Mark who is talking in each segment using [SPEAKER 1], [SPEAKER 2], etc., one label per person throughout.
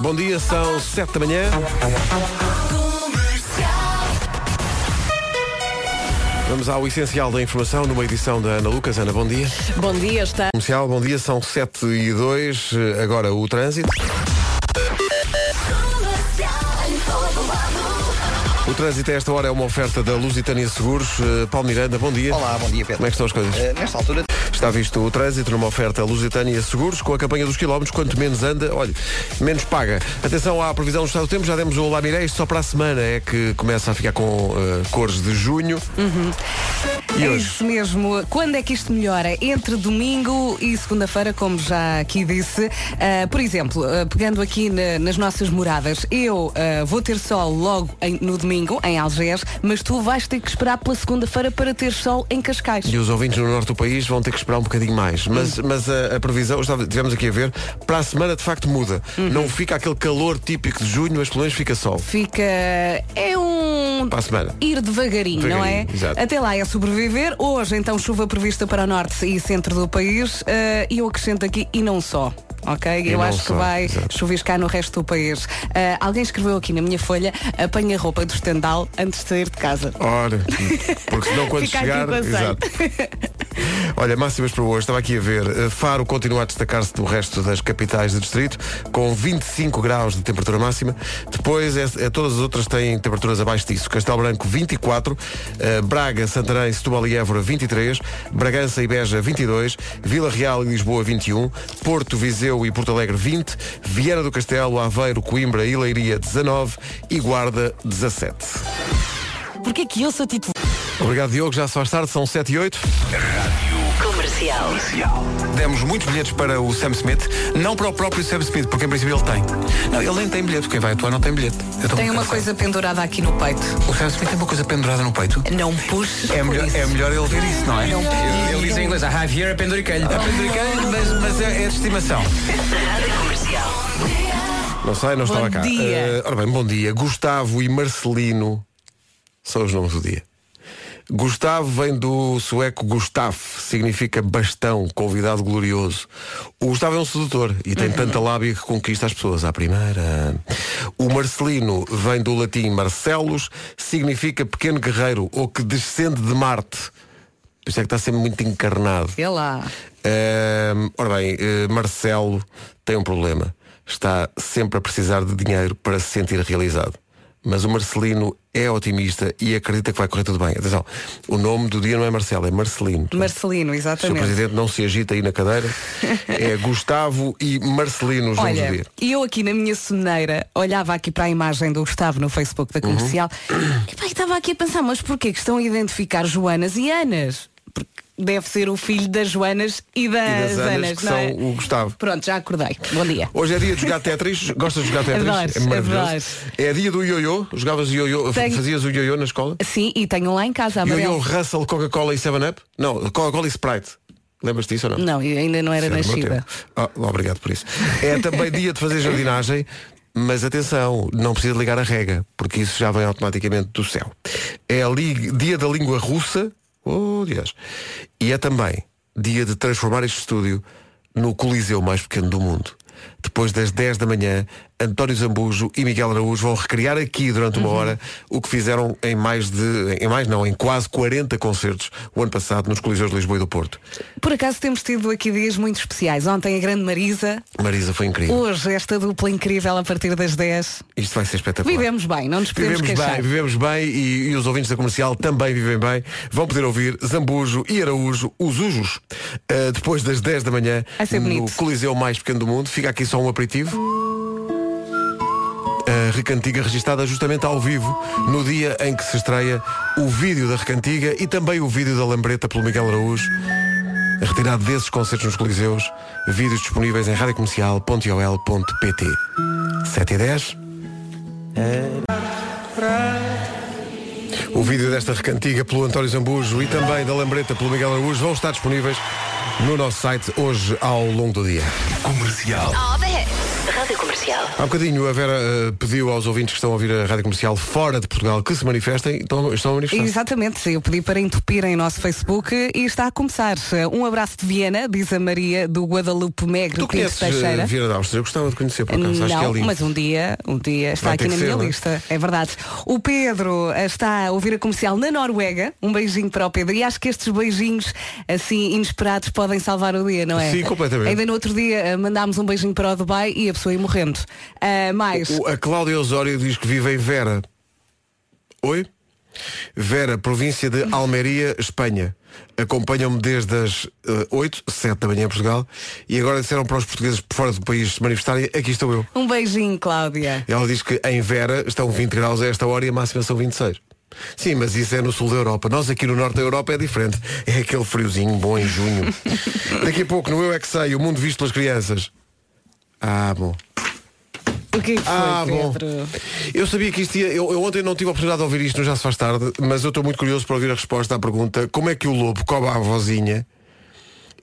[SPEAKER 1] Bom dia, são 7 da manhã. Vamos ao essencial da informação numa edição da Ana Lucas. Ana, bom dia.
[SPEAKER 2] Bom dia, está.
[SPEAKER 1] Comercial, bom dia, são 7 e 2. Agora o trânsito. O trânsito a esta hora é uma oferta da Lusitânia Seguros. Eh, Paulo Miranda, bom dia.
[SPEAKER 3] Olá, bom dia, Pedro.
[SPEAKER 1] Como é que estão as coisas?
[SPEAKER 3] Eh, nesta altura,
[SPEAKER 1] Está visto o trânsito numa oferta Lusitânia Seguros com a campanha dos quilómetros. Quanto menos anda, olha, menos paga. Atenção à previsão do estado do tempo. Já demos o Olá Mirei. Isto Só para a semana é que começa a ficar com eh, cores de junho. E
[SPEAKER 2] É
[SPEAKER 1] hoje?
[SPEAKER 2] isso mesmo. Quando é que isto melhora? Entre domingo e segunda-feira, como já aqui disse. Ah, por exemplo, ah, pegando aqui na- nas nossas moradas, eu ah, vou ter sol logo em- no domingo, em Algés, mas tu vais ter que esperar pela segunda-feira para ter sol em Cascais.
[SPEAKER 1] E os ouvintes no norte do país vão ter que esperar um bocadinho mais. Mas, mas a, a previsão, estava, tivemos aqui a ver, para a semana de facto muda. Não fica aquele calor típico de junho, mas pelo menos fica sol.
[SPEAKER 2] Fica. É um.
[SPEAKER 1] Para a semana.
[SPEAKER 2] ir devagarinho, não é?
[SPEAKER 1] Devagarinho, exato.
[SPEAKER 2] Até lá é sobreviver. Hoje, então, chuva prevista para o norte e centro do país. Eh, E eu acrescento aqui, e não só. Ok? eu
[SPEAKER 1] não
[SPEAKER 2] acho
[SPEAKER 1] só,
[SPEAKER 2] que vai
[SPEAKER 1] exato.
[SPEAKER 2] chuviscar no resto do país. Eh, alguém escreveu aqui na minha folha: apanha a roupa do estendal antes de sair de casa.
[SPEAKER 1] Ora, porque senão quando
[SPEAKER 2] Fica aqui
[SPEAKER 1] chegar.
[SPEAKER 2] com azeite.
[SPEAKER 1] Olha, máximas para hoje, estava aqui a ver. Eh, Faro continua a destacar-se do resto das capitais do distrito, com 25 graus de temperatura máxima. Depois, é, é- todas as outras têm temperaturas abaixo disso. Castelo Branco, 24. eh, Braga, Santarém, Setúbal e Évora, 23. Bragança e Beja, 22. Vila Real e Lisboa, 21. Porto, Viseu e Porto Alegre, 20. Viana do Castelo, Aveiro, Coimbra e Leiria, 19. E Guarda, 17.
[SPEAKER 4] Porquê que eu sou titular?
[SPEAKER 1] Obrigado, Diogo. Já se faz tarde, são 7 e 8.
[SPEAKER 4] Comercial.
[SPEAKER 5] Demos muitos bilhetes para o Sam Smith, não para o próprio Sam Smith, porque em princípio ele tem. Não, ele nem tem bilhete, quem vai atuar não tem bilhete. Eu estou
[SPEAKER 2] Tem
[SPEAKER 5] muito
[SPEAKER 2] uma
[SPEAKER 5] cansado.
[SPEAKER 2] coisa pendurada aqui no peito.
[SPEAKER 5] O Sam Smith tem uma coisa pendurada no peito.
[SPEAKER 4] Não puxes
[SPEAKER 5] É
[SPEAKER 4] por
[SPEAKER 5] melhor,
[SPEAKER 4] isso.
[SPEAKER 5] é melhor ele ver isso, não é?
[SPEAKER 6] Ele, ele diz em inglês, I have here a penduricalho.
[SPEAKER 5] A penduricalho, mas, mas é, é de estimação.
[SPEAKER 1] Não sei, não estava
[SPEAKER 2] Bom
[SPEAKER 1] cá.
[SPEAKER 2] dia.
[SPEAKER 1] Eh, ora bem, bom dia. Gustavo e Marcelino são os nomes do dia. Gustavo vem do sueco Gustaf, significa bastão, convidado glorioso. O Gustavo é um sedutor e tem tanta lábia que conquista as pessoas à primeira. O Marcelino vem do latim Marcelos, significa pequeno guerreiro ou que descende de Marte. Por isso é que está sempre muito encarnado.
[SPEAKER 2] Vê lá.
[SPEAKER 1] Ahm, ora bem, eh, Marcelo tem um problema. Está sempre a precisar de dinheiro para se sentir realizado. Mas o Marcelino é otimista e acredita que vai correr tudo bem. Atenção, o nome do dia não é Marcelo, é Marcelino.
[SPEAKER 2] Marcelino,
[SPEAKER 1] Se o
[SPEAKER 2] exatamente.
[SPEAKER 1] presidente não se agita aí na cadeira, é Gustavo e Marcelino os nomes do
[SPEAKER 2] Olha,
[SPEAKER 1] dia.
[SPEAKER 2] e eu aqui na minha soneira olhava aqui para a imagem do Gustavo no Facebook
[SPEAKER 1] Uhum.
[SPEAKER 2] da comercial e pá, e estava aqui a pensar, mas porquê que estão a identificar Joanas e Anas? Porque deve ser o filho das Joanas e das,
[SPEAKER 1] E das Anas, que
[SPEAKER 2] não é?
[SPEAKER 1] são o Gustavo.
[SPEAKER 2] Pronto, já acordei. Bom dia.
[SPEAKER 1] Hoje é dia de jogar Tetris. Gostas de jogar Tetris?
[SPEAKER 2] Adoro,
[SPEAKER 1] é maravilhoso.
[SPEAKER 2] adoro.
[SPEAKER 1] É dia do ioiô. Jogavas ioiô,
[SPEAKER 2] Tenho-
[SPEAKER 1] fazias o ioiô na escola?
[SPEAKER 2] Sim, e tenho lá em casa
[SPEAKER 1] E
[SPEAKER 2] amarelo.
[SPEAKER 1] o Russell, Coca-Cola e 7-Up? Não, Coca-Cola e Sprite. Lembras-te disso ou não?
[SPEAKER 2] Não, eu ainda não era
[SPEAKER 1] Isso era do meu
[SPEAKER 2] nascida.
[SPEAKER 1] tempo. Ah, obrigado por isso. É também dia de fazer jardinagem, mas atenção, não precisa ligar a rega, porque isso já vem automaticamente do céu. É ali, dia da língua russa, oh Deus, e é também dia de transformar este estúdio no coliseu mais pequeno do mundo. Depois das 10 da manhã, António Zambujo e Miguel Araújo vão recriar aqui durante uma hora o que fizeram em mais de, em mais não, em quase 40 concertos o ano passado nos Coliseus de Lisboa e do Porto.
[SPEAKER 2] Por acaso temos tido aqui dias muito especiais. Ontem a grande Marisa,
[SPEAKER 1] Marisa foi incrível.
[SPEAKER 2] hoje esta dupla incrível a partir das 10.
[SPEAKER 1] Isto vai ser espetacular.
[SPEAKER 2] Vivemos bem, não nos podemos
[SPEAKER 1] Vivemos
[SPEAKER 2] queixar.
[SPEAKER 1] bem, vivemos bem e, e os ouvintes da comercial também vivem bem. Vão poder ouvir Zambujo e Araújo, os Ujos, eh, depois das 10 da manhã,
[SPEAKER 2] Vai ser
[SPEAKER 1] no
[SPEAKER 2] bonito.
[SPEAKER 1] Coliseu mais pequeno do mundo. Fica aqui só um aperitivo. A Recantiga registada justamente ao vivo, no dia em que se estreia o vídeo da Recantiga e também o vídeo da Lambreta pelo Miguel Araújo. Retirado desses concertos nos Coliseus, vídeos disponíveis em radiocomercial.ol.pt 7 e 10. O vídeo desta recantiga pelo António Zambujo e também da Lambreta pelo Miguel Araújo vão estar disponíveis no nosso site hoje ao longo do dia.
[SPEAKER 5] Comercial.
[SPEAKER 7] All the hits.
[SPEAKER 4] Rádio Comercial.
[SPEAKER 1] Há bocadinho a Vera eh, pediu aos ouvintes que estão a ouvir a rádio comercial fora de Portugal que se manifestem e estão, estão a manifestar.
[SPEAKER 2] Exatamente, eu pedi para entupirem o nosso Facebook e está a começar. Um abraço de Viena, diz a Maria do Guadalupe Megre
[SPEAKER 1] Tu
[SPEAKER 2] Pinto
[SPEAKER 1] conheces eh,
[SPEAKER 2] Teixeira.
[SPEAKER 1] Vieira da Áustria? Eu gostava de conhecer por acaso. Acho que é
[SPEAKER 2] Não,
[SPEAKER 1] lindo.
[SPEAKER 2] mas um dia, um dia está
[SPEAKER 1] Vai ter
[SPEAKER 2] aqui na
[SPEAKER 1] que
[SPEAKER 2] minha
[SPEAKER 1] ser, não é?
[SPEAKER 2] lista, é verdade. O Pedro eh, está a ouvir a comercial na Noruega, um beijinho para o Pedro. E acho que estes beijinhos assim inesperados podem salvar o dia, não é?
[SPEAKER 1] Sim, completamente.
[SPEAKER 2] Ainda no outro dia eh, mandámos um beijinho para o Dubai e a pessoa ia morrendo. Ah, mais,
[SPEAKER 1] O- a Cláudia Osório diz que vive em Vera. Oi? Vera, província de Almeria, Espanha. Acompanham-me desde as eh, 8, 7 da manhã em Portugal e agora disseram para os portugueses por fora do país se manifestarem, aqui estou eu.
[SPEAKER 2] um beijinho, Cláudia.
[SPEAKER 1] Ela diz que em Vera estão 20 graus a esta hora e a máxima são 26. Sim, mas isso é no sul da Europa. Nós aqui no norte da Europa é diferente. É aquele friozinho bom em junho. Daqui a pouco, no Eu É Que Sei, o mundo visto pelas crianças. Ah, bom.
[SPEAKER 2] O que é que foi,
[SPEAKER 1] Ah, bom.
[SPEAKER 2] Pedro?
[SPEAKER 1] Eu sabia que isto ia. Eu, eu ontem não tive a oportunidade de ouvir isto, no já se faz tarde, mas eu estou muito curioso para ouvir a resposta à pergunta como é que o lobo cobra a vozinha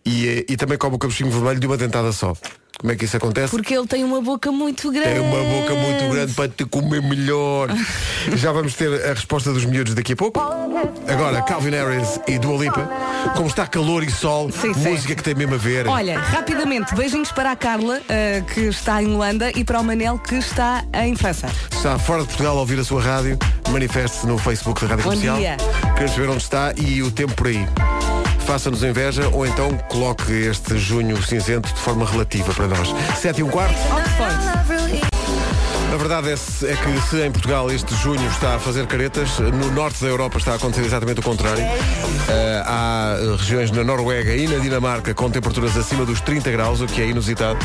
[SPEAKER 1] e, eh, e também cobra o cabecinho vermelho de uma dentada só. Como é que isso acontece?
[SPEAKER 2] Porque ele tem uma boca muito grande.
[SPEAKER 1] Tem uma boca muito grande para te comer melhor. Já vamos ter a resposta dos miúdos daqui a pouco. Agora, Calvin Harris e Dua Lipa. Como está calor e sol,
[SPEAKER 2] Sim, sim.
[SPEAKER 1] música que tem mesmo a ver.
[SPEAKER 2] Olha, rapidamente, beijinhos para a Carla, eh, que está em Holanda, e para o Manel, que está em França.
[SPEAKER 1] Está fora de Portugal a ouvir a sua rádio, manifeste-se no Facebook da Rádio
[SPEAKER 2] Bom
[SPEAKER 1] Comercial.
[SPEAKER 2] dia.
[SPEAKER 1] Queremos saber onde está e o tempo por aí. Faça-nos inveja ou então coloque este junho cinzento de forma relativa para nós. 7 e um quarto.
[SPEAKER 2] Oxford.
[SPEAKER 1] A verdade é, se- é que se em Portugal este junho está a fazer caretas, no norte da Europa está a acontecer exatamente o contrário. Eh, há eh, regiões na Noruega e na Dinamarca com temperaturas acima dos 30 graus, o que é inusitado.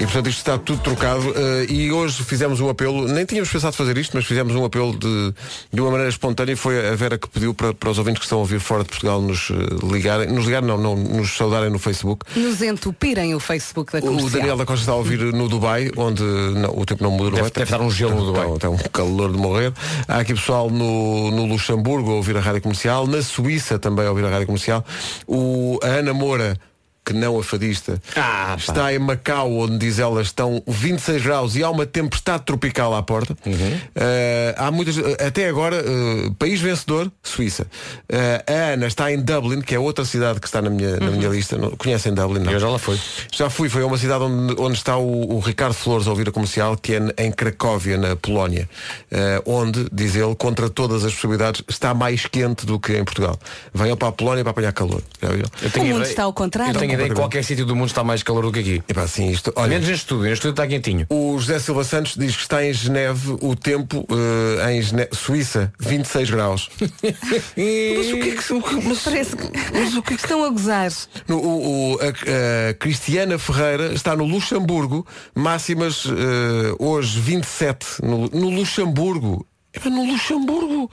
[SPEAKER 1] E portanto isto está tudo trocado. eh, e hoje fizemos um apelo, nem tínhamos pensado fazer isto, mas fizemos um apelo de, de uma maneira espontânea. e Foi a Vera que pediu para, para os ouvintes que estão a ouvir fora de Portugal nos eh, ligarem, nos ligarem, não, não, nos saudarem no Facebook.
[SPEAKER 2] Nos entupirem o Facebook da
[SPEAKER 1] O
[SPEAKER 2] comercial.
[SPEAKER 1] Daniel da Costa está a ouvir no Dubai, onde não, o tempo não mudou.
[SPEAKER 6] Deve- deve estar um gelo no Dubai.
[SPEAKER 1] Está um calor de morrer. Há aqui pessoal no, no Luxemburgo a ouvir a rádio comercial, na Suíça também a ouvir a rádio comercial. O, a Ana Moura, que não a fadista,
[SPEAKER 6] Ah, pá.
[SPEAKER 1] está em Macau, onde diz ela estão 26 graus e há uma tempestade tropical à porta.
[SPEAKER 6] Uhum.
[SPEAKER 1] Eh, há muitas, até agora, eh, país vencedor, Suíça. Eh, a Ana está em Dublin, que é outra cidade que está na minha, na
[SPEAKER 2] Uhum.
[SPEAKER 1] minha lista. Não- Conhecem Dublin? Não.
[SPEAKER 6] Eu já lá fui.
[SPEAKER 1] Já fui, foi a uma cidade onde, onde está o, o Ricardo Flores a ouvir a comercial, que é em Cracóvia, na Polónia, eh, onde, diz ele, contra todas as possibilidades, está mais quente do que em Portugal. Venham para a Polónia para apanhar calor. Já viu?
[SPEAKER 2] O mundo está ao contrário.
[SPEAKER 6] Eu tenho ideia que qualquer sítio do mundo está mais calor do que aqui.
[SPEAKER 1] Epá, assim, isto, olha,
[SPEAKER 6] Menos neste estúdio, neste estúdio está quentinho.
[SPEAKER 1] o José Silva Santos diz que está em Geneve o tempo, eh, em Gene- Suíça, 26 graus.
[SPEAKER 2] Mas o que é que, o que- mas parece que, mas o que é que estão a gozar?
[SPEAKER 1] No- o- o- a, a Cristiana Ferreira está no Luxemburgo, máximas eh, hoje 27, no, no Luxemburgo. Epá, no Luxemburgo.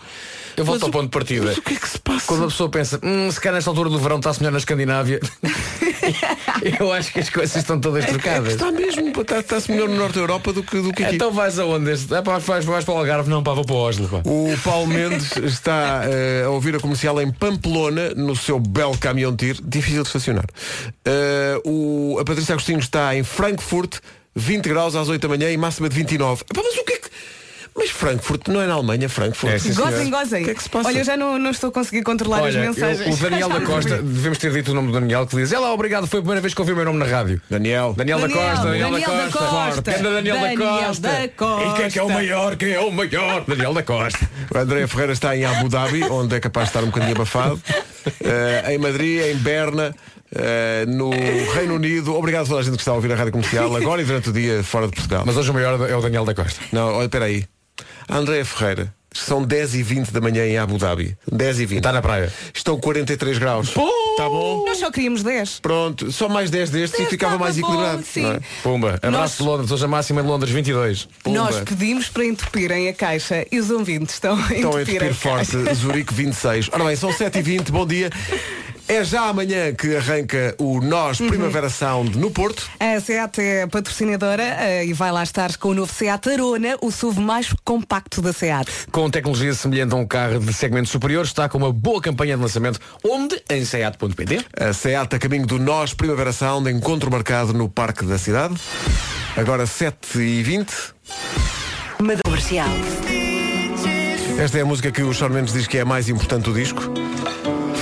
[SPEAKER 6] Eu volto
[SPEAKER 1] Mas
[SPEAKER 6] ao
[SPEAKER 1] o-
[SPEAKER 6] ponto de partida.
[SPEAKER 1] Mas o que é que se passa?
[SPEAKER 6] Quando a pessoa pensa, "Hum, se calhar nesta altura do verão está-se melhor na Escandinávia, eu acho que as coisas estão
[SPEAKER 1] É
[SPEAKER 6] todas trocadas.
[SPEAKER 1] Está mesmo, está- está-se melhor no Norte da Europa do que, do que aqui.
[SPEAKER 6] Então vais aonde? Este? Ah, pá, vais, vais para o Algarve? Não, pá, vou para o Oslo. Pá.
[SPEAKER 1] O Paulo Mendes está eh, a ouvir a comercial em Pamplona, no seu belo caminhão de tiro, difícil de estacionar. Eh, o, a Patrícia Agostinho está em Frankfurt, 20 graus às 8 da manhã e máxima de 29. Epá, Mas o que é que. Mas Frankfurt não é na Alemanha, Frankfurt.
[SPEAKER 6] É, sim, senhor.
[SPEAKER 2] Gozem, gozem.
[SPEAKER 1] O que é que se passa?
[SPEAKER 2] Olha, eu já não, não estou a conseguir controlar as
[SPEAKER 6] Olha,
[SPEAKER 2] mensagens.
[SPEAKER 6] eu- o Daniel da Costa, devemos ter dito o nome do Daniel, que diz, ela obrigado, foi a primeira vez que ouvi o meu nome na rádio.
[SPEAKER 1] Daniel.
[SPEAKER 6] Daniel, da Costa, Daniel, da Costa,
[SPEAKER 2] Costa.
[SPEAKER 6] Ganda Daniel,
[SPEAKER 2] Daniel
[SPEAKER 6] da Costa.
[SPEAKER 2] da Costa.
[SPEAKER 6] E quem é que é o maior? Quem é o maior? Daniel da Costa.
[SPEAKER 1] O André Ferreira está em Abu Dhabi, onde é capaz de estar um bocadinho abafado. Eh, em Madrid, em Berna, eh, no Reino Unido. Obrigado a toda a gente que está a ouvir a rádio comercial agora e durante o dia fora de Portugal.
[SPEAKER 6] Mas hoje o maior é o Daniel da Costa.
[SPEAKER 1] Não, olha, espera aí. Andréa Ferreira, são 10 e 20 da manhã em Abu Dhabi. 10 e 20.
[SPEAKER 6] Está na praia.
[SPEAKER 1] Estão 43 graus. Tá bom?
[SPEAKER 2] Nós só queríamos 10.
[SPEAKER 1] Pronto, só mais 10 destes e
[SPEAKER 2] Dez
[SPEAKER 1] ficava
[SPEAKER 2] estava
[SPEAKER 1] mais
[SPEAKER 2] bom,
[SPEAKER 1] equilibrado.
[SPEAKER 2] sim.
[SPEAKER 1] não é?
[SPEAKER 6] Pumba,
[SPEAKER 2] Nós-
[SPEAKER 6] abraço de Londres, hoje a máxima em Londres 22.
[SPEAKER 1] Pumba.
[SPEAKER 2] Nós pedimos para entupirem a caixa e
[SPEAKER 1] Então é
[SPEAKER 2] os ouvintes estão a entupir,
[SPEAKER 1] Estão a entupir
[SPEAKER 2] a caixa.
[SPEAKER 1] forte, Zurique 26. Ora bem, são 7h20, bom dia. É já amanhã que arranca o
[SPEAKER 2] Uhum.
[SPEAKER 1] Nós Primavera Sound no Porto.
[SPEAKER 2] A SEAT é patrocinadora eh, e vai lá estar com o novo SEAT Arona, o SUV mais compacto da SEAT.
[SPEAKER 6] Com tecnologia semelhante a um carro de segmento superior, está com uma boa campanha de lançamento, onde em seat.pt.
[SPEAKER 1] A SEAT a caminho do Nós Primavera Sound, encontro marcado no Parque da Cidade. Agora 7h20.
[SPEAKER 4] Uma comercial.
[SPEAKER 1] Esta é a música que o Shawn Mendes diz que é a mais importante do disco.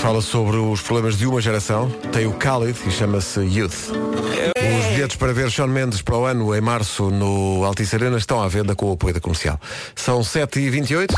[SPEAKER 1] Fala sobre os problemas de uma geração. Tem o Khalid e chama-se Youth. Os bilhetes para ver Shawn Mendes para o ano em março no Altice Arena estão à venda com o apoio da comercial. São 7h28.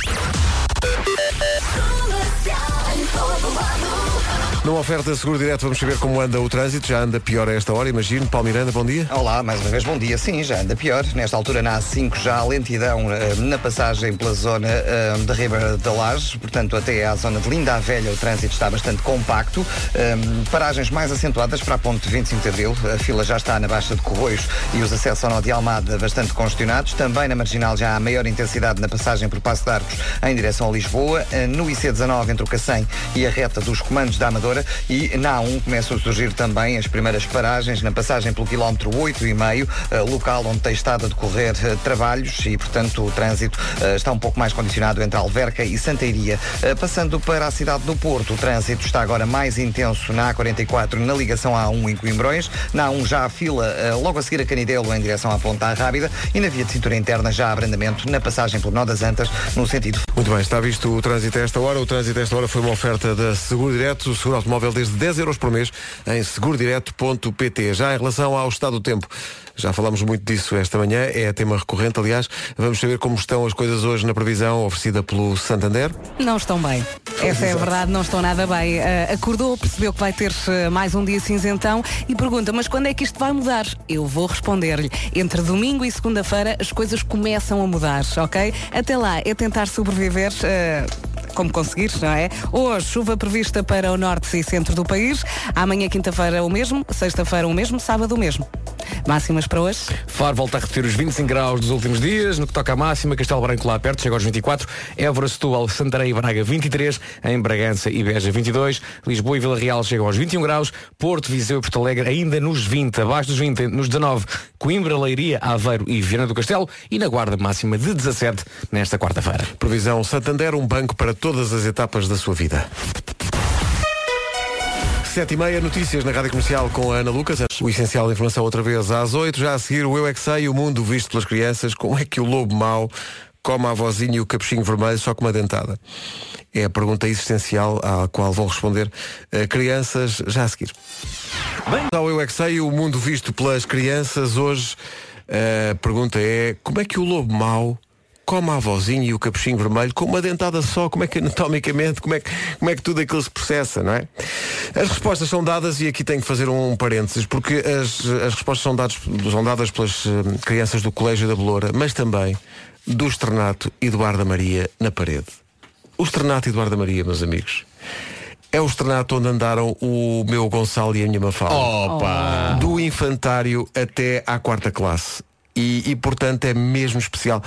[SPEAKER 1] Numa oferta seguro direto, vamos saber como anda o trânsito. Já anda pior a esta hora, imagino. Paulo Miranda, bom dia.
[SPEAKER 3] Olá, mais uma vez bom dia. Sim, já anda pior. Nesta altura na A5 já há lentidão eh, na passagem pela zona eh, da Ribeira da Laje, portanto até à zona de Linda a Velha o trânsito está bastante compacto. Eh, paragens mais acentuadas para a ponte 25 de Abril, a fila já está na Baixa de Corroios e os acessos ao Nó de Almada bastante congestionados. Também na Marginal já há maior intensidade na passagem por Passo de Arcos em direção a Lisboa, eh, no IC19 entre o Cacém e a reta dos comandos da Amadora e na A1 começam a surgir também as primeiras paragens na passagem pelo quilómetro 8 e meio, eh, local onde tem estado a decorrer eh, trabalhos e, portanto, o trânsito eh, está um pouco mais condicionado entre Alverca e Santa Iria. Eh, Passando para a cidade do Porto, o trânsito está agora mais intenso na A44 na ligação A1 em Coimbrões, na A1 já a fila eh, logo a seguir a Canidelo em direção à Ponta Rábida e na via de cintura interna já há abrandamento na passagem pelo Nó das Antas no sentido
[SPEAKER 1] Muito bem, está visto o trânsito a esta hora. O trânsito a esta hora foi uma oferta da Seguro Direto, o seguro automóvel desde 10 euros por mês em segurodireto.pt. Já em relação ao estado do tempo, já falámos muito disso esta manhã, é tema recorrente, aliás. Vamos saber como estão as coisas hoje na previsão oferecida pelo Santander.
[SPEAKER 2] Não estão bem. Essa é a verdade, não estão nada bem. Ah, acordou, percebeu que vai ter eh, mais um dia cinzentão e pergunta, mas quando é que isto vai mudar? Eu vou responder-lhe. Entre domingo e segunda-feira as coisas começam a mudar, ok? Até lá, é tentar sobreviver. eh, como conseguir, não é? Hoje, chuva prevista para o norte e centro do país. Amanhã, quinta-feira, o mesmo. Sexta-feira, o mesmo. Sábado, o mesmo. Máximas para hoje?
[SPEAKER 6] Faro volta a repetir os 25 graus dos últimos dias, no que toca à máxima, Castelo Branco lá perto, chega aos 24, Évora, Setúbal, Santarém e Braga 23, em Bragança e Beja 22, Lisboa e Vila Real chegam aos 21 graus, Porto, Viseu e Porto Alegre ainda nos 20, abaixo dos 20, nos 19, Coimbra, Leiria, Aveiro e Viana do Castelo e na guarda máxima de 17 nesta quarta-feira.
[SPEAKER 1] Previsão Santander, um banco para todas as etapas da sua vida. 7 e meia, notícias na Rádio Comercial com a Ana Lucas. O essencial da informação outra vez às 8, já a seguir o Eu É Que Sei, o mundo visto pelas crianças, como é que o lobo mau come a vozinha e o capuchinho vermelho só com uma dentada? É a pergunta existencial à qual vão responder eh, crianças já a seguir. Bem, ao Eu É Que Sei, o mundo visto pelas crianças, hoje eh, a pergunta é como é que o lobo mau come a vozinha e o capuchinho vermelho com uma dentada só, como é que anatomicamente, como é que, como é que tudo aquilo se processa, não é? As respostas são dadas e aqui tenho que fazer um parênteses, porque as, as respostas são, dados, são dadas pelas hum, crianças do Colégio da Beloura, mas também do Estrenato e do Arda Maria na parede. O Estrenato e do Arda Maria, meus amigos. É o Estrenato onde andaram o meu Gonçalo e a minha Mafalda do infantário até à quarta classe. E, e, portanto é mesmo especial.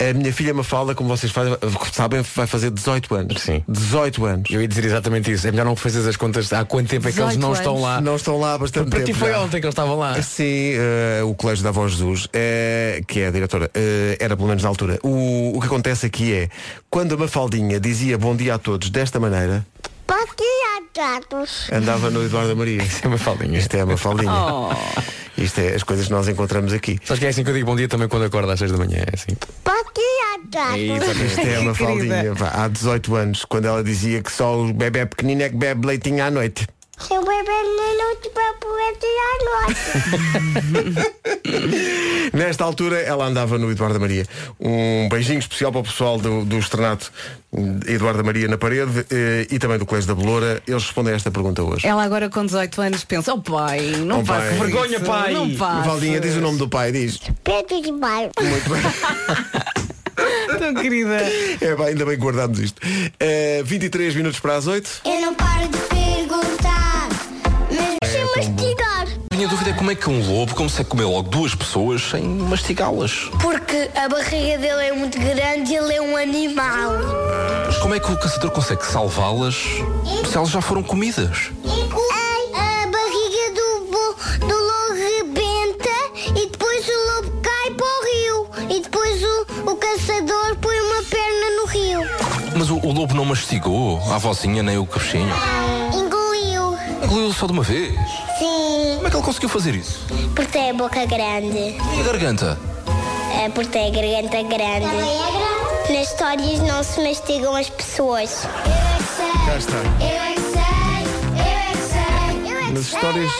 [SPEAKER 1] A minha filha Mafalda, como vocês fazem- sabem, vai fazer 18 anos.
[SPEAKER 6] Sim.
[SPEAKER 1] 18 anos.
[SPEAKER 6] Eu ia dizer exatamente isso, é melhor não fazeres as contas há quanto tempo é que eles
[SPEAKER 2] 18
[SPEAKER 6] não estão
[SPEAKER 2] anos.
[SPEAKER 6] lá.
[SPEAKER 1] Não estão lá há bastante
[SPEAKER 6] Para ti
[SPEAKER 1] tempo é?
[SPEAKER 6] foi
[SPEAKER 1] já.
[SPEAKER 6] ontem que eles estavam lá.
[SPEAKER 1] Sim, eh, o Colégio da Avó Jesus, eh, que é a diretora, eh, era pelo menos na altura. O, o que acontece aqui é, quando a Mafaldinha dizia bom dia a todos desta maneira,
[SPEAKER 7] Bom dia, gatos.
[SPEAKER 1] andava no Eduardo Maria.
[SPEAKER 6] É uma faldinha.
[SPEAKER 1] Isto é a Mafaldinha. Isto é as coisas que nós encontramos aqui.
[SPEAKER 6] Sabes que é assim que eu digo bom dia também quando acordo às 6 da manhã, é assim.
[SPEAKER 7] Bom dia, gatos.
[SPEAKER 1] Isto é uma
[SPEAKER 2] Que querida.
[SPEAKER 1] faldinha. vá, há 18 anos, quando ela dizia que só o bebê pequenino é que bebe leitinho à noite.
[SPEAKER 7] Seu bebê não te vai poder tirar noite.
[SPEAKER 1] Nesta altura, ela andava no Eduardo Maria. Um beijinho especial para o pessoal do, do estrenato hum, Eduardo Maria na parede eh, e também do Colégio da Beloura. Eles respondem a esta pergunta hoje.
[SPEAKER 2] Ela agora com 18 anos pensa, oh pai, não
[SPEAKER 1] Oh,
[SPEAKER 2] faço
[SPEAKER 1] pai.
[SPEAKER 6] Vergonha,
[SPEAKER 2] isso,
[SPEAKER 6] pai.
[SPEAKER 2] Não faço.
[SPEAKER 1] Valdinha, diz o nome do pai, diz.
[SPEAKER 7] Pedro de Maio.
[SPEAKER 2] Tão querida.
[SPEAKER 1] É, bem, ainda bem que guardámos isto. Eh, 23 minutos para as 8.
[SPEAKER 7] Eu não paro de perguntar, mas
[SPEAKER 1] É,
[SPEAKER 7] sem mastigar.
[SPEAKER 8] Minha dúvida é como é que um lobo consegue comer logo duas pessoas sem mastigá-las?
[SPEAKER 7] Porque a barriga dele é muito grande e ele é um animal.
[SPEAKER 8] Mas como é que o caçador consegue salvá-las se elas já foram comidas? Mas o, o lobo não mastigou a vozinha nem o cabecinho.
[SPEAKER 7] Engoliu.
[SPEAKER 8] Engoliu só de uma vez.
[SPEAKER 7] Sim,
[SPEAKER 8] Como é que ele conseguiu fazer isso?
[SPEAKER 7] porque tem a boca grande.
[SPEAKER 8] E a garganta?
[SPEAKER 7] É porque tem a garganta grande. Nas histórias não se mastigam as pessoas. Eu é que sei.
[SPEAKER 1] Cá está.
[SPEAKER 7] Eu é que sei. Eu é que sei. Eu é que
[SPEAKER 1] Nas histórias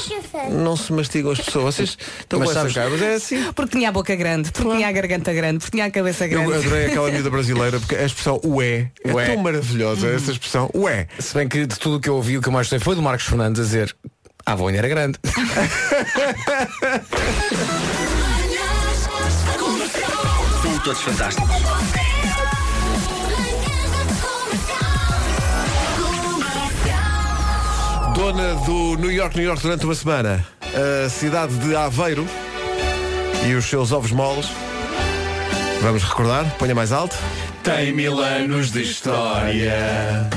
[SPEAKER 1] não se mastigam as pessoas. Vocês estão
[SPEAKER 5] Mas
[SPEAKER 1] com essa
[SPEAKER 5] sabes-
[SPEAKER 1] cara, mas é assim.
[SPEAKER 2] Porque tinha a boca grande, porque tinha a garganta grande, porque tinha a cabeça é grande.
[SPEAKER 1] Eu adorei aquela miúda brasileira porque a expressão ué é
[SPEAKER 6] Ué.
[SPEAKER 1] tão maravilhosa, essa expressão ué.
[SPEAKER 6] Uhum. Se bem que de tudo o que eu ouvi, o que eu mais gostei foi do Marcos Fernandes a dizer "Ah, a avonha era grande.
[SPEAKER 9] São todos fantásticos.
[SPEAKER 1] Dona do New York, New York durante uma semana, a cidade de Aveiro e os seus ovos moles. Vamos recordar, ponha mais alto.
[SPEAKER 5] Tem mil anos de história.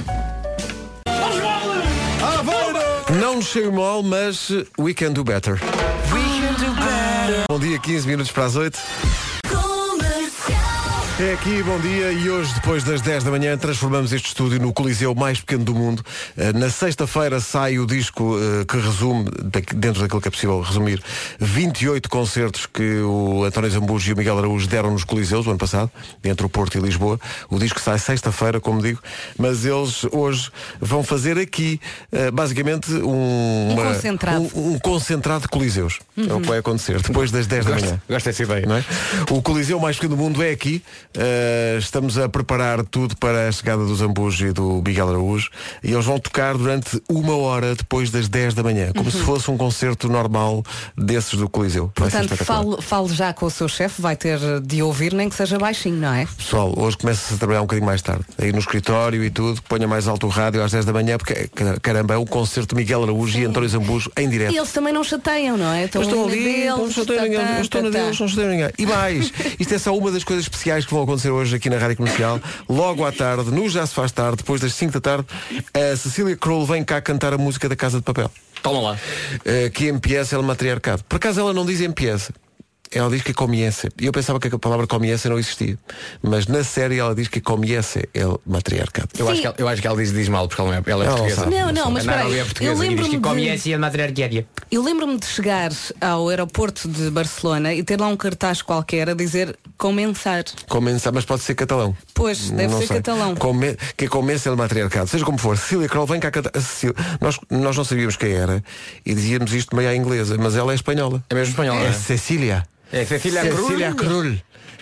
[SPEAKER 1] Aveiro! Não nos cheio mal, mas eh, we can do better. Bom dia, 15 minutos para as 8. É aqui, bom dia, e hoje, depois das 10 da manhã, transformamos este estúdio no Coliseu mais pequeno do mundo. Eh, Na sexta-feira sai o disco eh, que resume, daqui- dentro daquilo que é possível resumir, 28 concertos que o António Zambujo e o Miguel Araújo deram nos Coliseus o ano passado, entre o Porto e Lisboa. O disco sai sexta-feira, como digo, mas eles hoje vão fazer aqui, eh, basicamente, um, uma-
[SPEAKER 2] concentrado.
[SPEAKER 1] um- um concentrado de Coliseus. É o que vai acontecer depois das 10 da manhã.
[SPEAKER 6] Gosto, gosto dessa ideia.
[SPEAKER 1] Não é? O Coliseu mais pequeno do mundo é aqui. Uh, estamos a preparar tudo para a chegada do Zambujo e do Miguel Araújo. E eles vão tocar durante uma hora depois das 10 da manhã, como se fosse um concerto normal desses do Coliseu. Vai ser
[SPEAKER 2] Portanto,
[SPEAKER 1] espetacular.
[SPEAKER 2] fale, fale já com o seu chefe, vai ter de ouvir, nem que seja baixinho, não é?
[SPEAKER 1] Pessoal, hoje começa-se a trabalhar um bocadinho mais tarde. Aí no escritório e tudo, ponha mais alto o rádio às 10 da manhã, porque caramba, é o concerto de Miguel Araújo e António Zambujo em direto.
[SPEAKER 2] E eles também não chateiam, não é? Estão
[SPEAKER 1] Eu estou
[SPEAKER 2] na
[SPEAKER 1] ali,
[SPEAKER 2] deles,
[SPEAKER 1] não chateiam
[SPEAKER 2] tá,
[SPEAKER 1] ninguém,
[SPEAKER 2] tá,
[SPEAKER 1] eu estou na
[SPEAKER 2] tá, tá.
[SPEAKER 1] deles, não chateiam ninguém. E mais, isto é só uma das coisas especiais que vão acontecer hoje aqui na Rádio Comercial. Logo à tarde, no Já Se Faz Tarde, depois das 5 da tarde, a Cecília Kroll vem cá cantar a música da Casa de Papel.
[SPEAKER 8] Toma lá.
[SPEAKER 1] eh, que MPS é o matriarcado. Por acaso ela não diz MPS. Ela diz que é comiença. E eu pensava que a palavra comiença não existia. Mas na série ela diz que comiença é o matriarcado.
[SPEAKER 6] Eu acho, que ela, eu acho que ela diz, diz mal, porque ela não é, ela é
[SPEAKER 1] Ela
[SPEAKER 6] portuguesa.
[SPEAKER 1] sabe.
[SPEAKER 2] Não, não, mas
[SPEAKER 6] A Nara
[SPEAKER 2] espera aí,
[SPEAKER 6] ali é portuguesa
[SPEAKER 2] eu
[SPEAKER 6] e diz
[SPEAKER 2] lembro-me
[SPEAKER 6] que
[SPEAKER 2] de-
[SPEAKER 6] come esse e é matriarquiária.
[SPEAKER 2] Eu lembro-me de chegar ao aeroporto de Barcelona e ter lá um cartaz qualquer a dizer comensar.
[SPEAKER 1] Começa, mas pode ser catalão.
[SPEAKER 2] Pois, deve
[SPEAKER 1] Não
[SPEAKER 2] ser
[SPEAKER 1] sei.
[SPEAKER 2] catalão.
[SPEAKER 1] Come, que começa o matriarcado. Seja como for, Cecília Kroll vem cá cantar. a Cecília- Nós, nós não sabíamos quem era e dizíamos isto meio à inglesa, mas ela é espanhola.
[SPEAKER 6] É mesmo espanhola,
[SPEAKER 1] É
[SPEAKER 6] não é?
[SPEAKER 1] Cecília.
[SPEAKER 6] É Cecília
[SPEAKER 1] Cecília Krull.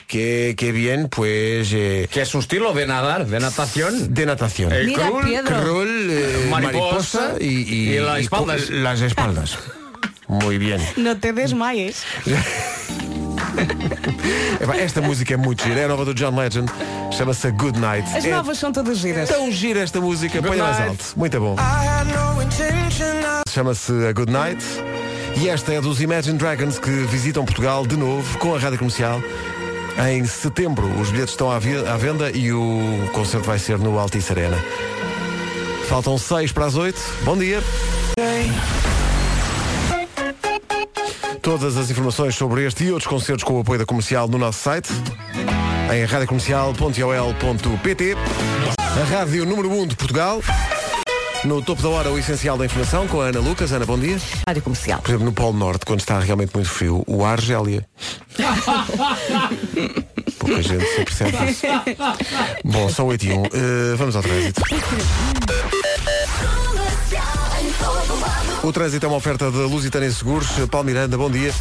[SPEAKER 1] Que, que bien, pues. eh,
[SPEAKER 6] Que é um estilo de nadar, de natación.
[SPEAKER 1] de natación.
[SPEAKER 6] Eh,
[SPEAKER 2] Mira,
[SPEAKER 6] Krull,
[SPEAKER 2] Pedro.
[SPEAKER 1] Krull, eh,
[SPEAKER 6] Mariposa
[SPEAKER 1] mariposa y, y-
[SPEAKER 6] y las
[SPEAKER 1] y cu-
[SPEAKER 6] espaldas.
[SPEAKER 1] las espaldas. Muy bien.
[SPEAKER 2] Não te desmaies.
[SPEAKER 1] Epá, Esta música é muito gira. É a nova do John Legend. Chama-se Good Night.
[SPEAKER 2] As
[SPEAKER 1] É
[SPEAKER 2] novas são todas giras.
[SPEAKER 1] Tão gira esta música,
[SPEAKER 6] Good
[SPEAKER 1] põe mais
[SPEAKER 6] night.
[SPEAKER 1] alto. Muito bom. Chama-se A Good Night. E esta é dos Imagine Dragons que visitam Portugal de novo com a rádio comercial. Em setembro, os bilhetes estão à, vi- à venda e o concerto vai ser no Altice Arena. Faltam seis para as oito. Bom dia. Todas as informações sobre este e outros concertos com o apoio da comercial no nosso site em radiocomercial.ol.pt a rádio número 1 um de Portugal. No topo da hora, o essencial da informação com a Ana Lucas. Ana, bom dia.
[SPEAKER 2] Rádio comercial.
[SPEAKER 1] Por exemplo, no Polo Norte, quando está realmente muito frio, o ar gelia. Pouca gente se percebe disso. Bom, são 8 e 1. vamos ao trânsito. O trânsito é uma oferta de Lusitânia Seguros. Paulo Miranda, bom dia.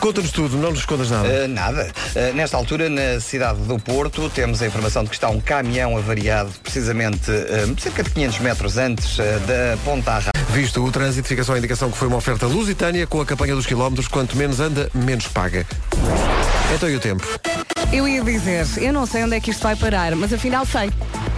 [SPEAKER 1] Conta-nos tudo, não nos escondas nada.
[SPEAKER 3] Uh, nada. Uh, nesta altura, na cidade do Porto, temos a informação de que está um caminhão avariado, precisamente uh, cerca de 500 metros antes uh, da Ponta Arra.
[SPEAKER 1] Visto o trânsito, fica só a indicação que foi uma oferta lusitânia com a campanha dos quilómetros. Quanto menos anda, menos paga. Então e o tempo?
[SPEAKER 2] Eu ia dizer, eu não sei onde é que isto vai parar, mas afinal sei.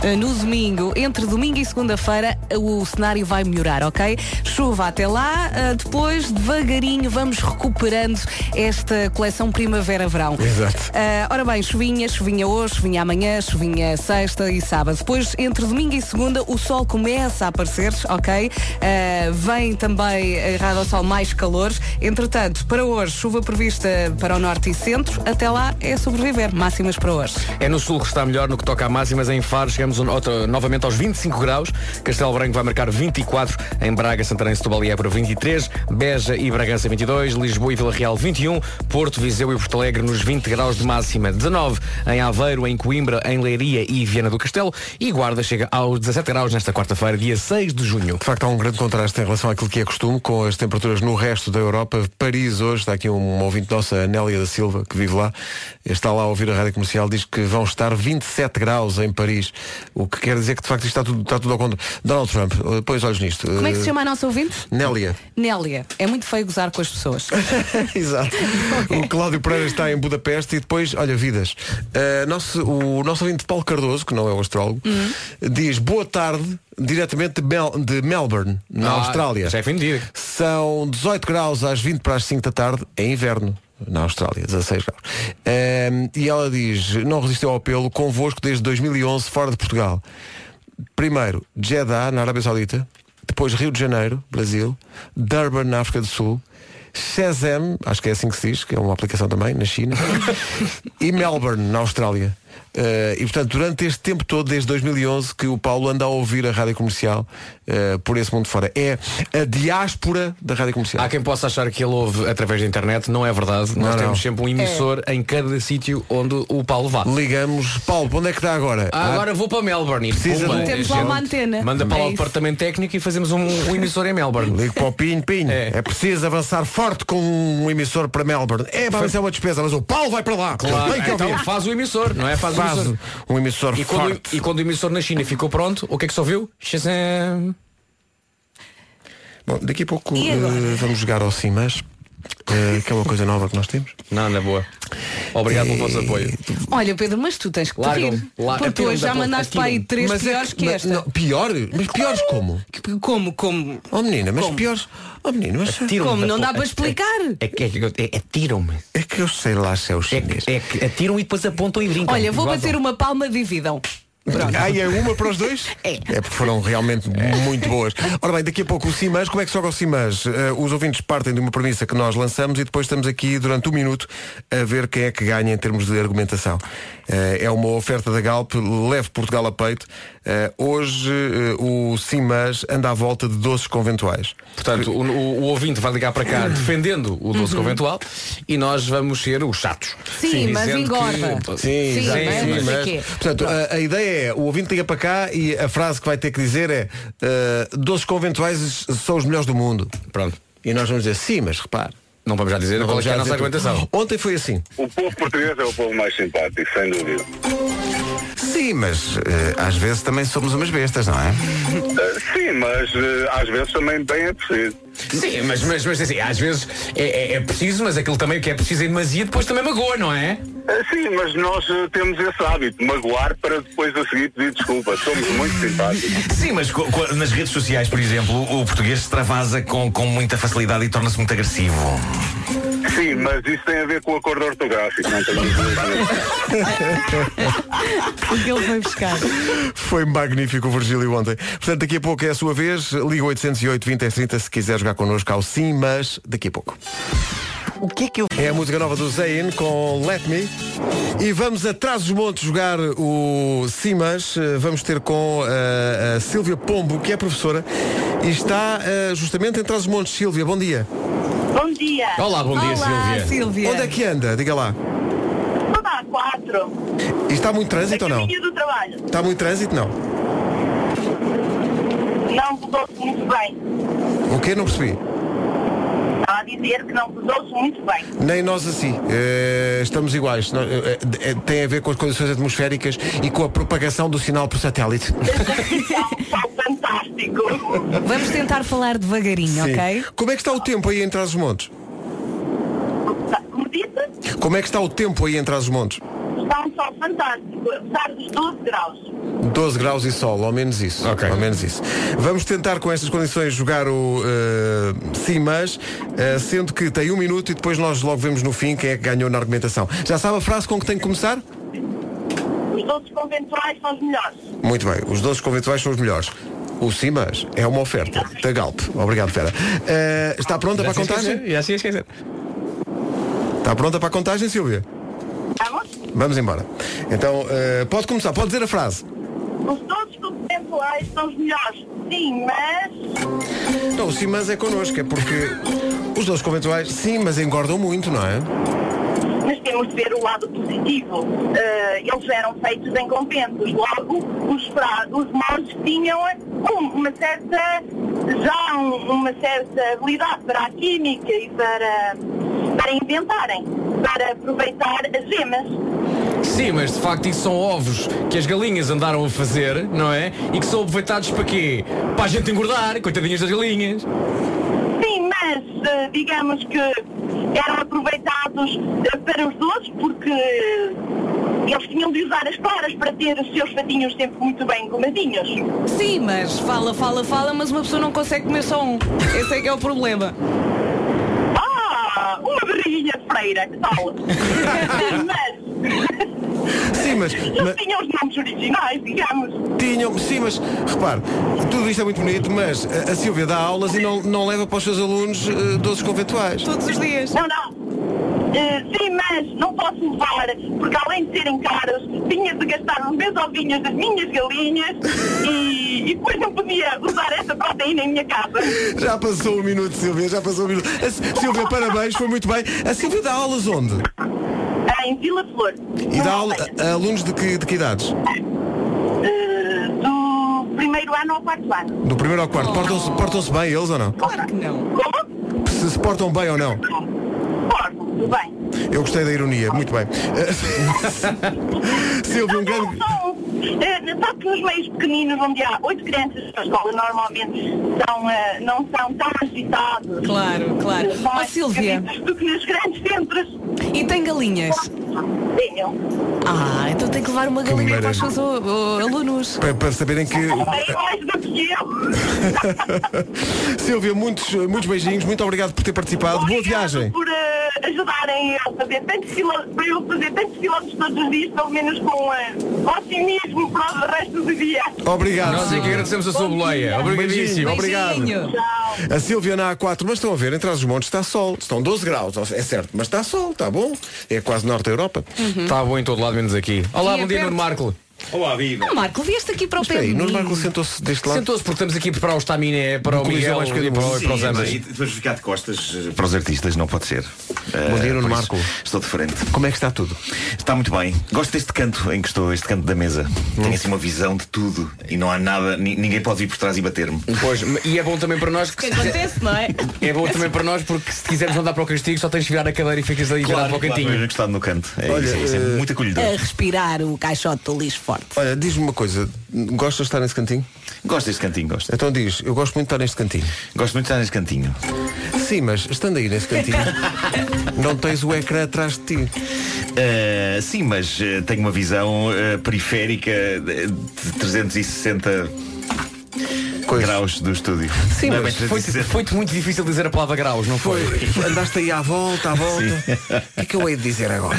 [SPEAKER 2] Ah, No domingo, entre domingo e segunda-feira, o cenário vai melhorar, ok? Chuva até lá, ah, depois devagarinho vamos recuperando esta coleção primavera-verão.
[SPEAKER 1] Exato.
[SPEAKER 2] Ah, ora bem, chuvinha, chuvinha hoje, chuvinha amanhã, chuvinha sexta e sábado. Depois, entre domingo e segunda, o sol começa a aparecer, ok? Ah, vem também errado ao sol mais calor. Entretanto, para hoje, chuva prevista para o norte e centro. Até lá é sobreviver. Máximas para hoje.
[SPEAKER 6] É no sul que está melhor no que toca a máximas. Em Faro chegamos chegamos outra- novamente aos 25 graus. Castelo Branco vai marcar 24, em Braga, Santarém, Setúbal e Évora 23, Beja e Bragança 22, Lisboa e Vila Real 21, Porto, Viseu e Porto Alegre nos 20 graus de máxima, 19 em Aveiro, em Coimbra, em Leiria e Viana do Castelo e Guarda chega aos 17 graus nesta quarta-feira, dia 6 de junho.
[SPEAKER 1] De facto, há um grande contraste em relação àquilo que é costume com as temperaturas no resto da Europa. Paris hoje, está aqui um ouvinte nossa, a Nélia da Silva, que vive lá, está lá a ouvir a rádio comercial, diz que vão estar 27 graus em Paris, o que quer dizer que de facto isto está tudo, está tudo ao contrário. Donald Trump, eh, põe os olhos nisto.
[SPEAKER 2] Como é que se
[SPEAKER 1] Eh,
[SPEAKER 2] chama a nossa ouvinte?
[SPEAKER 1] Nélia.
[SPEAKER 2] Nélia. É muito feio gozar com as pessoas.
[SPEAKER 1] Exato. O Cláudio Pereira está em Budapeste e depois, olha, vidas. Uh, nosso, o nosso ouvinte Paulo Cardoso, que não é o astrólogo,
[SPEAKER 6] Hum.
[SPEAKER 1] diz boa tarde diretamente de, Mel- de Melbourne, na
[SPEAKER 6] Ah,
[SPEAKER 1] Austrália.
[SPEAKER 6] já é fim de dia.
[SPEAKER 1] São 18 graus às 20 para as 5 da tarde, é inverno. Na Austrália, 16 graus. Um, e ela diz, não resistiu ao apelo, convosco desde 2011, fora de Portugal. Primeiro, Jeddah, na Arábia Saudita. Depois, Rio de Janeiro, Brasil. Durban, na África do Sul. Shazam, acho que é assim que se diz, que é uma aplicação também, na China. e Melbourne, na Austrália. Eh, e portanto, durante este tempo todo, desde 2011, que o Paulo anda a ouvir a rádio comercial eh, por esse mundo fora. É a diáspora da rádio comercial.
[SPEAKER 6] Há quem possa achar que ele ouve através da internet, não é verdade. Nós
[SPEAKER 1] Não,
[SPEAKER 6] temos
[SPEAKER 1] não.
[SPEAKER 6] sempre um emissor
[SPEAKER 2] É.
[SPEAKER 6] em cada sítio onde o Paulo vá.
[SPEAKER 1] Ligamos, Paulo, para onde é que está agora?
[SPEAKER 6] Ah, agora vou para Melbourne. e
[SPEAKER 1] Precisa
[SPEAKER 6] pumba,
[SPEAKER 1] de um-
[SPEAKER 2] Temos lá uma antena.
[SPEAKER 6] Manda para
[SPEAKER 2] É
[SPEAKER 6] lá o
[SPEAKER 2] isso.
[SPEAKER 6] departamento técnico e fazemos um, um emissor em Melbourne.
[SPEAKER 1] Ligo para o Pinho, Pinho. É.
[SPEAKER 6] É.
[SPEAKER 1] preciso avançar forte com um emissor para Melbourne. É, mas isso é uma despesa, mas o Paulo vai para lá. Tem que
[SPEAKER 6] então
[SPEAKER 1] ouvir.
[SPEAKER 6] faz o emissor, não é? Faz, o
[SPEAKER 1] Faz
[SPEAKER 6] emissor.
[SPEAKER 1] um emissor
[SPEAKER 6] E quando,
[SPEAKER 1] forte.
[SPEAKER 6] e quando o emissor na China ficou pronto, o que é que só viu? Shazam.
[SPEAKER 1] Bom, daqui a pouco
[SPEAKER 2] E agora?
[SPEAKER 1] eh, vamos jogar ao Simas, eh, que é uma coisa nova que nós temos.
[SPEAKER 6] Nada, é boa. Obrigado pelo vosso apoio.
[SPEAKER 2] Olha, Pedro, mas tu tens que te
[SPEAKER 6] Largam-me,
[SPEAKER 2] rir.
[SPEAKER 6] largam-me.
[SPEAKER 2] Porque tu hoje já
[SPEAKER 6] Atiram-me da
[SPEAKER 2] mandaste para aí
[SPEAKER 6] ponte,
[SPEAKER 2] três
[SPEAKER 1] Mas é
[SPEAKER 2] piores que,
[SPEAKER 1] mas
[SPEAKER 2] esta. Então,
[SPEAKER 1] não, pior? Mas piores como?
[SPEAKER 2] Que- Como, como?
[SPEAKER 1] Oh menina, mas
[SPEAKER 2] Como?
[SPEAKER 1] piores. Oh menina, mas
[SPEAKER 2] Como? Não dá para explicar.
[SPEAKER 6] É que é que- é- atiram-me.
[SPEAKER 1] é que eu sei lá se é o
[SPEAKER 6] É
[SPEAKER 1] chinês.
[SPEAKER 6] que, é que atiram e depois apontam e
[SPEAKER 1] Então,
[SPEAKER 6] brincam.
[SPEAKER 2] Olha, vou
[SPEAKER 6] Igual.
[SPEAKER 2] bater uma palma, então. dividam.
[SPEAKER 1] Ai, é uma para os dois? É. porque foram realmente muito boas. Ora bem, daqui a pouco o Simas, como é que joga o Simas? Eh, os ouvintes partem de uma premissa que nós lançamos e depois estamos aqui durante um minuto a ver quem é que ganha em termos de argumentação. Eh, é uma oferta da Galp, leve Portugal a peito. Eh, hoje eh, o Simas anda à volta de doces conventuais.
[SPEAKER 6] Portanto, o, o- o ouvinte vai ligar para
[SPEAKER 2] Uhum.
[SPEAKER 6] cá defendendo o doce conventual e nós vamos ser os chatos.
[SPEAKER 2] Sim, mas
[SPEAKER 6] dizendo que-
[SPEAKER 2] engorda. Sim,
[SPEAKER 6] sim,
[SPEAKER 2] mas
[SPEAKER 6] sim,
[SPEAKER 2] não sei
[SPEAKER 6] mas-
[SPEAKER 2] quê.
[SPEAKER 1] Portanto, a, a ideia é, o ouvinte liga para cá e a frase que vai ter que dizer é eh, doces conventuais são os melhores do mundo.
[SPEAKER 6] Pronto.
[SPEAKER 1] E nós vamos dizer, sim, mas repare.
[SPEAKER 6] Não vamos já dizer qual é que é a nossa argumentação.
[SPEAKER 1] Ontem foi assim.
[SPEAKER 10] O povo português é o povo mais simpático, sem dúvida.
[SPEAKER 5] Sim, mas eh, às vezes também somos umas bestas, não é?
[SPEAKER 10] Eh, sim, mas eh, às vezes também bem é preciso.
[SPEAKER 6] Sim, mas, mas, mas assim, às vezes é, é- é preciso, mas aquilo também que é preciso em demasia depois também magoa, não é?
[SPEAKER 10] Eh, sim, mas nós eh, temos esse hábito, magoar para depois a seguir pedir desculpa. Somos muito simpáticos.
[SPEAKER 9] Sim, mas co- co- nas redes sociais, por exemplo, o português se travasa com, com muita facilidade e torna-se muito agressivo.
[SPEAKER 10] Sim, mas isso tem a ver com o acordo ortográfico, não tem a ver com isso.
[SPEAKER 2] O que ele foi buscar?
[SPEAKER 1] Foi magnífico o Virgílio ontem. Portanto, daqui a pouco é a sua vez. Liga 808 20 30 se quiser jogar connosco ao sim, mas daqui a pouco.
[SPEAKER 4] O que é que eu.
[SPEAKER 1] É a música nova do Zayn com Let Me. E vamos atrás dos montes jogar o sim, mas eh, vamos ter com eh, a Silvia Pombo, que é professora, e está eh, justamente em trás dos montes. Silvia, bom dia.
[SPEAKER 11] Bom dia.
[SPEAKER 6] Olá, bom dia,
[SPEAKER 2] Olá,
[SPEAKER 6] Silvia.
[SPEAKER 2] Silvia.
[SPEAKER 1] Onde é que anda? Diga lá.
[SPEAKER 11] Estou lá, quatro.
[SPEAKER 1] E está muito trânsito
[SPEAKER 11] a
[SPEAKER 1] ou não?
[SPEAKER 11] caminho do trabalho.
[SPEAKER 1] Está muito trânsito? Não.
[SPEAKER 11] Não mudou-se muito bem.
[SPEAKER 1] O quê? Não percebi.
[SPEAKER 11] Estava a dizer que não mudou-se muito bem.
[SPEAKER 1] Nem nós assim. Eh, estamos iguais. Nós, eh, eh, tem a ver com as condições atmosféricas e com a propagação do sinal por satélite.
[SPEAKER 11] É um salto fantástico.
[SPEAKER 2] Vamos tentar falar devagarinho, ok?
[SPEAKER 1] Como é que está o tempo aí em trás os montes?
[SPEAKER 11] Como disse,
[SPEAKER 1] Como é que está o tempo aí em trás os montes?
[SPEAKER 11] está um sol fantástico, apesar dos 12 graus.
[SPEAKER 1] 12 graus e sol, ao menos isso.
[SPEAKER 6] Ok.
[SPEAKER 1] Ao menos isso. Vamos tentar com estas condições jogar o eh, sim, mas, eh, sendo que tem um minuto e depois nós logo vemos no fim quem é que ganhou na argumentação. Já sabe a frase com que tem que começar?
[SPEAKER 11] Os doces conventuais são os melhores.
[SPEAKER 1] Muito bem, os doces conventuais são os melhores. O Simas é uma oferta da Galp. Obrigado, Vera. Eh, está pronta para né? a contagem?
[SPEAKER 6] Já se ia esquecer.
[SPEAKER 1] Está pronta para a contagem, Silvia?
[SPEAKER 11] Vamos?
[SPEAKER 1] Vamos embora. Então, eh, pode começar, pode dizer a frase.
[SPEAKER 11] Os doces conventuais são os melhores. Sim, mas.
[SPEAKER 1] Não, sim, mas é connosco, é porque os doces conventuais, sim, mas engordam muito, não é?
[SPEAKER 11] Mas temos de ver o lado positivo. Eh, eles eram feitos em compensos. Logo, os, pra- os molhos tinham um- uma certa. já um- uma certa habilidade para a química e para, para inventarem, para aproveitar as gemas.
[SPEAKER 6] Sim, mas de facto isso são ovos que as galinhas andaram a fazer, não é? E que são aproveitados para quê? Para a gente engordar, coitadinhas das galinhas.
[SPEAKER 11] Sim, mas eh, digamos que eram aproveitados eh, para os doces porque eles tinham de usar as claras para ter os seus fatinhos sempre muito bem comadinhos.
[SPEAKER 2] Sim, mas fala, fala, fala, mas uma pessoa não consegue comer só um. Esse é que é o problema.
[SPEAKER 11] Ah, uma barriguinha de freira, É que tal? mas
[SPEAKER 1] Sim, mas, mas
[SPEAKER 11] eles tinham os nomes originais, digamos.
[SPEAKER 1] tinham, sim, mas repare, tudo isto é muito bonito, mas a, a Silvia dá aulas e não, não leva para os seus alunos eh, doces conventuais.
[SPEAKER 2] Todos os dias.
[SPEAKER 11] Não, não. Eh, sim, mas não posso levar, porque além de serem caros, tinha de gastar um os meus ovinhos das minhas galinhas e, e depois não podia usar essa proteína em minha casa.
[SPEAKER 1] Já passou um minuto, Silvia, já passou um minuto. A S- Silvia, parabéns, foi muito bem. A Silvia dá aulas onde?
[SPEAKER 11] Em Vila Flor.
[SPEAKER 1] E dá aula a, a alunos de que, de que idades?
[SPEAKER 11] Eh, do primeiro ano ao quarto ano.
[SPEAKER 1] Do primeiro ao quarto. Portam-se
[SPEAKER 2] Oh.
[SPEAKER 1] portam-se bem eles ou não?
[SPEAKER 2] Claro que não.
[SPEAKER 1] Se se portam bem ou não?
[SPEAKER 11] Porto, tudo bem.
[SPEAKER 1] Eu gostei da ironia, muito bem. Silvia, um grande.
[SPEAKER 11] Uh, só que nos meios pequeninos, onde há oito crianças na escola, normalmente são, eh, não são tão agitados.
[SPEAKER 2] Claro, claro.
[SPEAKER 11] São
[SPEAKER 2] Ó
[SPEAKER 11] mais
[SPEAKER 2] Silvia.
[SPEAKER 11] pequeninos Do que nos grandes centros.
[SPEAKER 2] E tem galinhas?
[SPEAKER 11] Tenham.
[SPEAKER 2] Ah, então tem que levar uma galinha para os seus oh, oh, alunos.
[SPEAKER 1] Para, para saberem que.
[SPEAKER 11] Tem mais do que eu.
[SPEAKER 2] tá.
[SPEAKER 1] Silvia, muitos, muitos beijinhos, muito obrigado por ter participado. Boa viagem.
[SPEAKER 11] Por eh, ajudarem eu a fazer tantos quilómetros, para eu fazer tantos quilómetros todos os dias, pelo menos com eh, otimismo para o resto do dia.
[SPEAKER 1] Obrigado.
[SPEAKER 6] Nós é que agradecemos a sua boleia. Obrigadíssimo. Obrigado.
[SPEAKER 1] A Silvia na A4, mas estão a ver, entre os montes está sol. Estão 12 graus, é certo, mas está sol, está bom. É quase norte da Europa.
[SPEAKER 6] Uhum. Está bom em todo lado, menos aqui. Olá,
[SPEAKER 2] E
[SPEAKER 6] bom dia,
[SPEAKER 2] aperto.
[SPEAKER 6] Nuno Marco.
[SPEAKER 9] Olá, viva.
[SPEAKER 2] Ah, Marco, vieste aqui para o pé.
[SPEAKER 1] Espera aí,
[SPEAKER 2] de
[SPEAKER 1] Nuno
[SPEAKER 2] mim.
[SPEAKER 1] Marco sentou-se deste lado.
[SPEAKER 6] Sentou-se porque estamos aqui para o Staminé, para o
[SPEAKER 1] Coliseu
[SPEAKER 6] Miguel
[SPEAKER 1] mais
[SPEAKER 6] e para, o-
[SPEAKER 9] Sim,
[SPEAKER 6] para os
[SPEAKER 9] mas e
[SPEAKER 6] Andas.
[SPEAKER 9] depois ficar de costas eh, para os artistas não pode ser.
[SPEAKER 1] Bom dia,
[SPEAKER 9] Eh,
[SPEAKER 1] Nuno
[SPEAKER 9] por isso,
[SPEAKER 1] Marco.
[SPEAKER 9] Estou de frente.
[SPEAKER 1] Como é que está tudo?
[SPEAKER 9] Está muito bem. Gosto deste canto em que estou, este canto da mesa.
[SPEAKER 1] Hum.
[SPEAKER 9] Tenho assim uma visão de tudo e não há nada, ni- ninguém pode vir por trás e bater-me.
[SPEAKER 6] Pois, e é bom também para nós
[SPEAKER 2] O que
[SPEAKER 6] que
[SPEAKER 2] acontece, não é?
[SPEAKER 6] é bom também para nós porque se quisermos andar para o castigo só tens de virar a cadeira e ficas ali virado para o cantinho.
[SPEAKER 9] mas gostado no canto. É
[SPEAKER 1] Olha,
[SPEAKER 9] isso, é, isso é muito acolhedor.
[SPEAKER 2] A respirar o caixote do lixo forte.
[SPEAKER 1] Olha, diz-me uma coisa, gostas de estar nesse cantinho?
[SPEAKER 9] Gosto deste cantinho, gosto.
[SPEAKER 1] Então diz, eu gosto muito de estar neste cantinho.
[SPEAKER 9] Gosto muito de estar neste cantinho.
[SPEAKER 1] Sim, mas estando aí nesse cantinho, não tens o ecrã atrás de ti.
[SPEAKER 9] Eh, sim, mas eh, tenho uma visão eh, periférica de de 360
[SPEAKER 1] Coisa.
[SPEAKER 9] graus do estúdio.
[SPEAKER 6] Sim,
[SPEAKER 9] Não é
[SPEAKER 6] mas
[SPEAKER 9] bem
[SPEAKER 6] foi-
[SPEAKER 9] 360.
[SPEAKER 6] foi-te muito difícil dizer a palavra graus, não foi?
[SPEAKER 1] Andaste aí à volta, à volta. O que é que eu hei de dizer agora?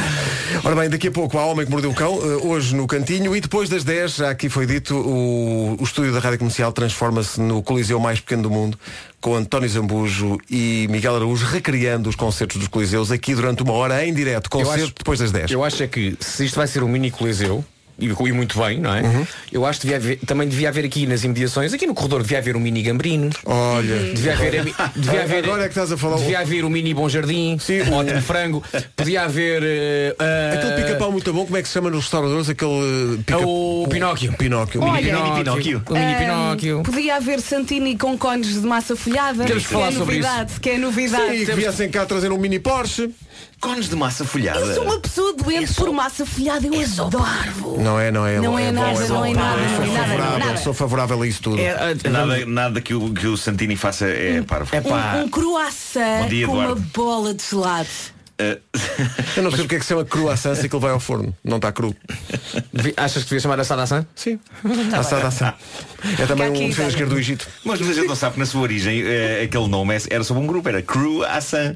[SPEAKER 1] Ora bem, daqui a pouco há Homem que Mordeu o Cão, eh, hoje no Cantinho, e depois das 10, já aqui foi dito, o, o estúdio da Rádio Comercial transforma-se no coliseu mais pequeno do mundo, com António Zambujo e Miguel Araújo recriando os concertos dos coliseus aqui durante uma hora em direto,
[SPEAKER 6] Eu
[SPEAKER 1] concerto
[SPEAKER 6] acho-
[SPEAKER 1] depois das 10.
[SPEAKER 6] Eu acho é que se isto vai ser um mini coliseu, e, e muito bem, não é?
[SPEAKER 1] Uhum.
[SPEAKER 6] Eu acho que devia haver- também devia haver aqui nas imediações, aqui no corredor devia haver um mini gambrino.
[SPEAKER 1] Olha,
[SPEAKER 6] Devia haver, devia haver,
[SPEAKER 1] Agora é que estás a falar.
[SPEAKER 6] Devia haver um mini bom jardim,
[SPEAKER 1] Sim.
[SPEAKER 6] um ótimo frango, podia haver eh, eh,
[SPEAKER 1] aquele pica-pau muito bom, como é que se chama nos restauradores? Aquele eh, pica
[SPEAKER 6] É O Pinóquio.
[SPEAKER 1] Pinóquio.
[SPEAKER 2] Olha,
[SPEAKER 9] Mini Pinóquio.
[SPEAKER 6] O mini
[SPEAKER 2] Ahm,
[SPEAKER 6] Pinóquio.
[SPEAKER 2] Podia haver Santini com cones de massa folhada.
[SPEAKER 6] Temos de
[SPEAKER 2] que
[SPEAKER 6] falar
[SPEAKER 2] é
[SPEAKER 6] sobre
[SPEAKER 2] novidade, que é novidade.
[SPEAKER 1] E que viessem cá trazer um mini Porsche.
[SPEAKER 9] Cones de massa folhada.
[SPEAKER 2] Eu sou é uma pessoa doente por massa folhada, eu adoro.
[SPEAKER 1] Não é, não é.
[SPEAKER 2] Não
[SPEAKER 1] bom,
[SPEAKER 2] é nada,
[SPEAKER 1] bom,
[SPEAKER 2] não é
[SPEAKER 1] bom. Eu sou
[SPEAKER 2] nada, não é nada, não é
[SPEAKER 1] favorável,
[SPEAKER 2] nada.
[SPEAKER 1] Sou favorável a isso tudo.
[SPEAKER 9] É, Nada, nada que, o, que o Santini faça é parvo.
[SPEAKER 6] É pá.
[SPEAKER 2] Um, um croissant
[SPEAKER 9] Bom dia,
[SPEAKER 2] com uma
[SPEAKER 9] Eduardo.
[SPEAKER 2] bola de gelado.
[SPEAKER 9] Eh,
[SPEAKER 1] Eu não sei porque é que se chama croissant se aquilo vai ao forno. Não está cru.
[SPEAKER 6] Vi- Achas que devia chamar a Sadaçã?
[SPEAKER 1] Sim.
[SPEAKER 6] Tá
[SPEAKER 1] assado, assado. É também
[SPEAKER 2] aqui,
[SPEAKER 1] um defesa
[SPEAKER 2] Dani.
[SPEAKER 1] esquerdo do Egito.
[SPEAKER 9] mas muita gente não sabe que na sua origem eh, aquele nome é- era sobre um grupo, era Crew Assan.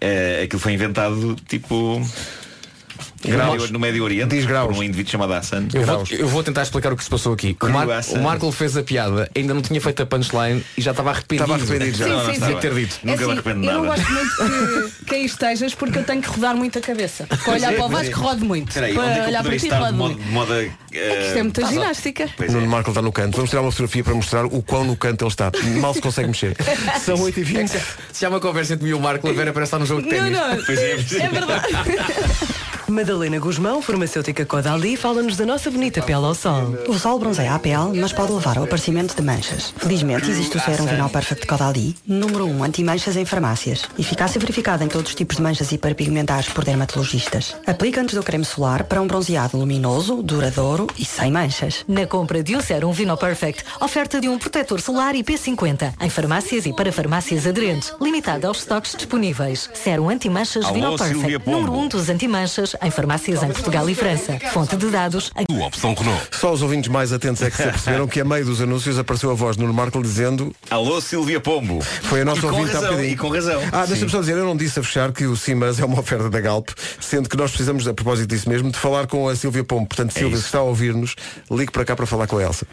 [SPEAKER 9] Eh, aquilo foi inventado tipo No Médio Oriente, por um indivíduo chamado Hassan.
[SPEAKER 6] Eu vou, eu vou tentar explicar o que se passou aqui. O, Mar-
[SPEAKER 9] Graus.
[SPEAKER 6] o Marco fez a piada, ainda não tinha feito a punchline e já estava arrependido.
[SPEAKER 9] Estava arrependido já. Sim,
[SPEAKER 6] Não, não
[SPEAKER 9] sim,
[SPEAKER 6] estava.
[SPEAKER 9] sim.
[SPEAKER 6] ter dito.
[SPEAKER 9] É Nunca me assim, arrependo
[SPEAKER 2] Eu não gosto muito que, que aí estejas porque eu tenho que rodar muito a cabeça. Para olhar para o Vasco, rodo muito.
[SPEAKER 9] Peraí, onde é
[SPEAKER 2] para
[SPEAKER 9] que eu
[SPEAKER 2] olhar para
[SPEAKER 9] poderia
[SPEAKER 2] ti,
[SPEAKER 9] estar
[SPEAKER 2] rodo
[SPEAKER 9] de moda...
[SPEAKER 2] muito.
[SPEAKER 9] de moda, eh,
[SPEAKER 2] Isto é muita ginástica.
[SPEAKER 1] Nuno
[SPEAKER 9] é.
[SPEAKER 1] Marco está no canto. Vamos tirar uma fotografia para mostrar o quão no canto ele está. Mal se consegue mexer. São 8h20.
[SPEAKER 6] É que se, se há uma conversa entre mim e o Marco, a Vera parece estar num jogo de ténis. é,
[SPEAKER 12] Madalena Guzmão, farmacêutica Codaldi, fala-nos da nossa bonita pele ao sol.
[SPEAKER 13] O sol bronzeia é a pele, mas pode levar ao aparecimento de manchas. Felizmente, existe o Serum Vinal Perfect Codali, número 1 anti-manchas em farmácias. Eficácia verificada em todos os tipos de manchas hiperpigmentares por dermatologistas. Aplica antes do creme solar para um bronzeado luminoso, duradouro e sem manchas.
[SPEAKER 14] Na compra de um Serum Vino Perfect, oferta de um protetor solar IP50 em farmácias e para farmácias aderentes, limitada aos estoques disponíveis. Serum Antimanchas
[SPEAKER 8] Alô,
[SPEAKER 14] Vino Perfect,
[SPEAKER 8] Silvia Pombo.
[SPEAKER 14] número 1 dos antimanchas em farmácias em Portugal e França. Fonte de dados a
[SPEAKER 8] Opção Renault.
[SPEAKER 1] Só os ouvintes mais atentos é que se aperceberam que a meio dos anúncios apareceu a voz de Nuno Marco dizendo
[SPEAKER 9] Alô, Silvia Pombo.
[SPEAKER 1] Foi a nossa
[SPEAKER 9] E com
[SPEAKER 1] ouvinte há
[SPEAKER 9] razão,
[SPEAKER 1] bocadinho.
[SPEAKER 9] e com razão.
[SPEAKER 1] Ah,
[SPEAKER 9] Sim.
[SPEAKER 1] deixa-me só dizer, eu não disse a fechar que o Simas é uma oferta da Galp, sendo que nós precisamos, a propósito disso mesmo, de falar com a Silvia Pombo. Portanto,
[SPEAKER 9] É
[SPEAKER 1] Silvia, se está a ouvir-nos, ligue para cá para falar com a Elsa.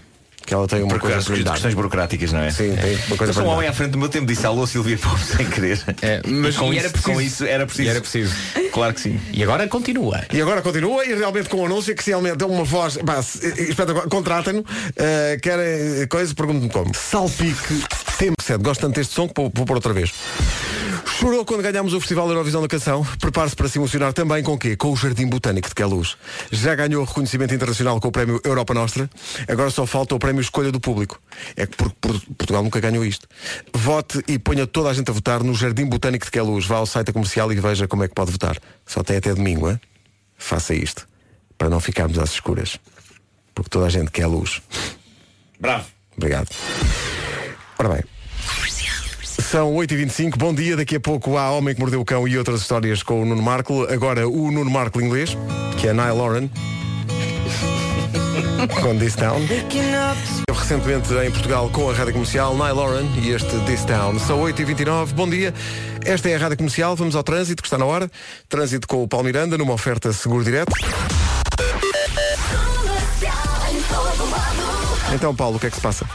[SPEAKER 1] Que ela tem uma
[SPEAKER 9] Por
[SPEAKER 1] coisa
[SPEAKER 9] causa
[SPEAKER 1] para lhe
[SPEAKER 9] de
[SPEAKER 1] dar.
[SPEAKER 9] questões burocráticas, não é?
[SPEAKER 1] Sim, tem uma coisa
[SPEAKER 9] Eu
[SPEAKER 1] para É,
[SPEAKER 9] sou um
[SPEAKER 1] lhe
[SPEAKER 9] homem à frente do meu tempo disse alô Silvia Pombo sem querer.
[SPEAKER 6] mas
[SPEAKER 9] E com,
[SPEAKER 6] e
[SPEAKER 9] isso,
[SPEAKER 6] era preciso.
[SPEAKER 9] com isso era preciso.
[SPEAKER 6] E era preciso.
[SPEAKER 9] Claro que sim.
[SPEAKER 6] E agora continua.
[SPEAKER 1] E agora continua e realmente com o anúncio que se realmente é uma voz pá, se- espetacular. Contratem-no, eh, querem eh, coisa, pergunto-me como. Salpique, tempo sete. Gosto tanto deste som que vou, vou pôr outra vez. Chorou quando ganhámos o Festival Eurovisão da Canção. Prepare-se para se emocionar também com o quê? Com o Jardim Botânico de Queluz. Já ganhou reconhecimento internacional com o Prémio Europa Nostra. Agora só falta o Prémio Escolha do Público. É que por- por- Portugal nunca ganhou isto. Vote e ponha toda a gente a votar no Jardim Botânico de Queluz. Vá ao site da comercial e veja como é que pode votar. Só tem até domingo, hein? Faça isto. Para não ficarmos às escuras. Porque toda a gente quer luz.
[SPEAKER 9] Bravo.
[SPEAKER 1] Obrigado. Ora bem. São 8h25, bom dia. Daqui a pouco há Homem que Mordeu o Cão e outras histórias com o Nuno Marco. Agora o Nuno Marco inglês, que é Nile Lauren. com This Town. Eu recentemente em Portugal com a Rádio Comercial, Nile Lauren e este This Town. São 8h29, bom dia. Esta é a Rádio Comercial, vamos ao trânsito que está na hora. Trânsito com o Paulo Miranda numa oferta Seguro Direto. Então, Paulo, o que é que se passa?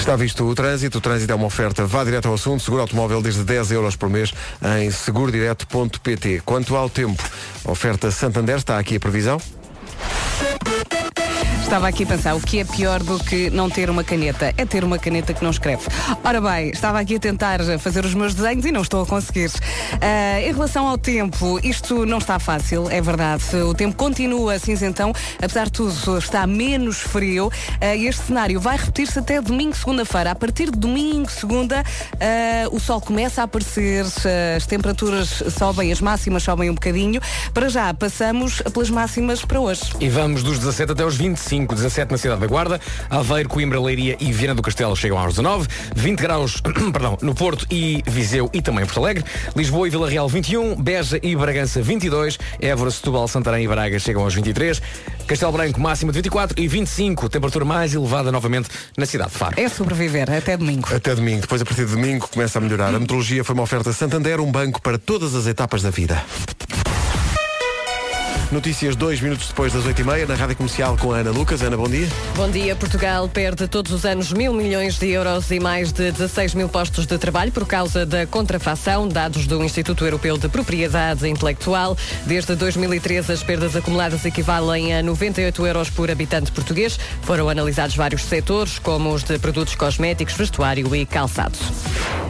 [SPEAKER 1] Está visto o trânsito. O trânsito é uma oferta. Vá direto ao assunto. Seguro automóvel desde 10 euros por mês em segurodireto.pt. Quanto ao tempo, oferta Santander. Está aqui a previsão.
[SPEAKER 2] Estava aqui a pensar, o que é pior do que não ter uma caneta? É ter uma caneta que não escreve. Ora bem, estava aqui a tentar fazer os meus desenhos e não estou a conseguir. Ah, em relação ao tempo, isto não está fácil, é verdade. O tempo continua cinzentão, apesar de tudo está menos frio. Ah, e este cenário vai repetir-se até domingo, segunda-feira. A partir de domingo, segunda, ah, o sol começa a aparecer, ah, as temperaturas sobem, as máximas sobem um bocadinho. Para já, passamos pelas máximas para hoje.
[SPEAKER 6] E vamos dos 17 até os 25. 17 na cidade da Guarda, Aveiro, Coimbra, Leiria e Viana do Castelo chegam aos 19. 20 graus, perdão, no Porto e Viseu e também em Porto Alegre. Lisboa e Vila Real 21, Beja e Bragança 22, Évora, Setúbal, Santarém e Braga chegam aos 23. Castelo Branco máxima de 24 e 25, temperatura mais elevada novamente na cidade de Faro.
[SPEAKER 2] É sobreviver até domingo.
[SPEAKER 1] Até domingo. Depois, a partir de domingo, começa a melhorar. A metrologia foi uma oferta Santander, um banco para todas as etapas da vida. Notícias dois minutos depois das 8h30 na Rádio Comercial com a Ana Lucas. Ana, bom dia.
[SPEAKER 15] Bom dia. Portugal perde todos os anos mil milhões de euros e mais de 16 mil postos de trabalho por causa da contrafação, dados do Instituto Europeu de Propriedade Intelectual. Desde 2013, as perdas acumuladas equivalem a 98 euros por habitante português. Foram analisados vários setores, como os de produtos cosméticos, vestuário e calçados.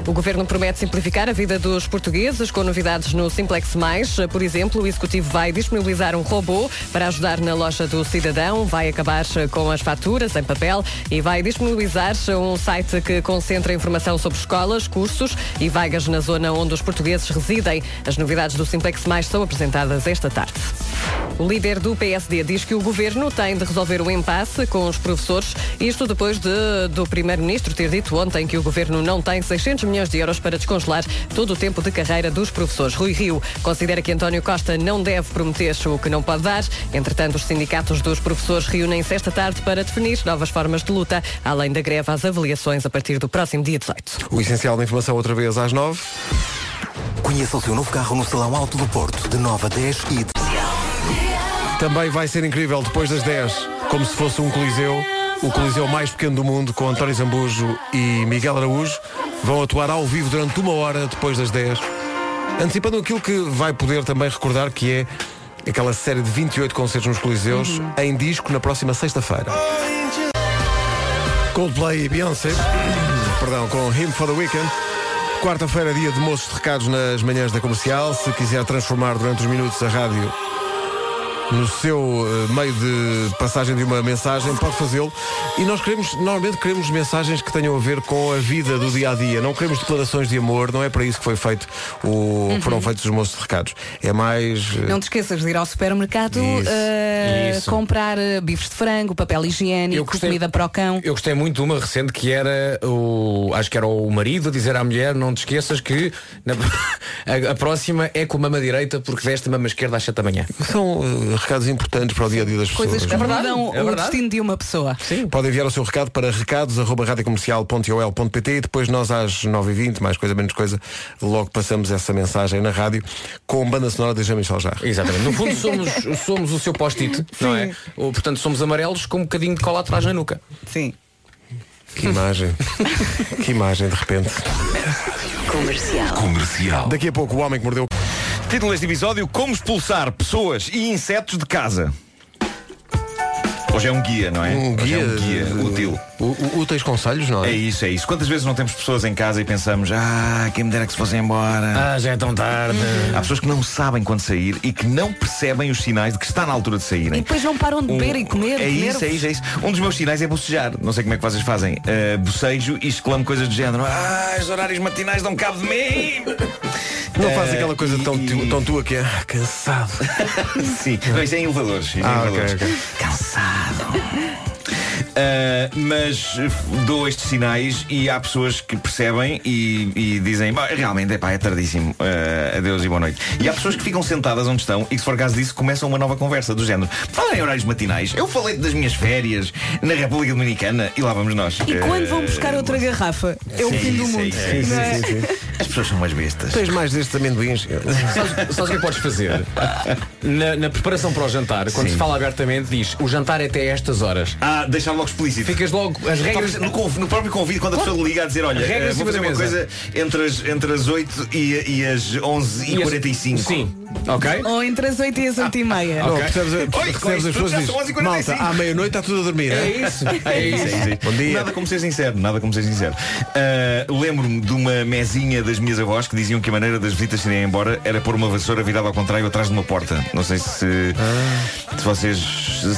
[SPEAKER 15] O governo promete simplificar a vida dos portugueses com novidades no Simplex Mais. Por exemplo, o executivo vai disponibilizar um robô para ajudar na loja do cidadão, vai acabar com as faturas em papel e vai disponibilizar um site que concentra informação sobre escolas, cursos e vagas na zona onde os portugueses residem. As novidades do Simplex Mais são apresentadas esta tarde. O líder do PSD diz que o governo tem de resolver o impasse com os professores, isto depois de- do primeiro-ministro ter dito ontem que o governo não tem 600 milhões de euros para descongelar todo o tempo de carreira dos professores. Rui Rio considera que António Costa não deve prometer o que não pode dar. Entretanto, os sindicatos dos professores reúnem-se esta tarde para definir novas formas de luta, além da greve às avaliações a partir do próximo dia 18.
[SPEAKER 1] O essencial da informação outra vez às 9.
[SPEAKER 16] Conheça o seu novo carro no Salão Alto do Porto, de 9 a 10 e de...
[SPEAKER 1] Também vai ser incrível depois das 10, como se fosse um coliseu, o coliseu mais pequeno do mundo, com António Zambujo e Miguel Araújo. Vão atuar ao vivo durante uma hora depois das 10, antecipando aquilo que vai poder também recordar, que é aquela série de 28 concertos nos coliseus, em disco, na próxima sexta-feira. Coldplay e Beyoncé, perdão, com Him for the Weekend. Quarta-feira, dia de moços de recados nas manhãs da comercial. Se quiser transformar durante os minutos a rádio no seu eh, meio de passagem de uma mensagem, pode fazê-lo. E nós queremos, normalmente queremos mensagens que tenham a ver com a vida do dia a dia. Não queremos declarações de amor, não é para isso que foi feito o,
[SPEAKER 2] Uhum.
[SPEAKER 1] foram feitos os moços de recados. É mais. eh,
[SPEAKER 2] Não te esqueças de ir ao supermercado
[SPEAKER 1] Isso,
[SPEAKER 2] eh,
[SPEAKER 6] isso.
[SPEAKER 2] comprar eh, bifes de frango, papel higiênico, comida para o cão.
[SPEAKER 6] Eu gostei muito de uma recente que era o. Acho que era o marido a dizer à mulher, não te esqueças que na- a, a próxima é com a mama direita porque deste a mama esquerda às 7 da manhã.
[SPEAKER 1] São eh, recados importantes para o dia a dia das
[SPEAKER 2] Coisas
[SPEAKER 1] pessoas. não
[SPEAKER 2] que
[SPEAKER 1] é?
[SPEAKER 2] mudam o destino de uma pessoa.
[SPEAKER 1] Sim. Pode enviar o seu recado para recados.radiocomercial.ol.pt e depois nós às 9h20, mais coisa menos coisa, logo passamos essa mensagem na rádio com banda sonora de Jean-Michel Jarre.
[SPEAKER 6] Exatamente. No fundo somos, somos o seu post-it, não é? Ou, portanto, somos amarelos com um bocadinho de cola atrás na nuca.
[SPEAKER 2] Sim.
[SPEAKER 1] Que imagem. que imagem, de repente.
[SPEAKER 16] Comercial.
[SPEAKER 1] Comercial. Daqui a pouco o homem que mordeu.
[SPEAKER 9] Título deste episódio: Como expulsar pessoas e insetos de casa. Hoje é um guia, não é?
[SPEAKER 1] Um
[SPEAKER 9] Hoje é um
[SPEAKER 1] guia,
[SPEAKER 9] guia útil.
[SPEAKER 1] Úteis conselhos, não é?
[SPEAKER 9] É isso, é isso. Quantas vezes não temos pessoas em casa e pensamos, ah, quem me dera que se fossem embora. Hum.
[SPEAKER 6] Ah, já é tão tarde.
[SPEAKER 9] Há pessoas que não sabem quando sair e que não percebem os sinais de que está na altura de
[SPEAKER 2] E
[SPEAKER 9] saírem.
[SPEAKER 2] depois não param de
[SPEAKER 9] Um-
[SPEAKER 2] beber e comer.
[SPEAKER 9] É isso, é
[SPEAKER 2] nervos.
[SPEAKER 9] isso, é isso. Um dos meus sinais é bocejar. Não sei como é que vocês fazem. Uh, bocejo e exclamo coisas do género. Ah, os horários matinais dão cabo de mim.
[SPEAKER 1] Não faz
[SPEAKER 9] Eh,
[SPEAKER 1] aquela coisa tão, tu- tão tua que é "Ah, cansado.
[SPEAKER 9] Sim, não, isso é em elevadores. isso é em
[SPEAKER 1] Ah, ok,
[SPEAKER 9] elevadores.
[SPEAKER 1] ok.
[SPEAKER 9] Cansado. Ah, mas eh, dou estes sinais e há pessoas que percebem e, e dizem "Bah, realmente epá, é tardíssimo, Ah, adeus e boa noite. E há pessoas que ficam sentadas onde estão e se for caso disso começam uma nova conversa do género. Falem em horários matinais, eu falei das minhas férias na República Dominicana e lá vamos nós.
[SPEAKER 2] E quando vão
[SPEAKER 9] Ah,
[SPEAKER 2] buscar outra garrafa? É o
[SPEAKER 9] sim,
[SPEAKER 2] fim do
[SPEAKER 9] isso, é
[SPEAKER 2] mundo.
[SPEAKER 9] isso, é isso,
[SPEAKER 2] não é?
[SPEAKER 9] é isso, é isso. As pessoas são umas bestas.
[SPEAKER 1] Tens mais destes amendoins?
[SPEAKER 6] Sabes, sabes o que é que podes fazer? Na, na preparação para o jantar, quando se fala abertamente, diz o jantar é até estas horas.
[SPEAKER 9] Ah, deixar logo explícito. Então,
[SPEAKER 6] Ficas logo as regras.
[SPEAKER 9] No, conv- no próprio convite, quando a
[SPEAKER 6] Claro.
[SPEAKER 9] pessoa liga a dizer, olha,
[SPEAKER 6] Regra
[SPEAKER 9] eh,
[SPEAKER 6] em cima
[SPEAKER 9] vou fazer
[SPEAKER 6] da
[SPEAKER 9] uma
[SPEAKER 6] mesa.
[SPEAKER 9] coisa entre as, entre as 8 e, e as 11 e,
[SPEAKER 6] E as-
[SPEAKER 9] 45.
[SPEAKER 6] Sim. Ok?
[SPEAKER 2] Ou entre as 8 e as 8 e meia.
[SPEAKER 1] Não,
[SPEAKER 9] Ok.
[SPEAKER 1] percebes,
[SPEAKER 9] Oi, "Ah,
[SPEAKER 1] percebes
[SPEAKER 9] com
[SPEAKER 1] as
[SPEAKER 9] isto tudo
[SPEAKER 1] pessoas
[SPEAKER 9] já
[SPEAKER 1] dizes,
[SPEAKER 9] são 11h45.
[SPEAKER 1] Malta, à meia-noite está tudo a dormir.
[SPEAKER 6] É
[SPEAKER 1] hein?"
[SPEAKER 6] isso,
[SPEAKER 9] É
[SPEAKER 6] é
[SPEAKER 9] isso, é
[SPEAKER 6] isso.
[SPEAKER 9] isso, é isso.
[SPEAKER 1] Bom dia.
[SPEAKER 9] Nada como ser sincero, nada como ser sincero. Ah, Lembro-me de uma mesinha das minhas avós que diziam que a maneira das visitas irem embora era pôr uma vassoura virada ao contrário atrás de uma porta. Não sei se, se vocês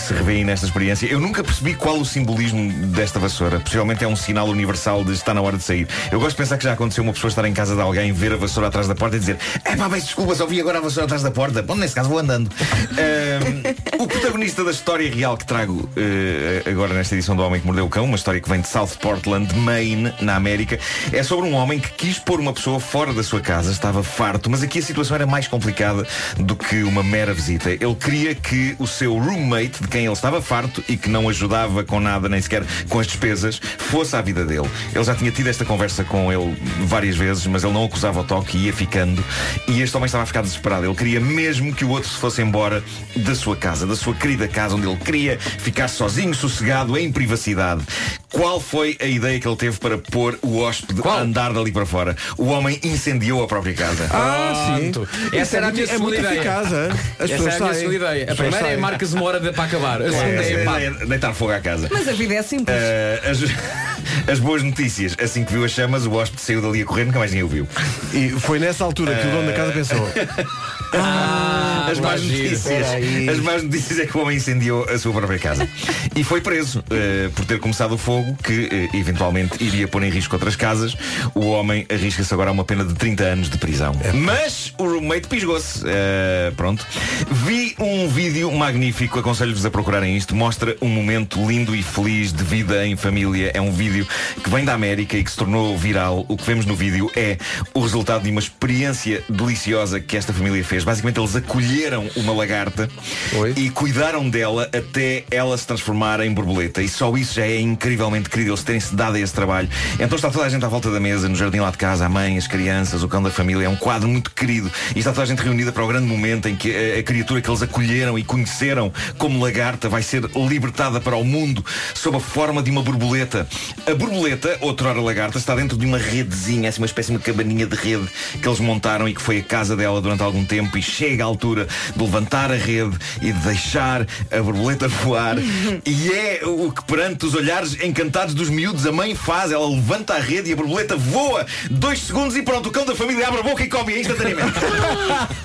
[SPEAKER 9] se revêem nesta experiência. Eu nunca percebi qual o simbolismo desta vassoura. Possivelmente é um sinal universal de está na hora de sair. Eu gosto de pensar que já aconteceu uma pessoa estar em casa de alguém, ver a vassoura atrás da porta e dizer é pá, mas desculpa, só vi agora a vassoura atrás da porta. Bom, nesse caso vou andando. Ah, o protagonista da história real que trago eh, agora nesta edição do Homem que Mordeu o Cão, uma história que vem de South Portland, Maine, na América, é sobre um homem que quis pôr uma pessoa fora da sua casa, estava farto, mas aqui a situação era mais complicada do que uma mera visita. Ele queria que o seu roommate, de quem ele estava farto e que não ajudava com nada, nem sequer com as despesas, fosse à vida dele. Ele já tinha tido esta conversa com ele várias vezes, mas ele não acusava o toque e ia ficando. E este homem estava a ficar desesperado. Ele queria mesmo que o outro se fosse embora da sua casa, da sua querida casa, onde ele queria ficar sozinho, sossegado, em privacidade. Qual foi a ideia que ele teve para pôr o hóspede a andar dali para fora? O homem incendiou a própria casa.
[SPEAKER 1] Ah, sim.
[SPEAKER 6] Pronto. Essa era a minha
[SPEAKER 1] é
[SPEAKER 6] segunda
[SPEAKER 1] muito
[SPEAKER 6] ideia.
[SPEAKER 1] eficaz, hein? As pessoas
[SPEAKER 6] Essa era a minha
[SPEAKER 1] saem.
[SPEAKER 6] segunda ideia. A
[SPEAKER 1] As pessoas
[SPEAKER 6] primeira é
[SPEAKER 1] saem.
[SPEAKER 6] marcas uma hora de- para acabar. A segunda
[SPEAKER 9] Essa
[SPEAKER 6] é pá.
[SPEAKER 9] ideia de deitar fogo à casa.
[SPEAKER 2] Mas a vida é simples.
[SPEAKER 9] Eh, as, as boas notícias. Assim que viu as chamas, o hóspede saiu dali a correr, nunca mais ninguém o viu.
[SPEAKER 1] E foi nessa altura que o dono da casa pensou.
[SPEAKER 9] Ah, as más
[SPEAKER 1] giro.
[SPEAKER 9] notícias.
[SPEAKER 1] Espera aí.
[SPEAKER 9] As más notícias é que o homem incendiou a sua própria casa. e foi preso eh, por ter começado o fogo, que eh, eventualmente iria pôr em risco outras casas. O homem arrisca-se agora a uma pena de 30 anos de prisão.
[SPEAKER 1] É
[SPEAKER 9] Mas o roommate pisgou-se. Eh, pronto. Vi um vídeo magnífico, aconselho-vos a procurarem isto. Mostra um momento lindo e feliz de vida em família. É um vídeo que vem da América e que se tornou viral. O que vemos no vídeo é o resultado de uma experiência deliciosa que esta família fez. Basicamente, eles acolheram uma lagarta e cuidaram dela até ela se transformar em borboleta. E só isso já é incrivelmente realmente querido eles terem-se dado a esse trabalho. Então está toda a gente à volta da mesa, no jardim lá de casa, a mãe, as crianças, o cão da família. É um quadro muito querido. E está toda a gente reunida para o grande momento em que a, a criatura que eles acolheram e conheceram como lagarta vai ser libertada para o mundo sob a forma de uma borboleta. A borboleta, outrora lagarta, está dentro de uma redezinha, assim uma espécie de uma cabaninha de rede que eles montaram e que foi a casa dela durante algum tempo. E chega a altura de levantar a rede e de deixar a borboleta voar. e é o que perante os olhares encantados dos miúdos a mãe faz. Ela levanta a rede e a borboleta voa. Dois segundos e pronto, o cão da família abre a boca e come É instantaneamente.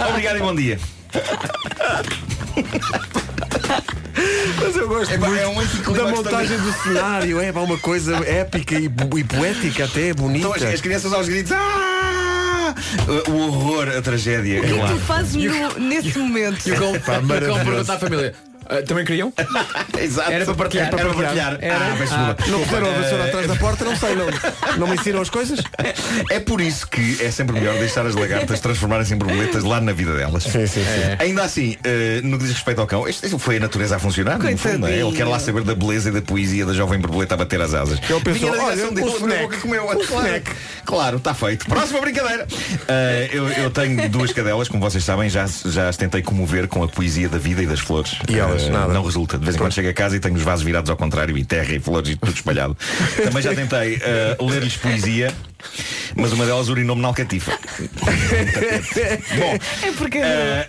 [SPEAKER 9] Obrigado e bom dia.
[SPEAKER 1] Mas eu gosto
[SPEAKER 9] Epá,
[SPEAKER 1] muito
[SPEAKER 9] é um anticlimax
[SPEAKER 1] da montagem
[SPEAKER 9] também.
[SPEAKER 1] do cenário. É pá, uma coisa épica e, po- e poética até, bonita.
[SPEAKER 9] Então as, as crianças aos gritos. "Ah!" O horror, a tragédia.
[SPEAKER 2] O que é que
[SPEAKER 9] claro.
[SPEAKER 2] tu fazes no- nesse momento?
[SPEAKER 6] E o cão, e
[SPEAKER 9] Pá,
[SPEAKER 6] o cão
[SPEAKER 9] maravilhoso.
[SPEAKER 6] pergunta à família. "Ah, também queriam?
[SPEAKER 9] Exato.
[SPEAKER 6] Era para partilhar.
[SPEAKER 9] Era para partilhar. Ah, peço desculpa. Ah,
[SPEAKER 1] Não puseram a vassoura
[SPEAKER 9] Eh,
[SPEAKER 1] atrás da porta, não sei, não, não me ensinam as coisas?
[SPEAKER 9] É por isso que é sempre melhor deixar as lagartas transformarem-se em borboletas lá na vida delas.
[SPEAKER 1] sim.
[SPEAKER 9] Ainda assim, eh, no que diz respeito ao cão, este este foi a natureza a funcionar, no fundo, não é?
[SPEAKER 1] Coitadinho.
[SPEAKER 9] Ele quer lá saber da beleza e da poesia da jovem borboleta a bater as asas.
[SPEAKER 1] Ele pensou,
[SPEAKER 9] Vinha na
[SPEAKER 1] olha,
[SPEAKER 10] um
[SPEAKER 9] direção dele,
[SPEAKER 1] o
[SPEAKER 9] abriu a
[SPEAKER 1] snack,
[SPEAKER 9] boca e comeu.
[SPEAKER 1] o
[SPEAKER 9] Claro.
[SPEAKER 1] snack.
[SPEAKER 9] Um Claro, está feito. Próxima brincadeira. Eh, eu, eu tenho duas cadelas, como vocês sabem, já, já as tentei comover com a poesia da vida e das flores.
[SPEAKER 1] E elas,
[SPEAKER 9] Eh,
[SPEAKER 1] nada.
[SPEAKER 9] Não resulta. De vez em quando chego a casa e tenho os vasos virados ao contrário e terra e flores e tudo espalhado. Também já tentei eh, ler-lhes poesia, mas uma delas urinou-me na alcatifa. Bom,
[SPEAKER 2] é porque
[SPEAKER 9] eh,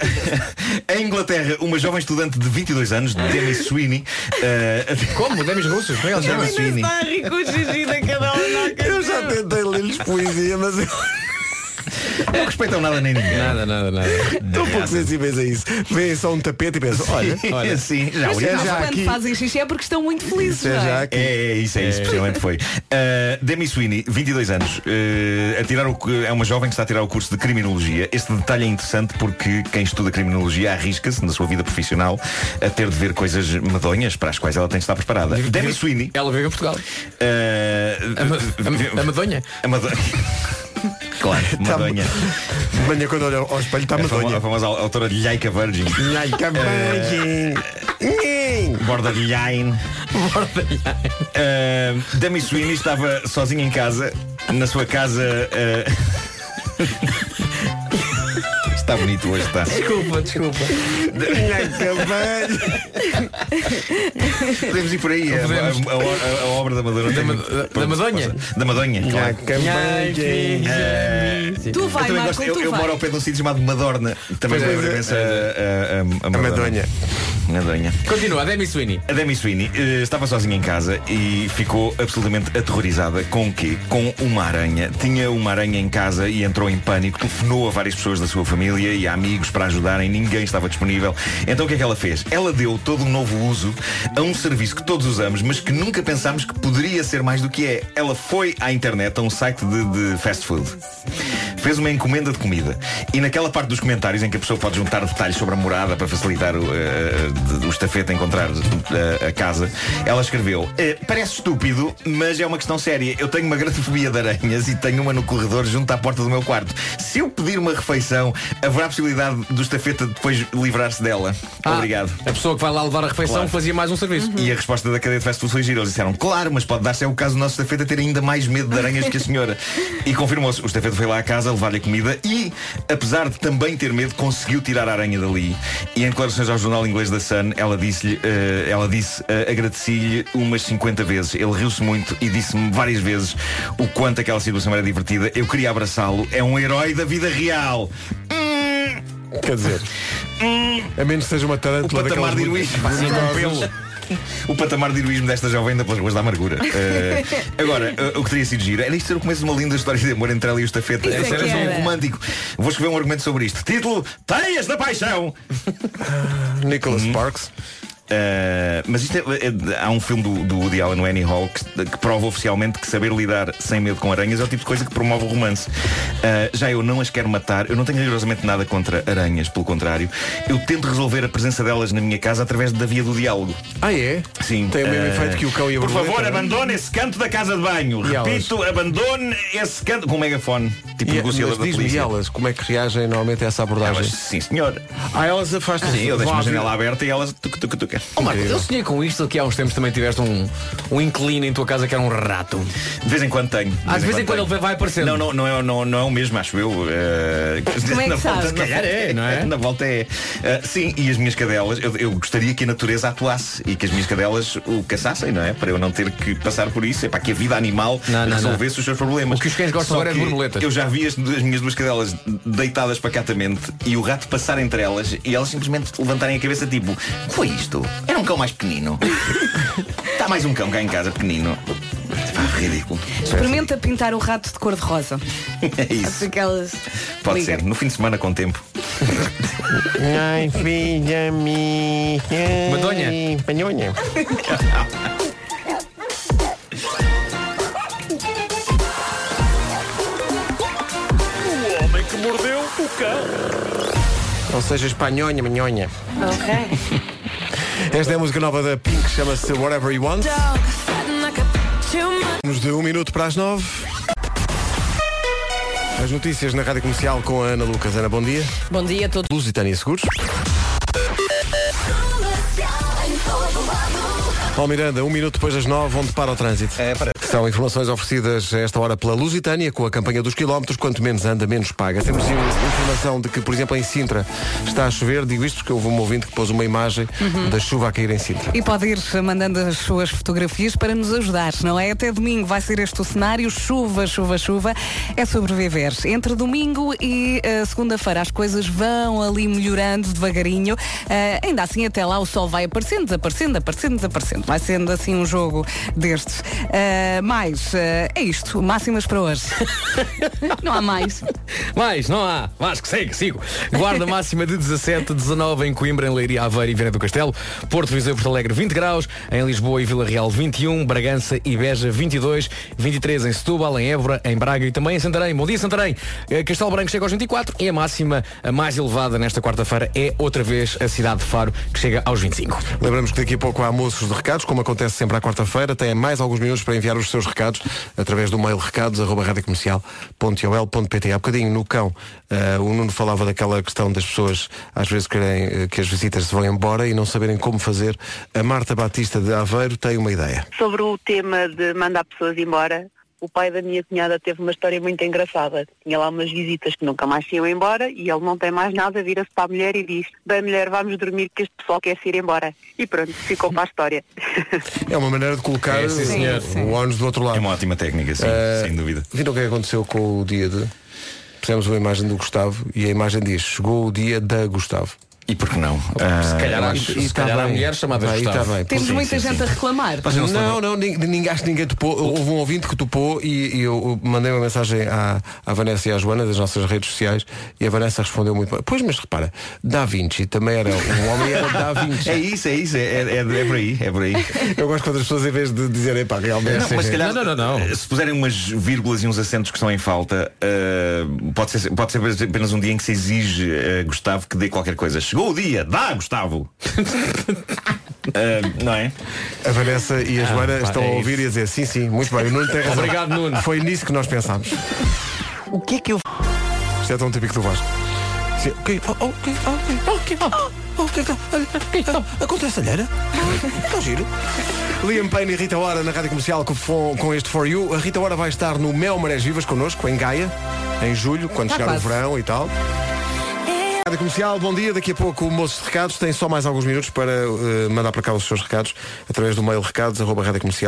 [SPEAKER 9] em Inglaterra, uma jovem estudante de 22 anos, Demi Sweeney. eh,
[SPEAKER 6] Como? Demis russos?
[SPEAKER 1] é
[SPEAKER 9] Demi Sweeney.
[SPEAKER 2] rico o Gigi da um. cadela
[SPEAKER 1] Eu já tentei ler-lhes poesia, mas eu
[SPEAKER 9] Não respeitam nada nem ninguém.
[SPEAKER 6] Nada, nada, nada.
[SPEAKER 1] estou pouco sensíveis a isso. Vêem só um tapete e pensam, olha, olha.
[SPEAKER 9] sim, é já
[SPEAKER 1] Mas
[SPEAKER 9] urinou.
[SPEAKER 1] já
[SPEAKER 2] Quando
[SPEAKER 1] aqui.
[SPEAKER 2] fazem xixi é porque estão muito felizes. não é?
[SPEAKER 9] É, é isso, é isso, precisamente foi. Uh, Demi Sweeney, 22 anos, uh, a tirar o, cu- é uma jovem que está a tirar o curso de Criminologia. Este detalhe é interessante porque quem estuda Criminologia arrisca-se, na sua vida profissional, a ter de ver coisas medonhas para as quais ela tem de estar preparada. Demi Sweeney.
[SPEAKER 6] Ela vive em Portugal.
[SPEAKER 9] Uh,
[SPEAKER 6] A, ma- a madonha?
[SPEAKER 9] a Madonna. Claro, Madonha.
[SPEAKER 1] Amanhã Tá quando olho ao espelho tá está
[SPEAKER 9] A famosa, a
[SPEAKER 1] medonha.
[SPEAKER 9] famosa autora de Laika Virgin. Eh,
[SPEAKER 1] Nhaca, banhim. Nhin.
[SPEAKER 9] Borderline. Borderline. Eh, Demi Sweeney estava sozinha em casa, na sua casa. eh, ah, está bonito hoje, está.
[SPEAKER 6] Desculpa, desculpa.
[SPEAKER 1] Nhaca, banhim.
[SPEAKER 9] Podemos ir por aí. A,
[SPEAKER 6] Podemos.
[SPEAKER 9] É, a- a- a obra da Madonna. tem
[SPEAKER 6] Ma-
[SPEAKER 9] muito-
[SPEAKER 6] da-
[SPEAKER 9] pronto,
[SPEAKER 6] da Madonha?
[SPEAKER 9] passa. Da Madonha, claro.
[SPEAKER 1] Nhaca, banhim.
[SPEAKER 9] Eh,
[SPEAKER 2] Tu vai,
[SPEAKER 9] eu também
[SPEAKER 2] Marco,
[SPEAKER 9] gosto, eu,
[SPEAKER 2] tu
[SPEAKER 9] eu
[SPEAKER 2] vai.
[SPEAKER 9] moro ao pé de um sítio chamado Madorna. Também
[SPEAKER 1] Pois
[SPEAKER 9] me
[SPEAKER 1] é,
[SPEAKER 9] lembro
[SPEAKER 1] é,
[SPEAKER 9] imenso a, a, a, a
[SPEAKER 1] Madonha.
[SPEAKER 9] Madonha.
[SPEAKER 6] Continua, Demi Sweeney.
[SPEAKER 9] A Demi Sweeney eh, estava sozinha em casa e ficou absolutamente aterrorizada com o quê? Com uma aranha. Tinha uma aranha em casa e entrou em pânico, telefonou a várias pessoas da sua família e a amigos para ajudarem, ninguém estava disponível. Então o que é que ela fez? Ela deu todo um novo uso a um serviço que todos usamos, mas que nunca pensámos que poderia ser mais do que é. Ela foi à internet, a um site de, de fast food. Fez uma encomenda de comida e naquela parte dos comentários em que a pessoa pode juntar detalhes sobre a morada para facilitar o, eh, de- o estafeta a encontrar eh, a casa, ela escreveu "Eh, Parece estúpido, mas é uma questão séria. Eu tenho uma grande fobia de aranhas e tenho uma no corredor junto à porta do meu quarto. Se eu pedir uma refeição, haverá possibilidade do estafeta depois livrar-se dela.
[SPEAKER 6] Ah,
[SPEAKER 9] Obrigado.
[SPEAKER 6] A pessoa que vai lá levar a refeição
[SPEAKER 9] Claro.
[SPEAKER 6] fazia mais um serviço.
[SPEAKER 9] E a resposta da cadeia de fast food foi gira. Eles disseram, claro, mas pode dar-se é o caso do nosso estafeta ter ainda mais medo de aranhas que a senhora. E confirmou-se. O estafeta foi lá à casa levar-lhe a comida e, apesar de também ter medo, conseguiu tirar a aranha dali. E em declarações ao jornal inglês da Sun, ela disse-lhe, eh, ela disse, eh, agradeci-lhe umas 50 vezes. Ele riu-se muito e disse-me várias vezes o quanto aquela situação era divertida. Eu queria abraçá-lo. É um herói da vida real.
[SPEAKER 1] Quer dizer, a menos que seja uma tarântula
[SPEAKER 9] O patamar
[SPEAKER 1] daquelas
[SPEAKER 9] de
[SPEAKER 1] muito
[SPEAKER 9] heroísmo. Sim, com
[SPEAKER 1] venenosas.
[SPEAKER 9] O patamar de heroísmo desta jovem ainda pelas ruas da amargura.
[SPEAKER 1] É.
[SPEAKER 9] Eh, agora, eh, o que teria sido giro era isto ser o começo de uma linda história de amor entre ela e o estafeta.
[SPEAKER 2] Isso é
[SPEAKER 9] Esse era
[SPEAKER 2] que
[SPEAKER 9] só
[SPEAKER 2] era.
[SPEAKER 9] um romântico. Vou escrever um argumento sobre isto. Título, Teias da Paixão!
[SPEAKER 1] Nicholas Sparks.
[SPEAKER 9] Uh, mas isto é, é- há um filme do, do Woody Allen, o Annie Hall, que, que prova oficialmente que saber lidar sem medo com aranhas é o tipo de coisa que promove o romance. Uh, já eu não as quero matar, eu não tenho rigorosamente nada contra aranhas, pelo contrário. Eu tento resolver a presença delas na minha casa através da via do diálogo.
[SPEAKER 1] Ah, é?
[SPEAKER 9] Sim.
[SPEAKER 1] Tem o mesmo
[SPEAKER 9] eh,
[SPEAKER 1] efeito que o cão e a
[SPEAKER 9] Por
[SPEAKER 1] borboleta,
[SPEAKER 9] favor,
[SPEAKER 1] não é?
[SPEAKER 9] abandone esse canto da casa de banho.
[SPEAKER 1] E elas?
[SPEAKER 9] Repito, abandone esse canto. Com um megafone. Tipo
[SPEAKER 1] E, mas
[SPEAKER 9] negociador da
[SPEAKER 1] diz-me
[SPEAKER 9] polícia.
[SPEAKER 1] elas como é que reagem normalmente a essa abordagem.
[SPEAKER 9] Elas, sim, senhor.
[SPEAKER 1] Ah, elas afastam-se.
[SPEAKER 9] Sim, eu deixo
[SPEAKER 1] Vão
[SPEAKER 9] uma
[SPEAKER 1] abrir-
[SPEAKER 9] janela aberta e elas tuc, tuc, tuc.
[SPEAKER 6] Oh, Marco,
[SPEAKER 9] Incrível.
[SPEAKER 6] eu sonhei com isto que há uns tempos também tiveste um, um inclino em tua casa que era um rato.
[SPEAKER 9] De vez em quando tenho.
[SPEAKER 6] Ah, de vez em quando ele vai aparecendo.
[SPEAKER 9] Não, não, não é, não, não é o mesmo, acho eu. eh,
[SPEAKER 6] Como é que
[SPEAKER 9] na volta,
[SPEAKER 6] sabes?
[SPEAKER 9] se calhar é, não é? Na volta é. Eh, sim, e as minhas cadelas, eu, eu gostaria que a natureza atuasse e que as minhas cadelas o caçassem, não é? Para eu não ter que passar por isso, é para que a vida animal
[SPEAKER 6] Não, não,
[SPEAKER 9] resolvesse
[SPEAKER 6] não.
[SPEAKER 9] os seus problemas.
[SPEAKER 6] O que os cães gostam
[SPEAKER 9] Só
[SPEAKER 6] agora é de
[SPEAKER 9] que
[SPEAKER 6] borboletas.
[SPEAKER 9] Eu já vi as, as minhas duas cadelas deitadas pacatamente e o rato passar entre elas e elas simplesmente levantarem a cabeça tipo, foi isto? Era um cão mais pequenino. Está mais um cão cá em casa pequenino. Pá, ridículo.
[SPEAKER 2] Experimenta pintar o rato de cor de rosa.
[SPEAKER 9] É
[SPEAKER 6] Assim
[SPEAKER 9] isso.
[SPEAKER 2] Aquelas.
[SPEAKER 9] Pode
[SPEAKER 2] Liga.
[SPEAKER 9] ser, no fim de semana com tempo.
[SPEAKER 17] Ai, filha minha.
[SPEAKER 9] Madonha.
[SPEAKER 17] Madonha.
[SPEAKER 18] O homem que mordeu o cão.
[SPEAKER 1] Não seja espanhonha, minhonha.
[SPEAKER 18] Ok.
[SPEAKER 1] Esta é a música nova da Pink, chama-se Whatever You Want. Nos de um minuto para as nove. As notícias na Rádio Comercial com a Ana Lucas. Ana, bom dia.
[SPEAKER 15] Bom dia a todos.
[SPEAKER 1] Lusitânia Seguros. Paulo Miranda, um minuto depois das nove, onde para o trânsito. É, para. São informações oferecidas a esta hora pela Lusitânia, com a campanha dos quilómetros, quanto menos anda, menos paga. Temos in- informação de que, por exemplo, em Sintra está a chover, digo isto porque houve um ouvinte que pôs uma imagem
[SPEAKER 2] Uhum.
[SPEAKER 1] da chuva a cair em Sintra.
[SPEAKER 2] E pode ir mandando as suas fotografias para nos ajudar, não é? Até domingo vai ser este o cenário, chuva, chuva, chuva, é sobreviver. Entre domingo e eh, segunda-feira as coisas vão ali melhorando devagarinho, Eh, ainda assim até lá o sol vai aparecendo, desaparecendo, aparecendo, desaparecendo. Vai sendo assim um jogo destes. Eh, mais, eh, é isto, máximas para hoje. não há mais.
[SPEAKER 6] Mais, não há. Vasco, segue, sigo. Guarda máxima de 17, 19 em Coimbra, em Leiria, Aveiro e Viana do Castelo. Porto, Viseu e Porto Alegre, 20 graus. Em Lisboa e Vila Real, 21. Bragança e Beja, 22. 23 em Setúbal, em Évora, em Braga e também em Santarém. Bom dia, Santarém. Eh, Castelo Branco chega aos 24 e a máxima a mais elevada nesta quarta-feira é outra vez a cidade de Faro, que chega aos 25.
[SPEAKER 1] Lembramos que daqui a pouco há almoços de recados, como acontece sempre à quarta-feira. Tem mais alguns minutos para enviar os seus recados através do mail recados.radiocomercial.ol.pt. Há bocadinho no cão, eh, o Nuno falava daquela questão das pessoas às vezes querem eh, que as visitas se vão embora e não saberem como fazer. A Marta Batista de Aveiro tem uma ideia.
[SPEAKER 19] Sobre o tema de mandar pessoas embora, o pai da minha cunhada teve uma história muito engraçada. Tinha lá umas visitas que nunca mais se iam embora e ele não tem mais nada, vira-se para a mulher e diz, bem mulher, vamos dormir que este pessoal quer se ir embora. E pronto, ficou para a história.
[SPEAKER 1] É uma maneira de colocar eh,
[SPEAKER 9] É, sim, senhor.
[SPEAKER 1] o ónus do outro lado. É uma
[SPEAKER 9] ótima técnica, sim, assim, sem dúvida.
[SPEAKER 1] Viram o que é que aconteceu com o dia de. Fizemos uma imagem do Gustavo e a imagem diz: chegou o dia da Gustavo.
[SPEAKER 9] E por que não? Eh,
[SPEAKER 6] Se calhar há- se calhar
[SPEAKER 1] tá
[SPEAKER 6] há mulheres chamadas Gustavo.
[SPEAKER 2] Temos muita gente a reclamar.
[SPEAKER 1] Não, não, nin- ninguém, acho que ninguém topou. Houve um ouvinte que topou e, e eu eu mandei uma mensagem à, à Vanessa e à Joana das nossas redes sociais e a Vanessa respondeu muito bem. Pois, mas repara, Da Vinci também era um homem e era Da Vinci.
[SPEAKER 9] É isso, é isso, é, é, é por aí, é por aí.
[SPEAKER 1] Eu gosto quando as pessoas em vez de dizerem, pá, realmente. é-"
[SPEAKER 9] Não, mas se calhar, eh,
[SPEAKER 1] Não, não,
[SPEAKER 9] Se puserem umas vírgulas e uns acentos que estão em falta, eh, pode, ser, pode ser apenas um dia em que se exige a Gustavo que dê qualquer coisa. Chegou o dia, dá, Gustavo! Eh, não é?
[SPEAKER 1] A Vanessa e a
[SPEAKER 9] Ah,
[SPEAKER 1] Joana
[SPEAKER 9] pá,
[SPEAKER 1] estão
[SPEAKER 9] é
[SPEAKER 1] a ouvir
[SPEAKER 9] isso.
[SPEAKER 1] e a dizer sim, sim, muito bem. O Nuno tem razão.
[SPEAKER 9] Obrigado, Nuno.
[SPEAKER 1] Foi nisso que nós pensámos.
[SPEAKER 4] O que é que eu.
[SPEAKER 1] Isto é tão típico do Vasco. Sim, ok, oh, ok, oh, ok, oh, ok, oh, ok, oh, Acontece a lheira? Está giro. Liam Payne e Rita Ora na Rádio Comercial com, fo- com este For You. A Rita Ora vai estar no Mel Marés Vivas connosco, em Gaia, em julho, quando
[SPEAKER 20] Tá
[SPEAKER 1] chegar
[SPEAKER 20] quase.
[SPEAKER 1] o verão e tal. Rádio Comercial, bom dia. Daqui a pouco o Moço de Recados tem só mais alguns minutos para eh, mandar para cá os seus recados através do mail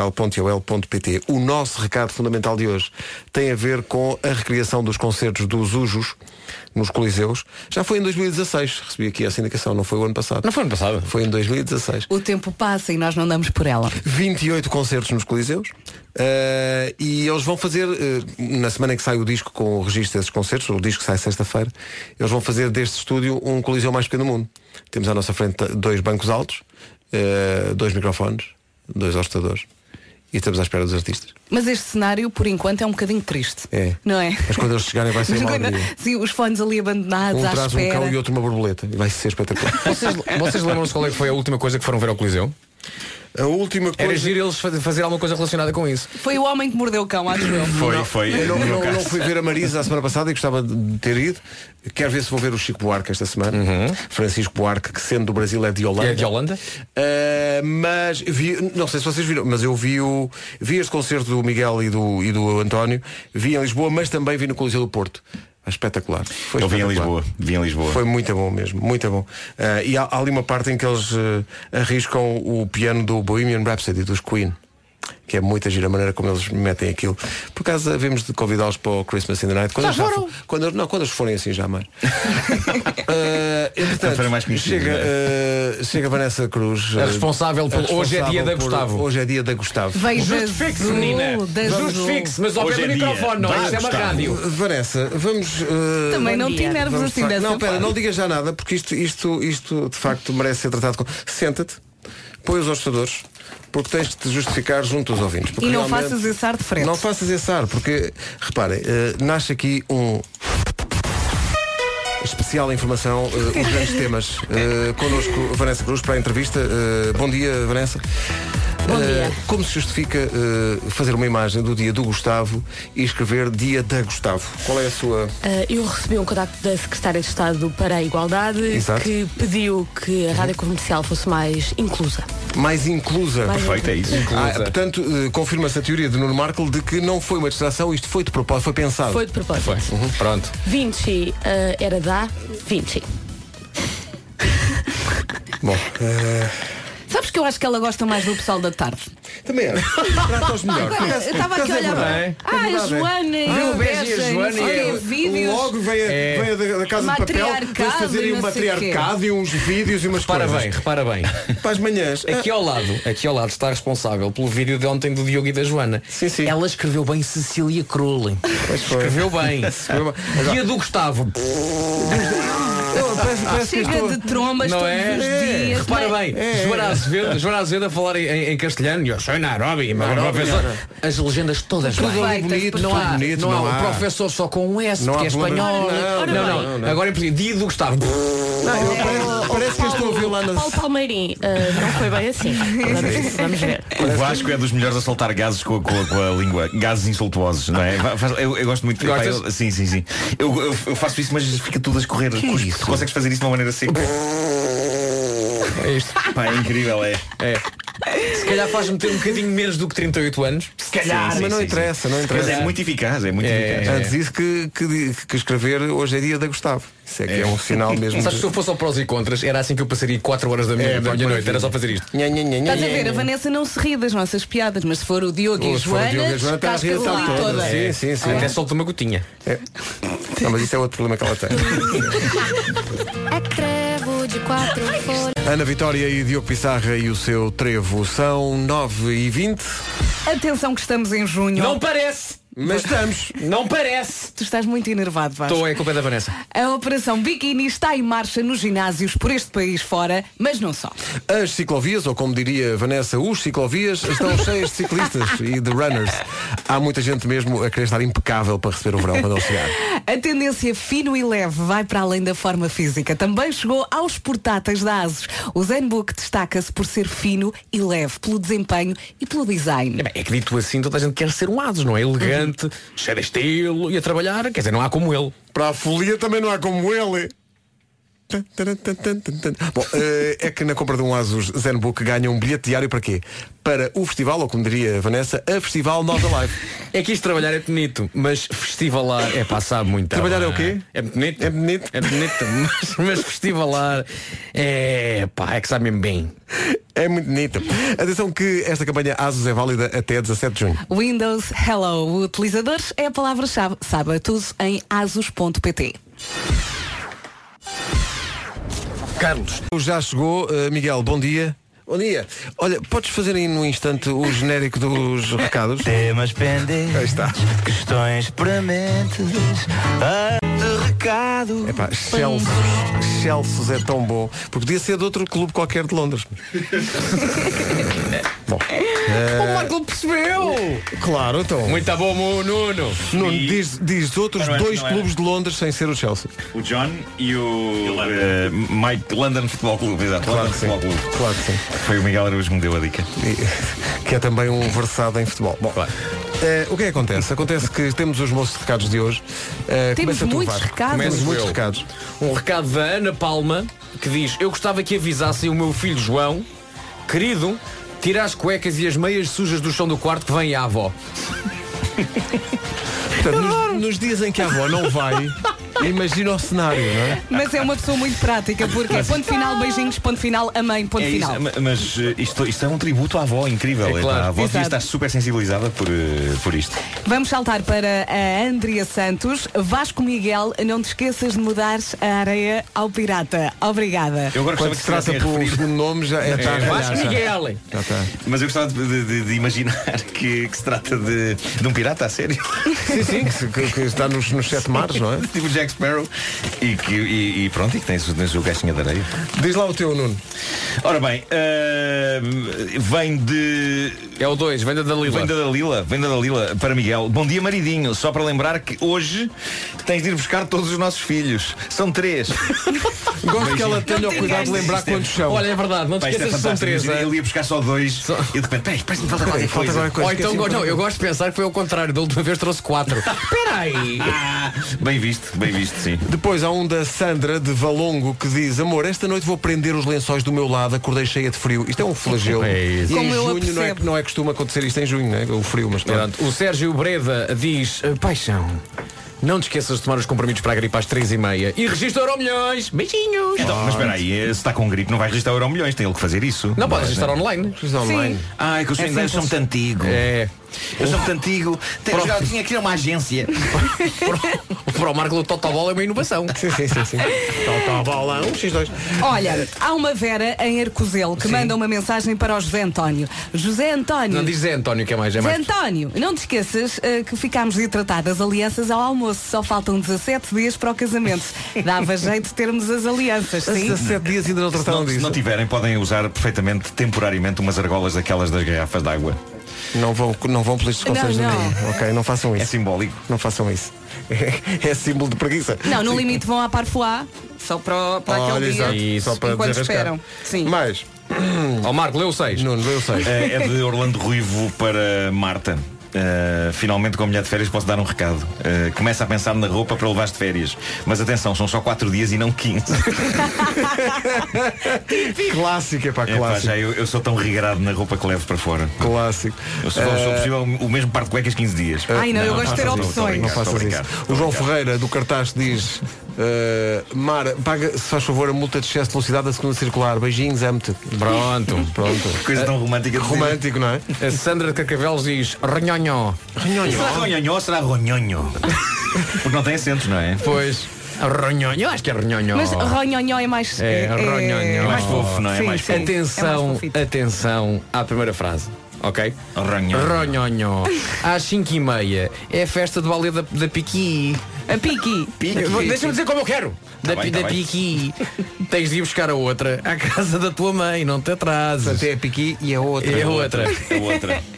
[SPEAKER 1] recados.radiocomercial.ol.pt O nosso recado fundamental de hoje tem a ver com a recriação dos concertos dos Ujos nos Coliseus. Já foi em 2016, recebi aqui essa indicação, não foi o ano passado. Não
[SPEAKER 6] foi ano passado.
[SPEAKER 1] Foi em 2016.
[SPEAKER 2] O tempo passa e nós não damos por ela.
[SPEAKER 1] 28 concertos nos Coliseus eh, e eles vão fazer, eh, na semana em que sai o disco com o registro desses concertos, o disco sai sexta-feira, eles vão fazer deste estúdio um Coliseu mais pequeno do mundo. Temos à nossa frente dois bancos altos, eh, dois microfones, dois hostadores e estamos à espera dos artistas.
[SPEAKER 2] Mas este cenário, por enquanto, é um bocadinho triste.
[SPEAKER 1] É.
[SPEAKER 2] Não é?
[SPEAKER 1] Mas quando eles chegarem vai ser
[SPEAKER 2] Mas
[SPEAKER 1] uma
[SPEAKER 2] quando-
[SPEAKER 1] alegria.
[SPEAKER 2] Sim, os fones ali abandonados
[SPEAKER 1] Um
[SPEAKER 2] à
[SPEAKER 1] traz um
[SPEAKER 2] espera.
[SPEAKER 1] cão e outro uma borboleta. E vai ser espetacular.
[SPEAKER 6] Vocês, vocês lembram-se qual é que foi a última coisa que foram ver ao Coliseu?
[SPEAKER 1] A última coisa.
[SPEAKER 6] Era giro eles fa- fazer alguma coisa relacionada com isso.
[SPEAKER 2] Foi o homem que mordeu o cão, acho eu.
[SPEAKER 9] Foi, foi.
[SPEAKER 1] Eu não,
[SPEAKER 9] no meu
[SPEAKER 1] não-
[SPEAKER 9] caso.
[SPEAKER 1] não fui ver a Marisa a semana passada e gostava de ter ido. Quero ver se vou ver o Chico Buarque esta semana.
[SPEAKER 9] Uhum.
[SPEAKER 1] Francisco Buarque, que sendo do Brasil é de Holanda.
[SPEAKER 6] É de Holanda?
[SPEAKER 1] Ah, mas vi, não sei se vocês viram, mas eu vi o vi este concerto do Miguel e do, e do António, vi em Lisboa, mas também vi no Coliseu do Porto. É Espetacular. Foi
[SPEAKER 9] Eu vi em
[SPEAKER 1] espetacular.
[SPEAKER 9] Lisboa. Vi em Lisboa.
[SPEAKER 1] Foi muito bom mesmo, muito bom. Ah, e há, há ali uma parte em que eles ah, arriscam o piano do Bohemian Rhapsody, dos Queen. Que é muita gira a maneira como eles metem aquilo. Por acaso havemos de convidá-los para o Christmas in the Night. Quando eles já fo- quando, eles- não, quando eles forem assim jamais. Ah,
[SPEAKER 9] Quando
[SPEAKER 1] entretanto,
[SPEAKER 9] forem mais conhecidos,
[SPEAKER 1] chega, ah, chega Vanessa Cruz.
[SPEAKER 6] é? A
[SPEAKER 1] ah,
[SPEAKER 6] responsável por- hoje é dia da Gustavo.
[SPEAKER 1] Hoje é dia da Gustavo.
[SPEAKER 2] Veio da
[SPEAKER 6] Justifique-se,
[SPEAKER 2] Azul,
[SPEAKER 6] menina.
[SPEAKER 2] da Azul.
[SPEAKER 6] Justifique-se, mas ao
[SPEAKER 9] Hoje
[SPEAKER 6] pé
[SPEAKER 9] é
[SPEAKER 6] do
[SPEAKER 9] dia.
[SPEAKER 6] microfone, não.
[SPEAKER 9] Vai,
[SPEAKER 6] Isto é uma
[SPEAKER 9] Gustavo.
[SPEAKER 6] rádio.
[SPEAKER 1] Vanessa, vamos. eh,
[SPEAKER 2] Também
[SPEAKER 1] bom
[SPEAKER 2] não
[SPEAKER 1] dia.
[SPEAKER 2] te enerves
[SPEAKER 1] Vamos
[SPEAKER 2] assim
[SPEAKER 1] falar-
[SPEAKER 2] dessa
[SPEAKER 1] Não, pera,
[SPEAKER 2] forma.
[SPEAKER 1] não digas já nada, porque isto, isto, isto de facto merece ser tratado com. Senta-te, põe os hostadores, porque tens de te justificar junto aos ouvintes. porque
[SPEAKER 2] E não
[SPEAKER 1] realmente-
[SPEAKER 2] faças esse ar de frente.
[SPEAKER 1] Não faças esse ar, porque, reparem, eh, nasce aqui um. Especial informação, eh, os grandes temas. Eh, connosco, Vanessa Cruz, para a entrevista. Eh, bom dia, Vanessa.
[SPEAKER 20] Bom
[SPEAKER 1] Eh,
[SPEAKER 20] dia.
[SPEAKER 1] como se justifica eh, fazer uma imagem do dia do Gustavo e escrever dia da Gustavo? Qual é a sua.
[SPEAKER 20] Ah, eu recebi um contacto da Secretária de Estado para a Igualdade
[SPEAKER 1] Exato. Uhum.
[SPEAKER 20] que pediu que a rádio comercial fosse mais inclusa.
[SPEAKER 1] Mais inclusa.
[SPEAKER 20] Mais Perfeito, é isso.
[SPEAKER 1] Ah, portanto, eh, confirma-se a teoria de Nuno Markle de que não foi uma distração, isto foi de propósito, foi pensado.
[SPEAKER 20] Foi Uhum. de propósito.
[SPEAKER 1] Foi.
[SPEAKER 6] Pronto.
[SPEAKER 20] Vinci ah, era da Vinci.
[SPEAKER 1] Bom. eh,
[SPEAKER 2] Sabes que eu acho que ela gosta mais do pessoal da tarde.
[SPEAKER 1] Também é. Trata-os melhor. é
[SPEAKER 2] Agora, eu estava aqui a olhar. Ah, a Joana e
[SPEAKER 1] Viu
[SPEAKER 2] o
[SPEAKER 1] Beja
[SPEAKER 2] Beja,
[SPEAKER 1] e a
[SPEAKER 2] não
[SPEAKER 1] Joana
[SPEAKER 2] sei
[SPEAKER 1] e
[SPEAKER 2] quê, vídeos.
[SPEAKER 1] Logo veio,
[SPEAKER 6] É.
[SPEAKER 1] veio da, da casa de papel
[SPEAKER 2] Matriarcado
[SPEAKER 1] depois
[SPEAKER 2] e
[SPEAKER 1] fazerem um
[SPEAKER 2] não sei
[SPEAKER 1] matriarcado
[SPEAKER 2] quê.
[SPEAKER 1] e uns vídeos e umas
[SPEAKER 6] Repara
[SPEAKER 1] coisas.
[SPEAKER 6] bem, repara bem.
[SPEAKER 1] Para as manhãs.
[SPEAKER 6] Aqui ao lado, aqui ao lado está responsável pelo vídeo de ontem do Diogo e da Joana. Sim, sim. Ela escreveu bem Cecília Crowley. Escreveu bem.
[SPEAKER 1] Escreveu
[SPEAKER 6] E a do Gustavo.
[SPEAKER 1] Eu, parece- parece que
[SPEAKER 2] Chega
[SPEAKER 1] estou-
[SPEAKER 2] de trombas
[SPEAKER 6] não
[SPEAKER 2] todos
[SPEAKER 6] é?
[SPEAKER 2] os dias.
[SPEAKER 6] Repara
[SPEAKER 2] não é?
[SPEAKER 6] bem, Joana, Azevedo, Joana Azevedo a falar em, em- em castelhano, eu sou Nairobi, mas
[SPEAKER 1] Nairobi,
[SPEAKER 6] professor.
[SPEAKER 1] ora.
[SPEAKER 6] As legendas todas
[SPEAKER 1] Tudo
[SPEAKER 6] bem.
[SPEAKER 1] ali bonito,
[SPEAKER 6] não,
[SPEAKER 1] tudo
[SPEAKER 6] há,
[SPEAKER 1] bonito,
[SPEAKER 6] não,
[SPEAKER 1] não
[SPEAKER 6] há
[SPEAKER 1] há.
[SPEAKER 6] o professor só com um S,
[SPEAKER 1] Não
[SPEAKER 6] porque é
[SPEAKER 1] há problema.
[SPEAKER 6] espanhol.
[SPEAKER 1] Não, não, não, não.
[SPEAKER 6] Agora em português, dia do Gustavo.
[SPEAKER 1] eu- parece- parece que eu estou a ver lá na.
[SPEAKER 20] é Paulo Palmeirim ah, não foi bem assim. Vamos, vamos ver.
[SPEAKER 9] O Vasco é dos melhores a soltar gases com a, com a- com a língua. Gases insultuosos, não é? Va- faz- Eu, eu gosto muito.
[SPEAKER 6] Gostas?
[SPEAKER 9] Pá, eu- sim, sim, sim. Eu, eu- eu faço isso, mas fica tudo a escorrer. Tu consegues fazer isso de uma maneira seca.
[SPEAKER 6] É isto.
[SPEAKER 9] Pá, é incrível, é.
[SPEAKER 6] Se calhar faz-me ter um bocadinho menos do que 38 anos. Se
[SPEAKER 9] Sim, sim,
[SPEAKER 1] mas não
[SPEAKER 9] sim,
[SPEAKER 1] interessa,
[SPEAKER 9] sim.
[SPEAKER 1] não interessa.
[SPEAKER 9] Mas é muito eficaz, é muito
[SPEAKER 1] É,
[SPEAKER 9] eficaz.
[SPEAKER 1] Antes disso que, que, di- que escrever hoje é dia da Gustavo. Isso é que é, um sinal mesmo.
[SPEAKER 6] Sabes, se eu fosse ao prós e contras, era assim que eu passaria 4 horas da minha,
[SPEAKER 1] É,
[SPEAKER 6] da
[SPEAKER 1] pá,
[SPEAKER 6] minha noite,
[SPEAKER 1] maravilha.
[SPEAKER 6] era só fazer isto.
[SPEAKER 2] Estás a ver, a Vanessa não se ri das nossas piadas, mas se for o Diogo e a
[SPEAKER 1] Oh, Se for o
[SPEAKER 2] Joana,
[SPEAKER 1] Diogo e a Joana, está a
[SPEAKER 2] estás
[SPEAKER 1] rir, está
[SPEAKER 2] ali
[SPEAKER 1] toda.
[SPEAKER 2] toda.
[SPEAKER 1] Sim, sim, sim.
[SPEAKER 6] Até solta uma gotinha.
[SPEAKER 1] Não, mas isso é outro problema que ela tem.
[SPEAKER 21] É trevo de quatro folhas.
[SPEAKER 1] Ana Vitória e Diogo Pissarra e o seu trevo são 9 e 20.
[SPEAKER 2] Atenção que estamos em junho.
[SPEAKER 6] Não parece!
[SPEAKER 1] Mas estamos.
[SPEAKER 6] Não parece!
[SPEAKER 2] Tu estás muito enervado, Vasco.
[SPEAKER 6] Estou é culpa da Vanessa.
[SPEAKER 2] A Operação Bikini está em marcha nos ginásios por este país fora, mas não só.
[SPEAKER 1] As ciclovias, ou como diria Vanessa, os ciclovias estão cheias de ciclistas e de runners. Há muita gente mesmo a querer estar impecável para receber o verão quando ele chegar.
[SPEAKER 2] A tendência fino e leve vai para além da forma física. Também chegou aos portáteis da ASUS. O ZenBook destaca-se por ser fino e leve, pelo desempenho e pelo design.
[SPEAKER 6] É, bem, é que dito assim, toda a gente quer ser um asos, não é?
[SPEAKER 1] Uhum.
[SPEAKER 6] Elegante, cheio de estilo e a trabalhar. Quer dizer, não há como ele.
[SPEAKER 1] Para a folia também não há como ele. Tan, taran, tan, tan, tan, tan. Bom, eh, é que na compra de um Asus Zenbook ganha um bilhete diário para quê? Para o festival, ou como diria a Vanessa, a Festival Nova Live.
[SPEAKER 6] É que isto trabalhar é bonito, mas festivalar é passar muito.
[SPEAKER 1] Trabalhar é o quê?
[SPEAKER 6] É bonito. É bonito. É bonito, mas, mas festivalar é pá, é que sabe mesmo bem.
[SPEAKER 1] É muito bonito. Atenção que esta campanha Asus é válida até 17 de junho.
[SPEAKER 2] Windows Hello Utilizadores é a palavra-chave. Saiba tudo em asus.pt.
[SPEAKER 6] Carlos.
[SPEAKER 1] Já chegou, eh, Miguel, bom dia. Bom dia. Olha, podes fazer aí num instante o genérico dos recados? Temas pendentes. Aí está.
[SPEAKER 22] Questões prementes.
[SPEAKER 1] pecado. Epá, Chelsea, Chelsea é tão bom. Porque podia ser de outro clube qualquer de Londres. bom.
[SPEAKER 6] O
[SPEAKER 1] eh,
[SPEAKER 6] Marco percebeu!
[SPEAKER 1] claro, então.
[SPEAKER 6] Muito bom, Mu- Nuno!
[SPEAKER 1] Nuno, diz, diz outros
[SPEAKER 9] Mas não é-
[SPEAKER 1] dois
[SPEAKER 9] não era.
[SPEAKER 1] clubes de Londres sem ser o Chelsea.
[SPEAKER 9] O John e o eh, Mike London Futebol Clube, exato.
[SPEAKER 1] Claro
[SPEAKER 9] London
[SPEAKER 1] que
[SPEAKER 9] Futebol
[SPEAKER 1] sim.
[SPEAKER 9] Clube.
[SPEAKER 1] Claro que sim.
[SPEAKER 9] Foi o Miguel Araújo que me deu a dica.
[SPEAKER 1] E- que é também um versado em futebol. Bom, eh, o que é que acontece? Acontece que temos os moços recados de hoje. Eh,
[SPEAKER 2] Temos
[SPEAKER 1] começa tu,
[SPEAKER 2] muitos
[SPEAKER 1] Vasco.
[SPEAKER 2] recados.
[SPEAKER 1] Começa
[SPEAKER 6] Começo
[SPEAKER 1] muitos
[SPEAKER 6] eu.
[SPEAKER 1] recados.
[SPEAKER 6] Um recado da Ana Palma que diz: Eu gostava que avisassem o meu filho João, querido, tira as cuecas e as meias sujas do chão do quarto que vem a avó.
[SPEAKER 1] Portanto, nos, nos dias em que a avó Ah, não vai, imagina o cenário, não é?
[SPEAKER 2] Mas é uma pessoa muito prática, porque é ponto final, beijinhos, ponto final, amém, ponto
[SPEAKER 9] É isso,
[SPEAKER 2] final.
[SPEAKER 9] ma- mas eh, isto, isto é um tributo à avó incrível.
[SPEAKER 6] É claro.
[SPEAKER 9] A avó devia
[SPEAKER 2] Exato.
[SPEAKER 9] estar super sensibilizada por, eh, por isto.
[SPEAKER 2] Vamos saltar para a Andrea Santos. Vasco Miguel, não te esqueças de mudar a areia ao pirata. Obrigada.
[SPEAKER 9] Eu agora
[SPEAKER 1] Quando
[SPEAKER 9] gostava
[SPEAKER 1] se trata
[SPEAKER 9] que tivessem
[SPEAKER 1] por
[SPEAKER 9] referido-
[SPEAKER 1] segundo nome, já é, tarde.
[SPEAKER 9] Vasco
[SPEAKER 1] já.
[SPEAKER 6] Miguel.
[SPEAKER 1] Já tá.
[SPEAKER 9] Mas eu gostava de, de- de- de imaginar que, que se trata de, de um pirata, a sério.
[SPEAKER 1] Sim, sim, que, se- que- que está nos, nos sete mares, não é?
[SPEAKER 9] tipo Jack Sparrow. E, que, e, e pronto, e que tens, o- tens o caixinha de areia.
[SPEAKER 1] Diz lá o teu, Nuno.
[SPEAKER 9] Ora bem, ahm, vem de.
[SPEAKER 6] É o 2, venda da Lila.
[SPEAKER 9] Vem da Dalila, vem da Dalila para Miguel. Bom dia, maridinho. Só para lembrar que hoje tens de ir buscar todos os nossos filhos. São três.
[SPEAKER 1] Gosto que ela
[SPEAKER 9] Beijinho.
[SPEAKER 1] tenha o cuidado de lembrar quantos são.
[SPEAKER 6] Olha, é verdade, não te
[SPEAKER 9] Pá, isto é
[SPEAKER 6] esqueças que são
[SPEAKER 9] fantástico.
[SPEAKER 6] três.
[SPEAKER 9] Imagina,
[SPEAKER 6] é?
[SPEAKER 9] Ele ia buscar só dois e de repente, peraí, parece-me falta qualquer
[SPEAKER 1] Falta
[SPEAKER 9] coisa.
[SPEAKER 1] qualquer coisa.
[SPEAKER 6] Ou então,
[SPEAKER 1] esqueci-me
[SPEAKER 6] não, eu gosto de pensar que foi ao contrário, da última vez trouxe quatro. Espera aí!
[SPEAKER 9] Ah, bem visto, bem visto, sim.
[SPEAKER 1] Depois há um da Sandra de Valongo que diz Amor, esta noite vou prender os lençóis do meu lado Acordei cheia de frio Isto é um flagelo
[SPEAKER 6] É isso.
[SPEAKER 1] E em
[SPEAKER 2] Como eu a
[SPEAKER 1] junho não é,
[SPEAKER 2] percebo.
[SPEAKER 1] não é costume acontecer isto em junho, né? o frio mas pronto.
[SPEAKER 6] Pronto, o Sérgio Breda diz "Eh, Paixão, não te esqueças de tomar os comprimidos para a gripe às três e meia E registra Euro milhões, beijinhos
[SPEAKER 9] Então, mas espera aí, eh, se está com gripe não vais registrar euro milhões, tem ele que fazer isso.
[SPEAKER 6] Não
[SPEAKER 9] Bora,
[SPEAKER 6] podes estar
[SPEAKER 9] né?
[SPEAKER 6] online
[SPEAKER 1] online.
[SPEAKER 9] Ah, é que eu sou
[SPEAKER 6] É
[SPEAKER 9] inglês,
[SPEAKER 6] sempre
[SPEAKER 9] sou muito antigo.
[SPEAKER 6] É,
[SPEAKER 9] Eu sou muito antigo. Tem, eu tinha aqui uma agência.
[SPEAKER 6] para o Marco do Totobol é uma inovação
[SPEAKER 1] Sim, sim, sim, sim. Tal, tal, balão,
[SPEAKER 9] é um
[SPEAKER 1] X2.
[SPEAKER 2] Olha, há uma Vera em Arcozelo que manda uma mensagem para o José António. José António.
[SPEAKER 6] Não diz Zé António que é mais, é
[SPEAKER 2] Zé
[SPEAKER 6] mais
[SPEAKER 2] António, não te esqueças eh, que ficámos de tratar das alianças ao almoço. Só faltam 17 dias para o casamento. Dava jeito de termos as alianças,
[SPEAKER 1] Há
[SPEAKER 2] sim?
[SPEAKER 1] 17 dias ainda não
[SPEAKER 9] Se
[SPEAKER 1] trataram
[SPEAKER 9] não, se
[SPEAKER 1] disso
[SPEAKER 9] não
[SPEAKER 1] não,
[SPEAKER 9] tiverem, podem usar perfeitamente, temporariamente, umas argolas daquelas das garrafas de água.
[SPEAKER 1] vão, não vão pelos conselhos
[SPEAKER 2] Não,
[SPEAKER 1] do
[SPEAKER 2] não.
[SPEAKER 1] dia Ok, não façam
[SPEAKER 9] É
[SPEAKER 1] isso
[SPEAKER 9] simbólico.
[SPEAKER 1] Não façam isso é, símbolo de preguiça
[SPEAKER 2] Não, no limite vão à Parfois, só para, para
[SPEAKER 1] Olha,
[SPEAKER 2] aquele
[SPEAKER 1] exato.
[SPEAKER 2] dia.
[SPEAKER 1] Só para
[SPEAKER 2] enquanto
[SPEAKER 1] desarrascar.
[SPEAKER 2] esperam. Sim.
[SPEAKER 1] Mas,
[SPEAKER 6] Hum. Ó Marco, leu o seis
[SPEAKER 1] Nuno, eu sei
[SPEAKER 9] É, é de Orlando Ruivo para Marta. Uh, finalmente com a mulher de férias posso dar um recado Uh, Começa a pensar na roupa para levar de férias Mas atenção, são só 4 dias e não 15
[SPEAKER 1] Clássica, pá,
[SPEAKER 9] é, pá,
[SPEAKER 1] clássico
[SPEAKER 9] já eu, eu sou tão regrado na roupa que levo para fora
[SPEAKER 1] Clássico Eh,
[SPEAKER 9] Eu sou, sou possível o mesmo par de cuecas 15 dias
[SPEAKER 2] Ai, não, eu gosto de ter
[SPEAKER 9] faças isso,
[SPEAKER 2] opções.
[SPEAKER 1] Não
[SPEAKER 9] estou a
[SPEAKER 1] faças isso.
[SPEAKER 9] brincar, estou a
[SPEAKER 1] O João
[SPEAKER 9] brincar.
[SPEAKER 1] Ferreira do cartaz diz uh, Mara, paga, se faz favor, a multa de excesso de velocidade da segunda circular. Beijinhos, amo-te.
[SPEAKER 6] Pronto
[SPEAKER 1] Pronto.
[SPEAKER 9] Que Coisa tão romântica de dizer.
[SPEAKER 1] Romântico, não é?
[SPEAKER 6] A Sandra de Carcavelos diz Ranhonhó
[SPEAKER 9] Será ronhonhó ou será ronhonho? Porque não tem acentos, não é?
[SPEAKER 6] Pois Ranhonhó, acho que é Ranhonhó
[SPEAKER 2] Mas ronhonhó é mais.
[SPEAKER 6] É, ronhonhó. É mais
[SPEAKER 9] fofo, não é? É
[SPEAKER 2] Sim,
[SPEAKER 9] mais
[SPEAKER 2] sim. É mais
[SPEAKER 6] Atenção,
[SPEAKER 2] fofito.
[SPEAKER 6] atenção à primeira frase, ok?
[SPEAKER 9] Ronhonhó.
[SPEAKER 6] Ronhonhó. Às 5 e meia é a festa do balé da, da Piqui.
[SPEAKER 2] A Piqui.
[SPEAKER 6] Deixa-me dizer como eu quero. Da,
[SPEAKER 9] bem,
[SPEAKER 6] pi-
[SPEAKER 9] tá
[SPEAKER 6] da
[SPEAKER 9] bem.
[SPEAKER 6] Piqui. Tens de ir buscar a outra à casa da tua mãe, não te atrases.
[SPEAKER 1] Até a piqui e a outra.
[SPEAKER 6] É outra.
[SPEAKER 9] É outra.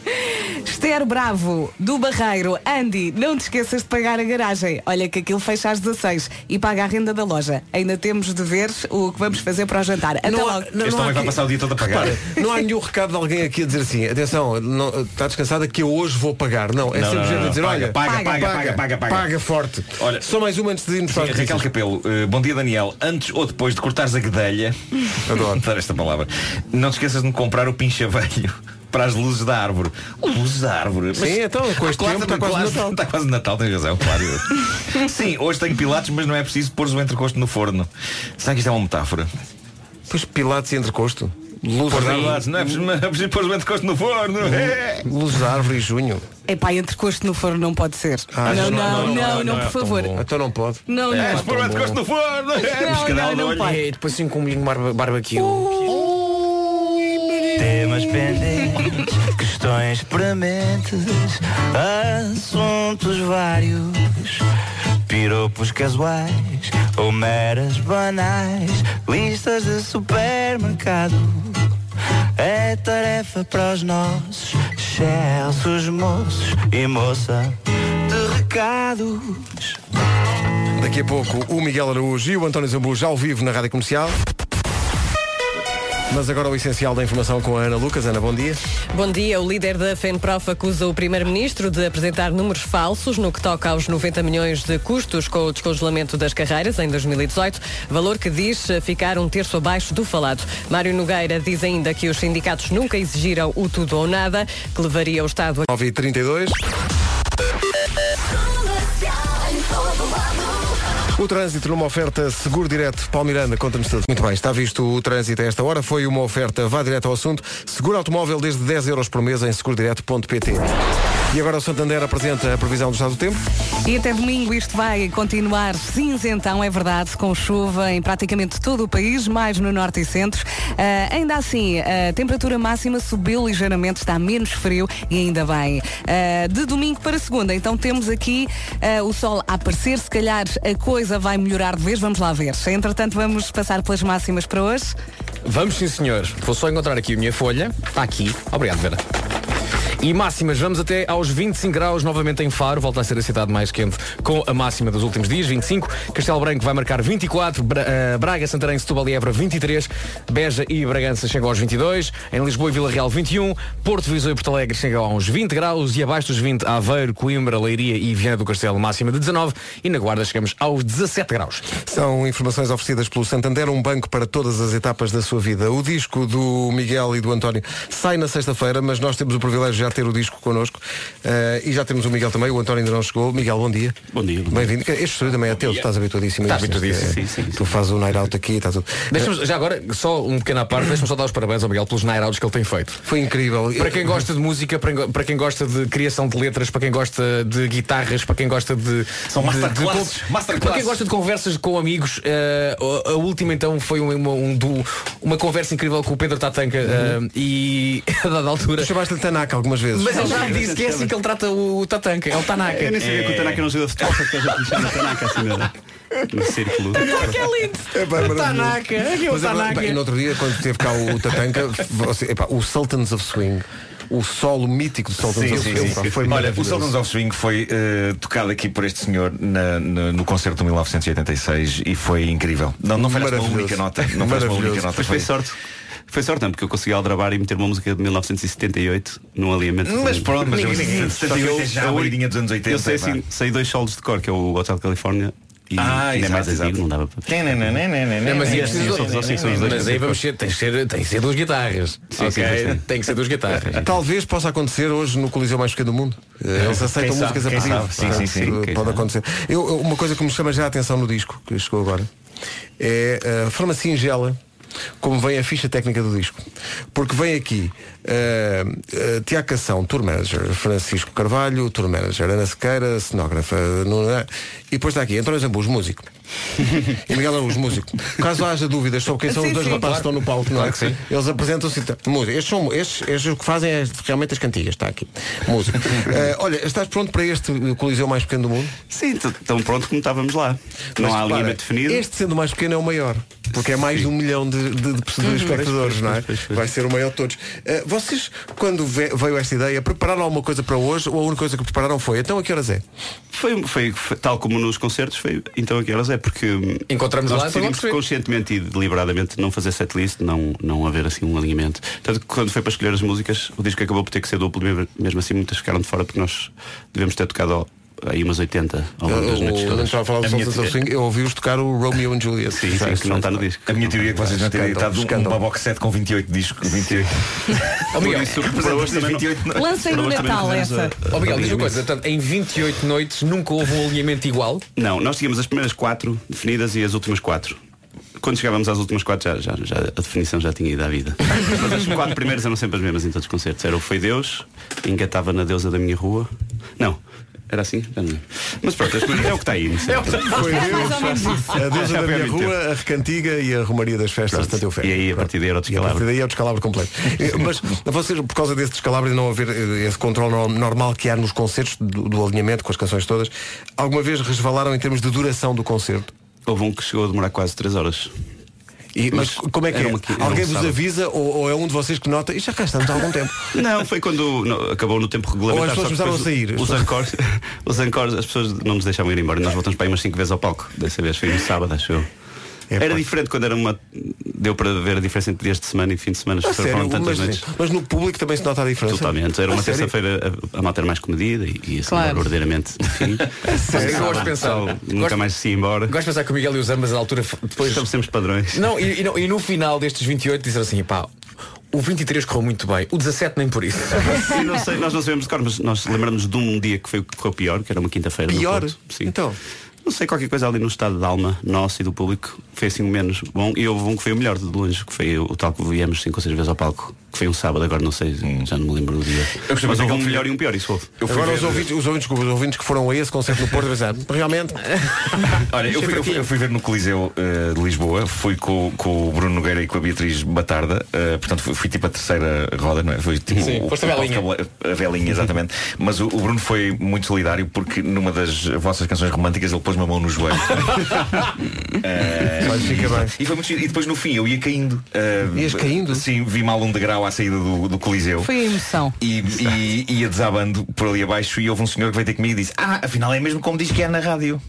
[SPEAKER 2] Esther Bravo, do Barreiro. Andy, não te esqueças de pagar a garagem. Olha que aquilo fecha às 16 e paga a renda da loja. Ainda temos de ver o que vamos fazer para o jantar. Até
[SPEAKER 1] Não há-
[SPEAKER 2] logo.
[SPEAKER 1] não-
[SPEAKER 9] Este
[SPEAKER 1] não há
[SPEAKER 9] homem vai
[SPEAKER 1] que-
[SPEAKER 9] passar o dia todo a pagar.
[SPEAKER 1] Repara, não há nenhum recado de alguém aqui a dizer assim, atenção, não- está descansada que eu hoje vou pagar. Não, é
[SPEAKER 9] Não,
[SPEAKER 1] sempre
[SPEAKER 9] não,
[SPEAKER 1] gente
[SPEAKER 9] não,
[SPEAKER 1] a dizer,
[SPEAKER 9] paga,
[SPEAKER 1] olha,
[SPEAKER 9] paga,
[SPEAKER 1] paga,
[SPEAKER 9] paga, paga, paga, paga.
[SPEAKER 1] forte.
[SPEAKER 9] Olha-
[SPEAKER 1] Só mais uma antes de irmos para as
[SPEAKER 9] Raquel
[SPEAKER 1] notícias.
[SPEAKER 9] Capelo, eh, bom dia Daniel. Antes ou depois de cortares a guedelha, adoro dar esta palavra, não te esqueças de me comprar o pincha-velho para as luzes da árvore. Luzes da árvore? Mas-
[SPEAKER 1] Sim, então, com este
[SPEAKER 9] Ah,
[SPEAKER 1] tempo está quase Natal.
[SPEAKER 9] Está quase Natal, tens razão, claro. Sim, hoje tenho pilates, mas não é preciso pôr o entrecosto no forno. Será que isto é uma metáfora?
[SPEAKER 1] Pois pilates e entrecosto. Luz
[SPEAKER 9] Pôr
[SPEAKER 1] da,
[SPEAKER 9] pilates, não é preciso, não é preciso pôr o entrecosto no forno. É.
[SPEAKER 1] luz da árvore e Uhum. junho.
[SPEAKER 2] É pá, entrecosto no forno não pode ser.
[SPEAKER 1] Ah, não,
[SPEAKER 2] não, não, não, não,
[SPEAKER 6] não,
[SPEAKER 9] Ah,
[SPEAKER 6] é
[SPEAKER 2] por
[SPEAKER 6] tão
[SPEAKER 2] favor.
[SPEAKER 6] bom.
[SPEAKER 1] Então não pode.
[SPEAKER 2] Não, não.
[SPEAKER 9] Mas pôr o entrecosto no forno. É.
[SPEAKER 2] Não,
[SPEAKER 9] Pescadela
[SPEAKER 2] não,
[SPEAKER 9] de
[SPEAKER 2] não
[SPEAKER 9] olho.
[SPEAKER 2] pode. Uh.
[SPEAKER 6] É, depois sim com um molhinho barba- barbecue.
[SPEAKER 2] Oh,
[SPEAKER 1] Oh,
[SPEAKER 4] Temas pendentes, questões prementes, assuntos vários. Piropos casuais ou meras banais, listas de supermercado. É tarefa para os nossos excelsos moços e moça de recado.
[SPEAKER 1] Daqui a pouco o Miguel Araújo e o António Zambu já ao vivo na Rádio Comercial. Mas agora o essencial da informação com a Ana Lucas. Ana, bom dia.
[SPEAKER 15] Bom dia. O líder da FENPROF acusa o primeiro-ministro de apresentar números falsos no que toca aos 90 milhões de custos com o descongelamento das carreiras em 2018, valor que diz ficar um terço abaixo do falado. Mário Nogueira diz ainda que os sindicatos nunca exigiram o tudo ou nada, que levaria o Estado a...
[SPEAKER 1] 9 e 32 O trânsito numa oferta Seguro Direto. Paulo Miranda, conta-nos tudo. Muito bem, está visto o trânsito a esta hora. Foi uma oferta, vá direto ao assunto. Seguro automóvel desde 10 euros por mês em segurodireto.pt. E agora o Santander apresenta a previsão do estado do tempo.
[SPEAKER 2] E até domingo isto vai continuar cinzentão, é verdade, com chuva em praticamente todo o país, mais no norte e centro. Ah, ainda assim, a temperatura máxima subiu ligeiramente, está menos frio e ainda bem. Ah, de domingo para segunda, então temos aqui ah, o sol a aparecer, se calhar a coisa vai melhorar de vez, vamos lá ver. Entretanto, vamos passar pelas máximas para hoje.
[SPEAKER 6] Vamos sim, senhores. Vou só encontrar aqui a minha folha. Está aqui. Obrigado, Vera. E máximas, vamos até aos 25 graus novamente em Faro, volta a ser a cidade mais quente com a máxima dos últimos dias, 25. Castelo Branco vai marcar 24, Bra- eh, Braga, Santarém, Setúbal e Évora 23, Beja e Bragança chegam aos 22, em Lisboa e Vila Real 21, Porto Viseu e Porto Alegre chegam aos 20 graus e abaixo dos 20 Aveiro, Coimbra, Leiria e Viana do Castelo máxima de 19 e na Guarda chegamos aos 17 graus.
[SPEAKER 1] São informações oferecidas pelo Santander, um banco para todas as etapas da sua vida. O disco do Miguel e do António sai na sexta-feira, mas nós temos o privilégio de já ter o disco connosco. eh, e já temos o Miguel também, o António ainda não chegou. Miguel, bom dia. Bom dia. Bem-vindo. Este estúdio também é teu, tu estás habituadíssimo. a
[SPEAKER 6] Estás
[SPEAKER 1] isto,
[SPEAKER 6] habituadíssimo,
[SPEAKER 1] isto é- Tu fazes o night out aqui, está tudo.
[SPEAKER 6] Deixa-me, já agora, só um pequeno à parte, deixa-me só dar os parabéns ao Miguel pelos nairaudos que ele tem feito.
[SPEAKER 1] Foi incrível.
[SPEAKER 6] Para quem gosta de música, para quem- para quem gosta de criação de letras, para quem gosta de guitarras, para quem gosta de.
[SPEAKER 9] São
[SPEAKER 6] de-
[SPEAKER 9] masterclasses,
[SPEAKER 6] de con-
[SPEAKER 9] masterclasses.
[SPEAKER 6] Para quem gosta de conversas com amigos, eh, a- a última então foi uma, uma, um duo- uma conversa incrível com o Pedro Tatanka eh, e a dada altura.
[SPEAKER 1] Tu chamaste-lhe Tanaka algumas vezes.
[SPEAKER 6] Mas ele já me disse que é assim que ele trata o, o Tatanka, é o Tanaka.
[SPEAKER 7] Eu nem sabia que o Tanaka não jogou futebol, só que a gente me chama Tanaka assim no, no círculo.
[SPEAKER 6] Que é lindo! o Tanaka, aqui é o
[SPEAKER 1] Mas é verdade,
[SPEAKER 6] Tanaka.
[SPEAKER 1] pá, e no outro dia, quando teve cá o Tatanka, você- epá, o Sultans of Swing, o solo mítico do Sultans
[SPEAKER 9] Sim,
[SPEAKER 1] of
[SPEAKER 9] sim,
[SPEAKER 1] Swing,
[SPEAKER 9] sim.
[SPEAKER 1] pá, foi
[SPEAKER 9] Olha, o
[SPEAKER 1] maravilhoso.
[SPEAKER 9] Sultans of Swing foi eh, tocado aqui por este senhor na- na- no concerto de 1986 e foi incrível. Não, não falhaste uma
[SPEAKER 7] Maravilhoso.
[SPEAKER 9] única nota. Não falhaste uma única
[SPEAKER 7] Maravilhoso.
[SPEAKER 9] nota.
[SPEAKER 7] Mas foi sorte. Foi sorte, não, porque eu consegui aldrabar e meter uma música de 1978 num alinhamento.
[SPEAKER 9] Mas pronto, mas eu-
[SPEAKER 7] Ninguém- ninguém-
[SPEAKER 9] 78 é já
[SPEAKER 7] eu-
[SPEAKER 9] a beirinha dos anos 80,
[SPEAKER 7] Eu sei
[SPEAKER 9] pá.
[SPEAKER 7] assim, sei dois solos de cor, que é o Hotel California e
[SPEAKER 9] Ah,
[SPEAKER 7] ainda é
[SPEAKER 9] exato,
[SPEAKER 7] mais
[SPEAKER 9] exato.
[SPEAKER 7] antigo, não dava para.
[SPEAKER 6] Não, mas,
[SPEAKER 7] E
[SPEAKER 6] aí
[SPEAKER 7] estes
[SPEAKER 6] preciso-
[SPEAKER 7] são os dois, sim, são os dois.
[SPEAKER 6] É. mas aí vamos ser, tem que ser, tem que ser duas guitarras.
[SPEAKER 7] Sim,
[SPEAKER 6] Ok?
[SPEAKER 7] sim, sim.
[SPEAKER 6] Tem que ser duas guitarras.
[SPEAKER 1] Talvez possa acontecer hoje no Coliseu mais pequeno do mundo. Eh, Eles
[SPEAKER 6] É. Quem
[SPEAKER 1] aceitam
[SPEAKER 6] sabe,
[SPEAKER 1] músicas
[SPEAKER 6] quem
[SPEAKER 1] a pedido.
[SPEAKER 6] sabe. Sim,
[SPEAKER 1] Portanto,
[SPEAKER 6] sim, sim,
[SPEAKER 1] eh, Pode
[SPEAKER 6] quem sabe.
[SPEAKER 1] acontecer. Eu, eu- uma coisa que me chama já a atenção no disco, que chegou agora, é a forma singela como vem a ficha técnica do disco. Porque vem aqui eh, eh, Tiago Cação, tour manager, Francisco Carvalho, tour manager, Ana Sequeira, cenógrafa, Nuna- e depois está aqui António Zambus, músico. e Miguel Araújo, músico. Caso haja dúvidas sobre quem são
[SPEAKER 6] Sim,
[SPEAKER 1] os dois
[SPEAKER 6] sim.
[SPEAKER 1] rapazes que estão no palco, não é?
[SPEAKER 6] Claro que sim.
[SPEAKER 1] Eles apresentam-se. e tal. Música. Estes, são, estes, estes o que fazem é realmente as cantigas, está aqui. Música. Eh, olha, estás pronto para este coliseu mais pequeno do mundo?
[SPEAKER 7] Sim, t- tão pronto como estávamos lá. Não
[SPEAKER 1] repara,
[SPEAKER 7] há alinhamento definido.
[SPEAKER 1] Este sendo o mais pequeno é o maior. Porque é mais de um milhão de, de, de pessoas- de espectadores, não é? Vai ser o maior de todos. Eh, vocês, quando ve- veio esta ideia, prepararam alguma coisa para hoje ou a única coisa que prepararam foi? Então a que horas é?
[SPEAKER 7] Foi, então, foi, foi- tal como nos concertos, foi então a que horas é, porque hum,
[SPEAKER 6] Encontramos
[SPEAKER 7] nós
[SPEAKER 6] lá, então vamos
[SPEAKER 7] decidimos
[SPEAKER 6] ver.
[SPEAKER 7] conscientemente e deliberadamente não fazer setlist, não, não haver assim um alinhamento. Tanto que quando foi para escolher as músicas, o disco acabou por ter que ser duplo, mesmo- mesmo assim muitas ficaram de fora porque nós devemos ter tocado ao- aí umas 80 ao longo das noites
[SPEAKER 1] Eu, eu,
[SPEAKER 7] todas.
[SPEAKER 1] estava Eh, a falar do
[SPEAKER 7] A minha
[SPEAKER 1] Sons of
[SPEAKER 7] te-
[SPEAKER 1] Swing, assim, eu ouvi-os tocar o Romeo and Juliet.
[SPEAKER 7] Sim, sim, que não está no disco.
[SPEAKER 9] A minha teoria é que vocês não terem editado um, uma box set com 28 discos. 28.
[SPEAKER 7] Por isso, para hoje também não-
[SPEAKER 2] Lancei
[SPEAKER 7] para
[SPEAKER 2] no
[SPEAKER 7] hoje também não
[SPEAKER 2] Natal
[SPEAKER 7] fizemos
[SPEAKER 2] essa.
[SPEAKER 7] a-
[SPEAKER 6] Ó Miguel, diz uma
[SPEAKER 7] alinhamento.
[SPEAKER 6] coisa, portanto, em 28 noites nunca houve um alinhamento igual.
[SPEAKER 7] Não, nós tínhamos as primeiras quatro definidas e as últimas quatro. Quando chegávamos às últimas quatro, já, já- já- a definição já tinha ido à vida. Mas as quatro primeiras eram sempre as mesmas em todos os concertos. Era o Foi Deus, engatava na deusa da minha rua. Não. eh, Era assim? Já não lembro. Mas pronto, as coisas- é o que está aí. não sei.
[SPEAKER 1] Foi Deus, a deusa
[SPEAKER 7] Já
[SPEAKER 1] da
[SPEAKER 7] foi há
[SPEAKER 1] minha
[SPEAKER 7] muito tempo.
[SPEAKER 1] rua, a recantiga e a romaria das festas da teu fé. E aí a partir
[SPEAKER 7] daí era o
[SPEAKER 1] descalabro. daí é o descalabro completo. Eh, Mas vocês, por causa desse descalabro e não haver eh, esse controle no- normal que há nos concertos do, do alinhamento com as canções todas, alguma vez resvalaram em termos de duração do concerto?
[SPEAKER 7] Houve um que chegou a demorar quase 3 horas.
[SPEAKER 1] E- mas como é que é?
[SPEAKER 7] era uma qui- era
[SPEAKER 1] Alguém
[SPEAKER 7] um
[SPEAKER 1] vos
[SPEAKER 7] sábado.
[SPEAKER 1] avisa ou, ou é um de vocês que nota? E já cá estamos há algum tempo.
[SPEAKER 7] Não, foi quando no- acabou no tempo regulamentar.
[SPEAKER 1] Ou as pessoas
[SPEAKER 7] só que depois
[SPEAKER 1] começaram a sair.
[SPEAKER 7] Os ancores, os ancores, as pessoas não nos deixavam ir embora. Nós voltamos para aí umas 5 vezes ao palco. Dessa vez foi no sábado, acho eu. era diferente quando era uma. Deu para ver a diferença entre dias de semana e fim de semana. As
[SPEAKER 1] A
[SPEAKER 7] pessoas
[SPEAKER 1] sério,
[SPEAKER 7] foram tantas
[SPEAKER 1] mas,
[SPEAKER 7] noites.
[SPEAKER 1] mas no público também se nota a diferença.
[SPEAKER 7] Totalmente. Era
[SPEAKER 1] A
[SPEAKER 7] uma
[SPEAKER 1] sério?
[SPEAKER 7] terça-feira a, a malta era mais comedida e, e assim,
[SPEAKER 6] Claro.
[SPEAKER 7] verdadeiramente, enfim.
[SPEAKER 6] sério? Eu gosto de pensar.
[SPEAKER 7] Só Nunca
[SPEAKER 6] Gosto-
[SPEAKER 7] mais se ia embora.
[SPEAKER 6] Gosto de pensar que o Miguel e os Ambas à altura f- depois.
[SPEAKER 7] Estabelecemos padrões.
[SPEAKER 6] Não, e, e não- e no final destes 28 disseram assim, pá, o 23 correu muito bem, o 17 nem por isso.
[SPEAKER 7] E não sei, nós não sabemos de cor, mas nós lembramos de um dia que foi o que correu pior, que era uma quinta-feira. no
[SPEAKER 1] Pior?
[SPEAKER 7] Porto. Sim. Então. Não sei, qualquer coisa ali no estado de alma nosso e do público foi assim o menos bom. E houve um que foi o melhor de longe, que foi o tal que viemos cinco ou seis vezes ao palco, que foi um sábado, agora não sei, já não me lembro do dia.
[SPEAKER 1] Hum. Eu gostei
[SPEAKER 7] mas
[SPEAKER 1] muito
[SPEAKER 7] houve um
[SPEAKER 1] daquele
[SPEAKER 7] melhor e um pior, isso houve.
[SPEAKER 1] Agora os ouvintes, os, ouvintes, desculpa, os ouvintes que foram a esse concerto no Porto pensaram, realmente.
[SPEAKER 9] Olha, eu fui, eu fui- eu fui ver no Coliseu eh, de Lisboa, fui com, com o Bruno Nogueira e com a Beatriz Batarda, eh, portanto fui, fui tipo a terceira roda, não é? Foi tipo
[SPEAKER 6] Sim,
[SPEAKER 9] o,
[SPEAKER 6] foste a
[SPEAKER 9] o-
[SPEAKER 6] velinha.
[SPEAKER 9] A, velinha, exatamente. Mas o, o Bruno foi muito solidário porque numa das vossas canções românticas ele pôs uma mão no joelho. Eh, e, e foi muito giro. E depois no fim eu ia caindo. eh,
[SPEAKER 1] Ias caindo?
[SPEAKER 9] Sim, vi mal um degrau à saída do, do Coliseu.
[SPEAKER 2] Foi a emoção.
[SPEAKER 9] E, e- e ia desabando por ali abaixo e houve um senhor que veio ter comigo e disse Ah, afinal é mesmo como diz que é na rádio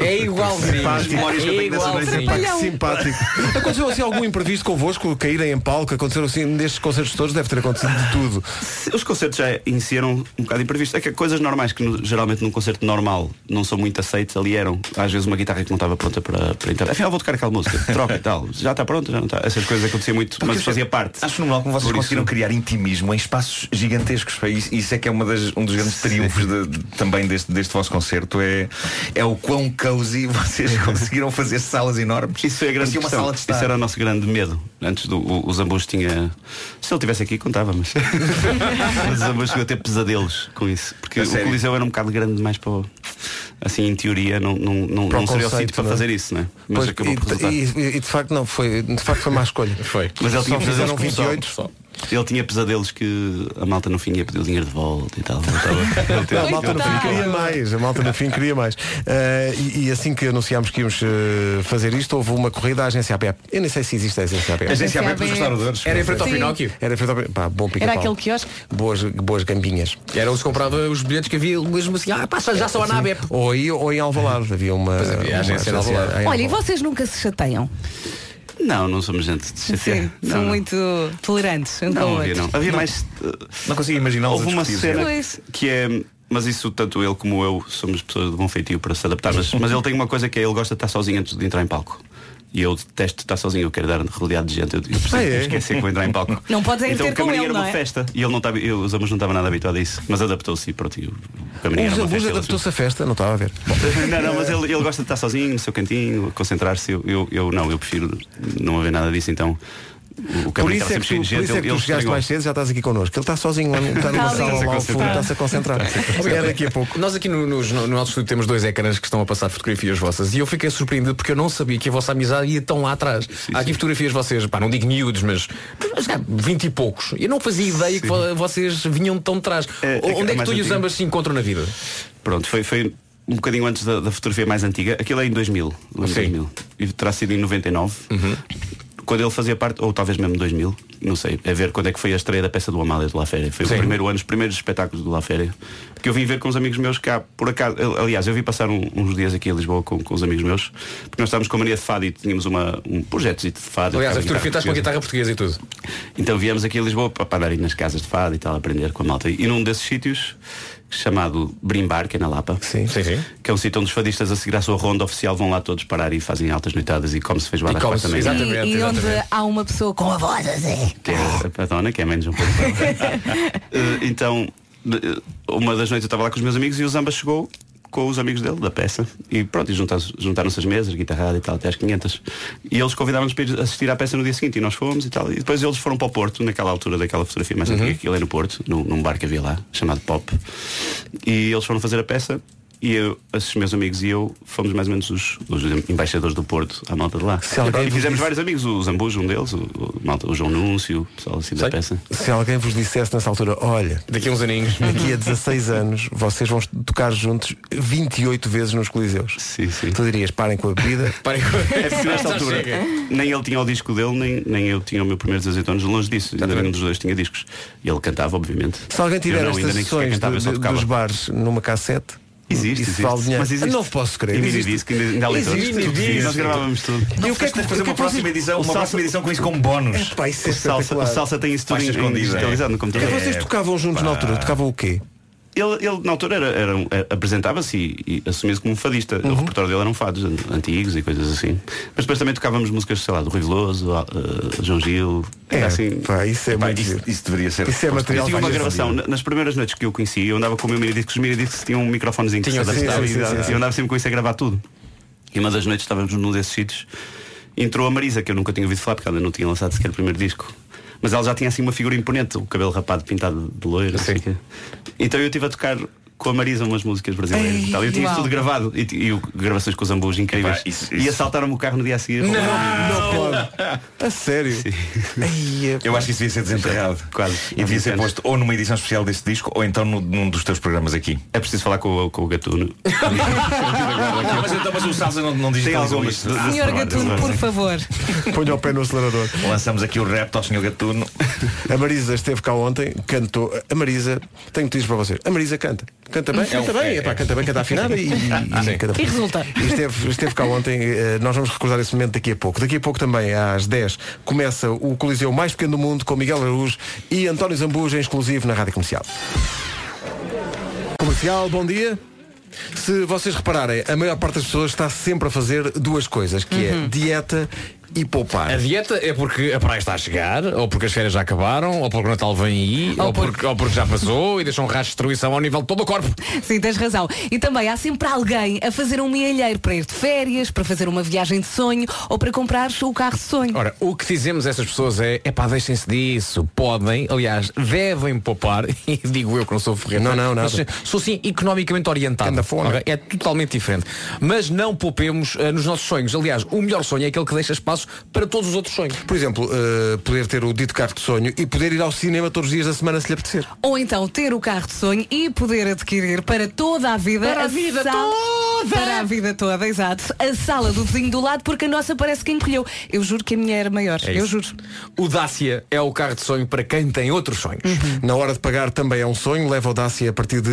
[SPEAKER 6] É igualzinho.
[SPEAKER 9] Simpático. Memórias que eu tenho dessa
[SPEAKER 7] é
[SPEAKER 9] noite.
[SPEAKER 1] Epá, que
[SPEAKER 3] um.
[SPEAKER 9] Olhão.
[SPEAKER 1] simpático. Aconteceu assim algum imprevisto convosco, caírem em palco, aconteceram assim nestes concertos todos, deve ter acontecido de tudo.
[SPEAKER 7] Os concertos já iniciaram um bocado imprevisto. É que coisas normais que no- geralmente num concerto normal não são muito aceites, ali eram. Às vezes uma guitarra que não estava pronta para, para entrar. Afinal vou tocar aquela música, troca e tal. Já está pronta, já não está. Essas coisas aconteciam muito, mas fazia parte.
[SPEAKER 9] Acho normal como vocês
[SPEAKER 7] Por isso-
[SPEAKER 9] conseguiram criar intimismo em espaços gigantescos. pá. Isso, isso é que é uma das- um dos grandes triunfos de- de- também deste, deste vosso concerto. É, é o quão cozy vocês conseguiram fazer salas enormes.
[SPEAKER 7] Isso foi a grande
[SPEAKER 9] Parecia uma
[SPEAKER 7] questão.
[SPEAKER 9] sala de estar.
[SPEAKER 7] Isso era o nosso grande medo. Antes do o, o Zambus tinha. Se ele estivesse aqui, contava, mas. mas o Zambus chegou a ter pesadelos com isso. Porque
[SPEAKER 9] A
[SPEAKER 7] o
[SPEAKER 9] sério?
[SPEAKER 7] Coliseu era um bocado grande demais para. o- Assim, em teoria, não, não, não,
[SPEAKER 1] Para o
[SPEAKER 7] não seria o
[SPEAKER 1] conceito,
[SPEAKER 7] sítio para
[SPEAKER 1] não é?
[SPEAKER 7] fazer isso, né? Mas
[SPEAKER 1] Pois,
[SPEAKER 7] acabou por resultar.
[SPEAKER 1] e, e- e de facto não, foi, de facto foi má escolha. Foi.
[SPEAKER 7] Mas ele tinha
[SPEAKER 1] Só
[SPEAKER 7] pesadelos
[SPEAKER 1] fizeram
[SPEAKER 7] que
[SPEAKER 1] 28.
[SPEAKER 7] Ele tinha pesadelos que a malta no fim ia pedir o dinheiro de volta e tal. Ele estava- ele teve-
[SPEAKER 1] Não,
[SPEAKER 6] Então,
[SPEAKER 1] a malta no fim queria mais, a malta no fim queria mais. Eh, e, e assim que anunciámos que íamos eh, fazer isto, houve uma corrida à agência APEP. Eu nem sei se existe a agência APEP.
[SPEAKER 9] A agência APEP dos restauradores.
[SPEAKER 6] Era em frente ao Sim. Pinóquio.
[SPEAKER 1] Era em frente ao Pinóquio. Pá, bom pica
[SPEAKER 6] Era aquele quiosque?
[SPEAKER 1] Boas, boas gambinhas.
[SPEAKER 6] Era onde se comprava os bilhetes que havia mesmo assim, ah, passa já só a
[SPEAKER 1] Sim.
[SPEAKER 6] nave.
[SPEAKER 1] Ou aí ou em Alvalade. Havia uma.
[SPEAKER 6] havia a
[SPEAKER 1] uma
[SPEAKER 6] agência de Alvalade.
[SPEAKER 1] em
[SPEAKER 2] Olha, e vocês nunca se chateiam?
[SPEAKER 7] Não, não somos gente de chatear.
[SPEAKER 2] Sim, são muito tolerantes um com o
[SPEAKER 7] Não havia,
[SPEAKER 2] outro.
[SPEAKER 7] não. Havia mais. eh,
[SPEAKER 9] Não consigo imaginar
[SPEAKER 7] Houve
[SPEAKER 9] a
[SPEAKER 7] uma
[SPEAKER 9] discutir,
[SPEAKER 7] cena
[SPEAKER 2] Pois.
[SPEAKER 7] que é. Mas isso tanto ele como eu somos pessoas de bom feitio para se adaptar. Mas, mas ele tem uma coisa que é ele gosta de estar sozinho antes de entrar em palco. E eu detesto estar sozinho, eu quero dar rodeado de gente. Eu, eu preciso
[SPEAKER 2] Ah, é?
[SPEAKER 7] esquecer que vou entrar em palco.
[SPEAKER 2] Não podes é ir
[SPEAKER 7] então
[SPEAKER 2] ter
[SPEAKER 7] o
[SPEAKER 2] com
[SPEAKER 7] camarim
[SPEAKER 2] ele,
[SPEAKER 7] era uma
[SPEAKER 2] não é?
[SPEAKER 7] festa e ele não estava, eu, os amas não estava nada habituado a isso, mas adaptou-se e pronto. e O o camarim
[SPEAKER 1] O
[SPEAKER 7] era uma
[SPEAKER 1] Zambus
[SPEAKER 7] festa. ele
[SPEAKER 1] adaptou-se à festa, não estava a ver.
[SPEAKER 7] não, não, mas ele, ele gosta de estar sozinho no seu cantinho, concentrar-se. Eu, eu, eu não, eu prefiro não haver nada disso, então o
[SPEAKER 1] Por
[SPEAKER 7] caminho
[SPEAKER 1] isso
[SPEAKER 7] estava
[SPEAKER 1] é que
[SPEAKER 7] sempre
[SPEAKER 1] tu,
[SPEAKER 7] cheio de
[SPEAKER 1] por isso é que
[SPEAKER 7] gente.
[SPEAKER 1] tu
[SPEAKER 7] ele- ele
[SPEAKER 1] chegaste
[SPEAKER 7] estragou.
[SPEAKER 1] mais cedo já estás aqui connosco. Ele está sozinho, lá, está numa
[SPEAKER 7] Está
[SPEAKER 1] sala
[SPEAKER 7] ali.
[SPEAKER 1] lá ao
[SPEAKER 7] Está-se a
[SPEAKER 1] fundo,
[SPEAKER 7] concentrar.
[SPEAKER 1] está-se a concentrar.
[SPEAKER 7] É
[SPEAKER 1] Era daqui a pouco.
[SPEAKER 6] Nós aqui no, nos- no, no nosso estúdio temos dois ecrãs que estão a passar fotografias vossas e eu fiquei surpreendido porque eu não sabia que a vossa amizade ia tão lá atrás. Há aqui fotografias vossas, pá, não digo miúdos, mas vinte e poucos. Eu não fazia ideia que vo- vocês vinham tão de trás. O- Onde é que
[SPEAKER 7] mais
[SPEAKER 6] tu e os
[SPEAKER 7] antiga.
[SPEAKER 6] ambas se encontram na vida?
[SPEAKER 7] Pronto, foi, foi um bocadinho antes da, da fotografia mais antiga. Aquilo é em 2000. Em 2000. E terá sido em 99.
[SPEAKER 6] Uhum.
[SPEAKER 7] Quando ele fazia parte, ou talvez mesmo 2000, não sei, a ver quando é que foi a estreia da peça do Amália do La Féria. Foi o primeiro ano, os primeiros espetáculos do La Féria, que eu vim ver com os amigos meus cá, por acaso. Aliás, eu vim passar um- uns dias aqui em Lisboa com, com os amigos meus, porque nós estávamos com a Maria de Fado e tínhamos uma, um projeto de fado.
[SPEAKER 6] Aliás, a
[SPEAKER 7] Tocava
[SPEAKER 6] fotografia estás com a guitarra portuguesa e tudo.
[SPEAKER 7] então viemos aqui a Lisboa para, para dar aí nas casas de fado e tal, aprender com a malta. E num desses sítios, chamado Brimbar, que é na Lapa, que é um sítio onde os fadistas a seguir à sua ronda oficial vão lá todos parar e fazem altas noitadas e como se fez
[SPEAKER 6] E
[SPEAKER 7] barato
[SPEAKER 6] come-se,
[SPEAKER 7] também.
[SPEAKER 2] e, e onde há uma pessoa com a voz assim.
[SPEAKER 7] Que é a dona, que é menos um pouco. Eh, então, de- eh, uma das noites eu estava lá com os meus amigos e o Zamba chegou com os amigos dele, da peça. E pronto, e juntar- juntaram-se as mesas, guitarrada e tal, até às 500. E eles convidaram-nos para ir assistir à peça no dia seguinte e nós fomos e tal. E depois eles foram para o Porto, naquela altura daquela fotografia mais
[SPEAKER 3] Uhum.
[SPEAKER 7] antiga que ele é no Porto, num, num bar que havia lá, chamado Pop. E eles foram fazer a peça e eu, esses meus amigos e eu fomos mais ou menos os, os embaixadores do Porto à malta de lá.
[SPEAKER 1] Se alguém
[SPEAKER 7] e fizemos
[SPEAKER 1] vos
[SPEAKER 7] vários amigos, o Zambujo, um deles, o, o, malta- o João Núncio, o pessoal assim da peça.
[SPEAKER 1] Se alguém vos dissesse nessa altura, olha,
[SPEAKER 6] daqui a uns aninhos,
[SPEAKER 1] daqui a 16 anos, vocês vão tocar juntos 28 vezes nos Coliseus.
[SPEAKER 7] Sim, sim.
[SPEAKER 1] Tu dirias, parem com a bebida. assim,
[SPEAKER 6] Parem com
[SPEAKER 7] É porque nesta altura nem ele tinha o disco dele, nem, nem eu tinha o meu primeiro dos azeitonas, longe disso. Ainda nenhum dos dois tinha discos. E ele cantava, obviamente.
[SPEAKER 1] Se alguém tiver
[SPEAKER 7] Eu não,
[SPEAKER 1] estas
[SPEAKER 7] ainda nem sequer
[SPEAKER 1] sessões
[SPEAKER 7] cantava, eu só
[SPEAKER 1] de- de-
[SPEAKER 7] tocava.
[SPEAKER 1] dos bares numa cassete,
[SPEAKER 7] Existe,
[SPEAKER 1] isso
[SPEAKER 7] existe.
[SPEAKER 1] vale dinheiro.
[SPEAKER 7] Mas existe.
[SPEAKER 1] Não posso crer.
[SPEAKER 7] E mini
[SPEAKER 1] Existe.
[SPEAKER 7] disc, ainda- ainda há leitores.
[SPEAKER 1] Existe.
[SPEAKER 7] Tudo
[SPEAKER 1] Existe.
[SPEAKER 7] Nós gravávamos tudo.
[SPEAKER 1] é
[SPEAKER 9] Não ficaste de fazer uma próxima edição, uma próxima edição com isso como bónus.
[SPEAKER 1] Epá, isso é
[SPEAKER 9] O Salsa-
[SPEAKER 1] espetacular.
[SPEAKER 9] o Salsa tem isso tudo
[SPEAKER 7] Faixas
[SPEAKER 9] em- em
[SPEAKER 7] escondidas.
[SPEAKER 9] digitalizado no computador.
[SPEAKER 1] E vocês
[SPEAKER 9] É,
[SPEAKER 1] tocavam juntos na
[SPEAKER 9] pá.
[SPEAKER 1] altura? Tocavam o quê?
[SPEAKER 7] Ele, ele, na altura era, era um- eh, apresentava-se e, e assumia-se como um fadista.
[SPEAKER 1] Uhum.
[SPEAKER 7] O repertório dele eram fados an- antigos e coisas assim. Mas depois também tocávamos músicas, sei lá, do Rui Veloso, ah, eh, João Gil.
[SPEAKER 1] É,
[SPEAKER 7] Era assim.
[SPEAKER 1] pá, isso é muito
[SPEAKER 9] isso-
[SPEAKER 1] giro.
[SPEAKER 9] isso deveria ser
[SPEAKER 1] Isso é
[SPEAKER 9] posto.
[SPEAKER 1] material
[SPEAKER 7] Eu tinha uma
[SPEAKER 1] para a
[SPEAKER 7] gravação, na- nas primeiras noites que eu conheci, eu andava com o meu minidisco, os minidiscos tinham um microfonezinho que se
[SPEAKER 1] Tinham, sim,
[SPEAKER 7] adaptava
[SPEAKER 1] sim, sim,
[SPEAKER 7] e
[SPEAKER 1] sim.
[SPEAKER 7] eu andava sempre com isso a gravar tudo. E uma das noites estávamos num desses sítios, entrou a Marisa, que eu nunca tinha ouvido falar, porque ela não tinha lançado sequer o primeiro disco. Mas ela já tinha assim uma figura imponente, o cabelo rapado pintado de loiro. não sei o quê. Então eu estive a tocar com a Marisa umas músicas brasileiras
[SPEAKER 9] Ei,
[SPEAKER 7] e tal. Eu tinha isso
[SPEAKER 9] uau.
[SPEAKER 7] tudo gravado e, e o- gravações com os ambos incríveis.
[SPEAKER 9] Epá, isso-
[SPEAKER 7] E
[SPEAKER 9] isso-
[SPEAKER 7] assaltaram-me o carro no dia a seguir.
[SPEAKER 1] A sério?
[SPEAKER 9] Eu acho que isso devia ser desenterrado.
[SPEAKER 2] É
[SPEAKER 7] Quase.
[SPEAKER 9] E devia ser posto ou numa edição especial deste disco ou então no- num dos teus programas aqui.
[SPEAKER 7] É preciso falar com, o- com o Gatuno.
[SPEAKER 9] Não, mas, então, mas o Salsa não, não diz
[SPEAKER 7] Tem algumas de- de-
[SPEAKER 2] Senhor Gatuno, por favor.
[SPEAKER 1] Ponha o pé no acelerador.
[SPEAKER 9] Lançamos aqui o rap ao Senhor Gatuno.
[SPEAKER 1] A Marisa esteve cá ontem, cantou. A Marisa, tenho notícias para vocês. A Marisa canta. Canta bem,
[SPEAKER 6] É um-
[SPEAKER 1] canta bem,
[SPEAKER 6] é-
[SPEAKER 1] é, pá, canta bem, canta afinada e, e- e canta bem.
[SPEAKER 6] E resulta.
[SPEAKER 1] E Esteve, esteve cá ontem, eh, nós vamos recordar esse momento daqui a pouco. Daqui a pouco também, às 10, começa o Coliseu mais pequeno do mundo com Miguel Araújo e António Zambuja, em exclusivo na Rádio Comercial. Comercial, bom dia. Se vocês repararem, a maior parte das pessoas está sempre a fazer duas coisas, que é dieta e poupar.
[SPEAKER 6] A dieta é porque a praia está a chegar, ou porque as férias já acabaram, ou porque o Natal vem aí, ou, porque, ou porque já passou e deixa um rastro de destruição ao nível de todo o corpo.
[SPEAKER 2] Sim, tens razão. E também há sempre alguém a fazer um milheiro para ir de férias, para fazer uma viagem de sonho ou para comprar o carro de sonho.
[SPEAKER 6] Ora, o que dizemos a essas pessoas é, é pá, deixem-se disso, podem, aliás, devem poupar, e digo eu que não sou ferreiro.
[SPEAKER 1] Não, não,
[SPEAKER 6] Mas
[SPEAKER 1] nada.
[SPEAKER 6] sou sim economicamente orientado. ok? É totalmente diferente. Mas não poupemos ah, nos nossos sonhos. Aliás, o melhor sonho é aquele que deixa espaço para todos os outros sonhos.
[SPEAKER 1] Por exemplo, eh, poder ter o dito carro de sonho e poder ir ao cinema todos os dias da semana se lhe apetecer.
[SPEAKER 2] Ou então ter o carro de sonho e poder adquirir para toda a vida.
[SPEAKER 6] Para a vida
[SPEAKER 2] toda! Para a vida toda, exato. A sala do vizinho do lado, porque a nossa parece que encolheu. Eu juro que a minha era maior.
[SPEAKER 6] É
[SPEAKER 2] Eu
[SPEAKER 6] isso.
[SPEAKER 2] juro.
[SPEAKER 6] O Dacia é o carro de sonho para quem tem outros sonhos.
[SPEAKER 1] Na hora de pagar também é um sonho, leva o Dacia a partir de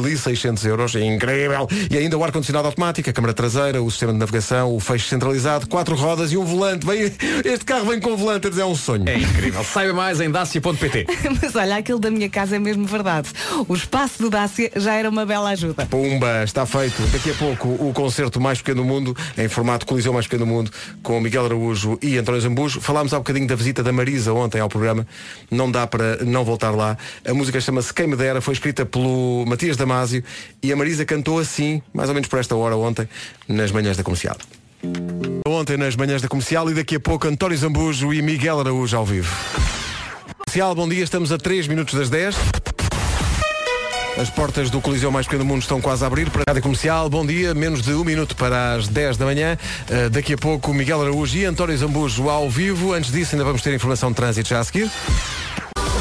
[SPEAKER 1] 8.600 euros, é incrível! E ainda o ar-condicionado automático, a câmara traseira, o sistema de navegação, o fecho centralizado, quatro rodas e um volante. Bem, este carro vem com um volante, é um sonho.
[SPEAKER 6] É incrível. Saiba mais em dacia.pt.
[SPEAKER 2] Mas olha, aquilo da minha casa é mesmo verdade. O espaço do Dácia já era uma bela ajuda.
[SPEAKER 1] Pumba, está feito. Daqui a pouco o concerto mais pequeno do mundo, em formato Coliseu mais pequeno do mundo, com Miguel Araújo e António Zambujo. Falámos há bocadinho da visita da Marisa ontem ao programa. Não dá para não voltar lá. A música chama-se Quem Me Dera, foi escrita pelo Matias Damasio e a Marisa cantou assim, mais ou menos por esta hora ontem, nas manhãs da comercial. Ontem nas manhãs da comercial e daqui a pouco António Zambujo e Miguel Araújo ao vivo. Comercial, bom dia, estamos a 3 minutos das 10. As portas do Coliseu Mais Pequeno do Mundo estão quase a abrir para a Rádio Comercial. Bom dia, menos de um minuto para as 10 da manhã. Uh, daqui a pouco, Miguel Araújo e António Zambujo ao vivo. Antes disso, ainda vamos ter informação de trânsito já a seguir.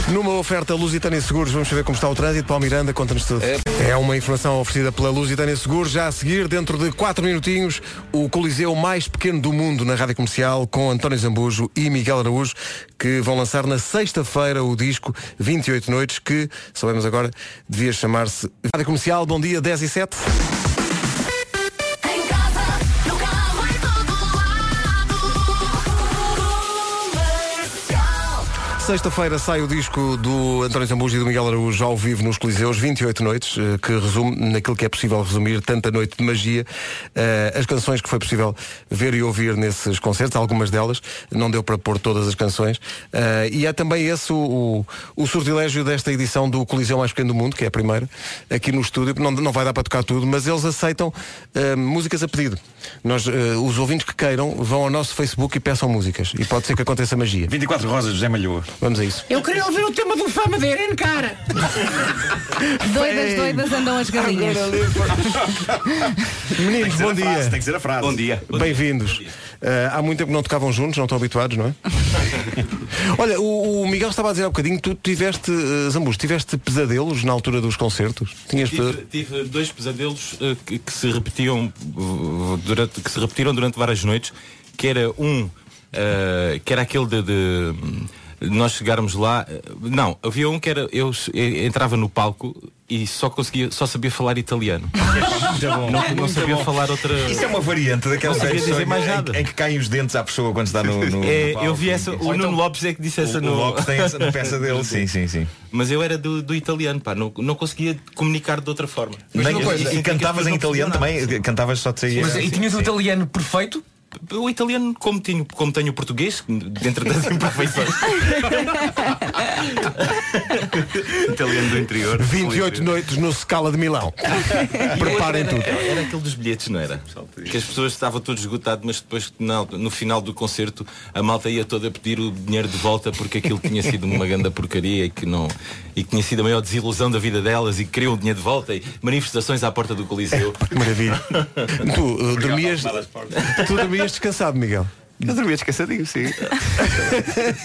[SPEAKER 1] Numa oferta Lusitânia Seguros, vamos saber como está o trânsito. Paulo Miranda, conta-nos tudo. É uma informação oferecida pela Lusitânia Seguros. Já a seguir, dentro de 4 minutinhos, o Coliseu mais pequeno do mundo na Rádio Comercial, com António Zambujo e Miguel Araújo, que vão lançar na sexta-feira o disco 28 Noites, que, sabemos agora, devia chamar-se Rádio Comercial. Bom dia, 10 e 7. Sexta-feira sai o disco do António Zambujo e do Miguel Araújo ao vivo nos Coliseus, 28 noites, eh, que resume naquilo que é possível resumir, tanta noite de magia, eh, as canções que foi possível ver e ouvir nesses concertos, algumas delas, não deu para pôr todas as canções, eh, e é também esse o, o, o sortilégio desta edição do Coliseu mais pequeno do mundo, que é a primeira, aqui no estúdio, não, não vai dar para tocar tudo, mas eles aceitam eh, músicas a pedido. Nós, eh, os ouvintes que queiram, vão ao nosso Facebook e peçam músicas, e pode ser que aconteça magia.
[SPEAKER 9] 24 Rosas, José Malhoa.
[SPEAKER 1] Vamos a isso.
[SPEAKER 3] Eu queria ouvir o tema do Fama de Irene, cara.
[SPEAKER 2] Doidas, doidas andam as galinhas.
[SPEAKER 1] Meninos, bom dia.
[SPEAKER 9] tem que ser a frase.
[SPEAKER 7] Bom dia.
[SPEAKER 1] Bem-vindos. Eh, há muito tempo que não tocavam juntos, não estão habituados, não é? Olha, o, o Miguel estava a dizer há bocadinho, tu tiveste, eh, Zambus, tiveste pesadelos na altura dos concertos? Tinhas
[SPEAKER 22] Tive, tive dois pesadelos eh, que, que se repetiam eh, durante, que se repetiram durante várias noites, que era um eh, que era aquele de, de, hum, nós chegarmos lá. eh, Não, havia um que era eu che- eh, entrava no palco e só conseguia, só sabia falar italiano.
[SPEAKER 9] bom.
[SPEAKER 22] Não, não
[SPEAKER 9] Muito
[SPEAKER 22] sabia
[SPEAKER 9] Tá bom.
[SPEAKER 22] falar outra.
[SPEAKER 9] Isso é uma variante daquela
[SPEAKER 22] Não sabia
[SPEAKER 9] versão
[SPEAKER 22] dizer mais
[SPEAKER 9] em-
[SPEAKER 22] nada.
[SPEAKER 9] Em, que caem os dentes à pessoa quando está no. no- no
[SPEAKER 22] É,
[SPEAKER 9] palco.
[SPEAKER 22] eu vi essa, o
[SPEAKER 9] Ou então-
[SPEAKER 22] Nuno Lopes é que disse essa
[SPEAKER 9] o
[SPEAKER 22] no...
[SPEAKER 9] Lopes tem essa na peça dele, sim, sim, sim.
[SPEAKER 22] Mas eu era do, do italiano, pá, não, não conseguia comunicar de outra forma.
[SPEAKER 9] Nem-
[SPEAKER 22] Eu- eu-
[SPEAKER 9] e
[SPEAKER 22] eu-
[SPEAKER 9] cantavas
[SPEAKER 22] eu- eu-
[SPEAKER 9] em
[SPEAKER 22] eu-
[SPEAKER 9] italiano também? Cantavas só de sair? assim?
[SPEAKER 22] o italiano perfeito? O italiano, como tenho, como tenho o português, dentro das imperfeições.
[SPEAKER 7] italiano do interior.
[SPEAKER 22] um
[SPEAKER 1] 28 noites no Scala de Milão. Preparem
[SPEAKER 22] era,
[SPEAKER 1] tudo.
[SPEAKER 22] Era, aquele dos bilhetes, não era? Que as pessoas estavam todas esgotadas, mas depois na- no final do concerto a malta ia toda pedir o dinheiro de volta porque aquilo tinha sido uma grande porcaria e que não e que tinha sido a maior desilusão da vida delas e que queriam o dinheiro de volta e manifestações à porta do Coliseu.
[SPEAKER 1] Maravilha. Tu eh, dormias, tu dormias descansado, Miguel.
[SPEAKER 7] Eu dormia descansadinho, sim.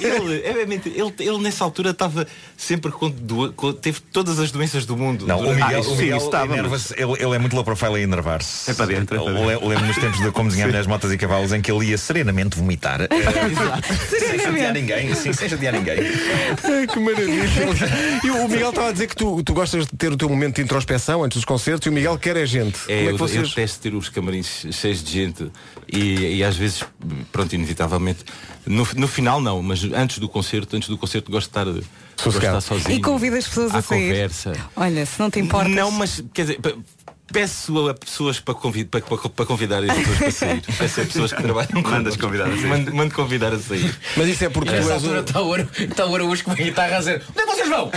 [SPEAKER 22] ele, é mentira, ele, ele nessa altura estava sempre com, do- com- teve todas as doenças do mundo.
[SPEAKER 9] Não, o
[SPEAKER 22] Durante-
[SPEAKER 9] Miguel,
[SPEAKER 22] isso
[SPEAKER 9] o
[SPEAKER 22] sim,
[SPEAKER 9] Miguel
[SPEAKER 22] isso estava, mas-
[SPEAKER 9] enerva-se, ele, ele é muito low profile a enervar-se.
[SPEAKER 22] É para dentro, é para
[SPEAKER 9] Eu
[SPEAKER 22] dentro.
[SPEAKER 9] le- Lembro-me nos tempos de como desenhar
[SPEAKER 22] Sim.
[SPEAKER 9] mulheres, motas e cavalos em que ele ia serenamente vomitar. eh, sem chatear ninguém, sim, sem chatear ninguém.
[SPEAKER 1] Ai, que maravilha. E o o Miguel estava a dizer que tu, tu gostas de ter o teu momento de introspeção antes dos concertos e o Miguel quer é gente.
[SPEAKER 22] É,
[SPEAKER 1] Como é
[SPEAKER 22] eu,
[SPEAKER 1] que
[SPEAKER 22] eu
[SPEAKER 1] vocês.
[SPEAKER 22] detesto ter os camarins cheios de gente e, e às vezes, pronto, inevitavelmente, no, no final não, mas antes do concerto, antes do concerto gosto de estar, gosto de estar sozinho.
[SPEAKER 2] E convida as pessoas
[SPEAKER 22] à
[SPEAKER 2] a sair.
[SPEAKER 22] conversa.
[SPEAKER 2] Olha, se não te importas.
[SPEAKER 22] Não, mas quer dizer, pe- peço a pessoas para, convid, para, para, para convidar as pessoas para sair. Peço a pessoas que trabalham com
[SPEAKER 7] Mandas convidar a sair.
[SPEAKER 22] Mando, mando convidar a sair.
[SPEAKER 1] Mas isso é porque
[SPEAKER 22] tu
[SPEAKER 6] Nessa
[SPEAKER 22] és o-
[SPEAKER 6] altura está o Ouro- está o Araújo com a guitarra a dizer Onde é que vocês vão?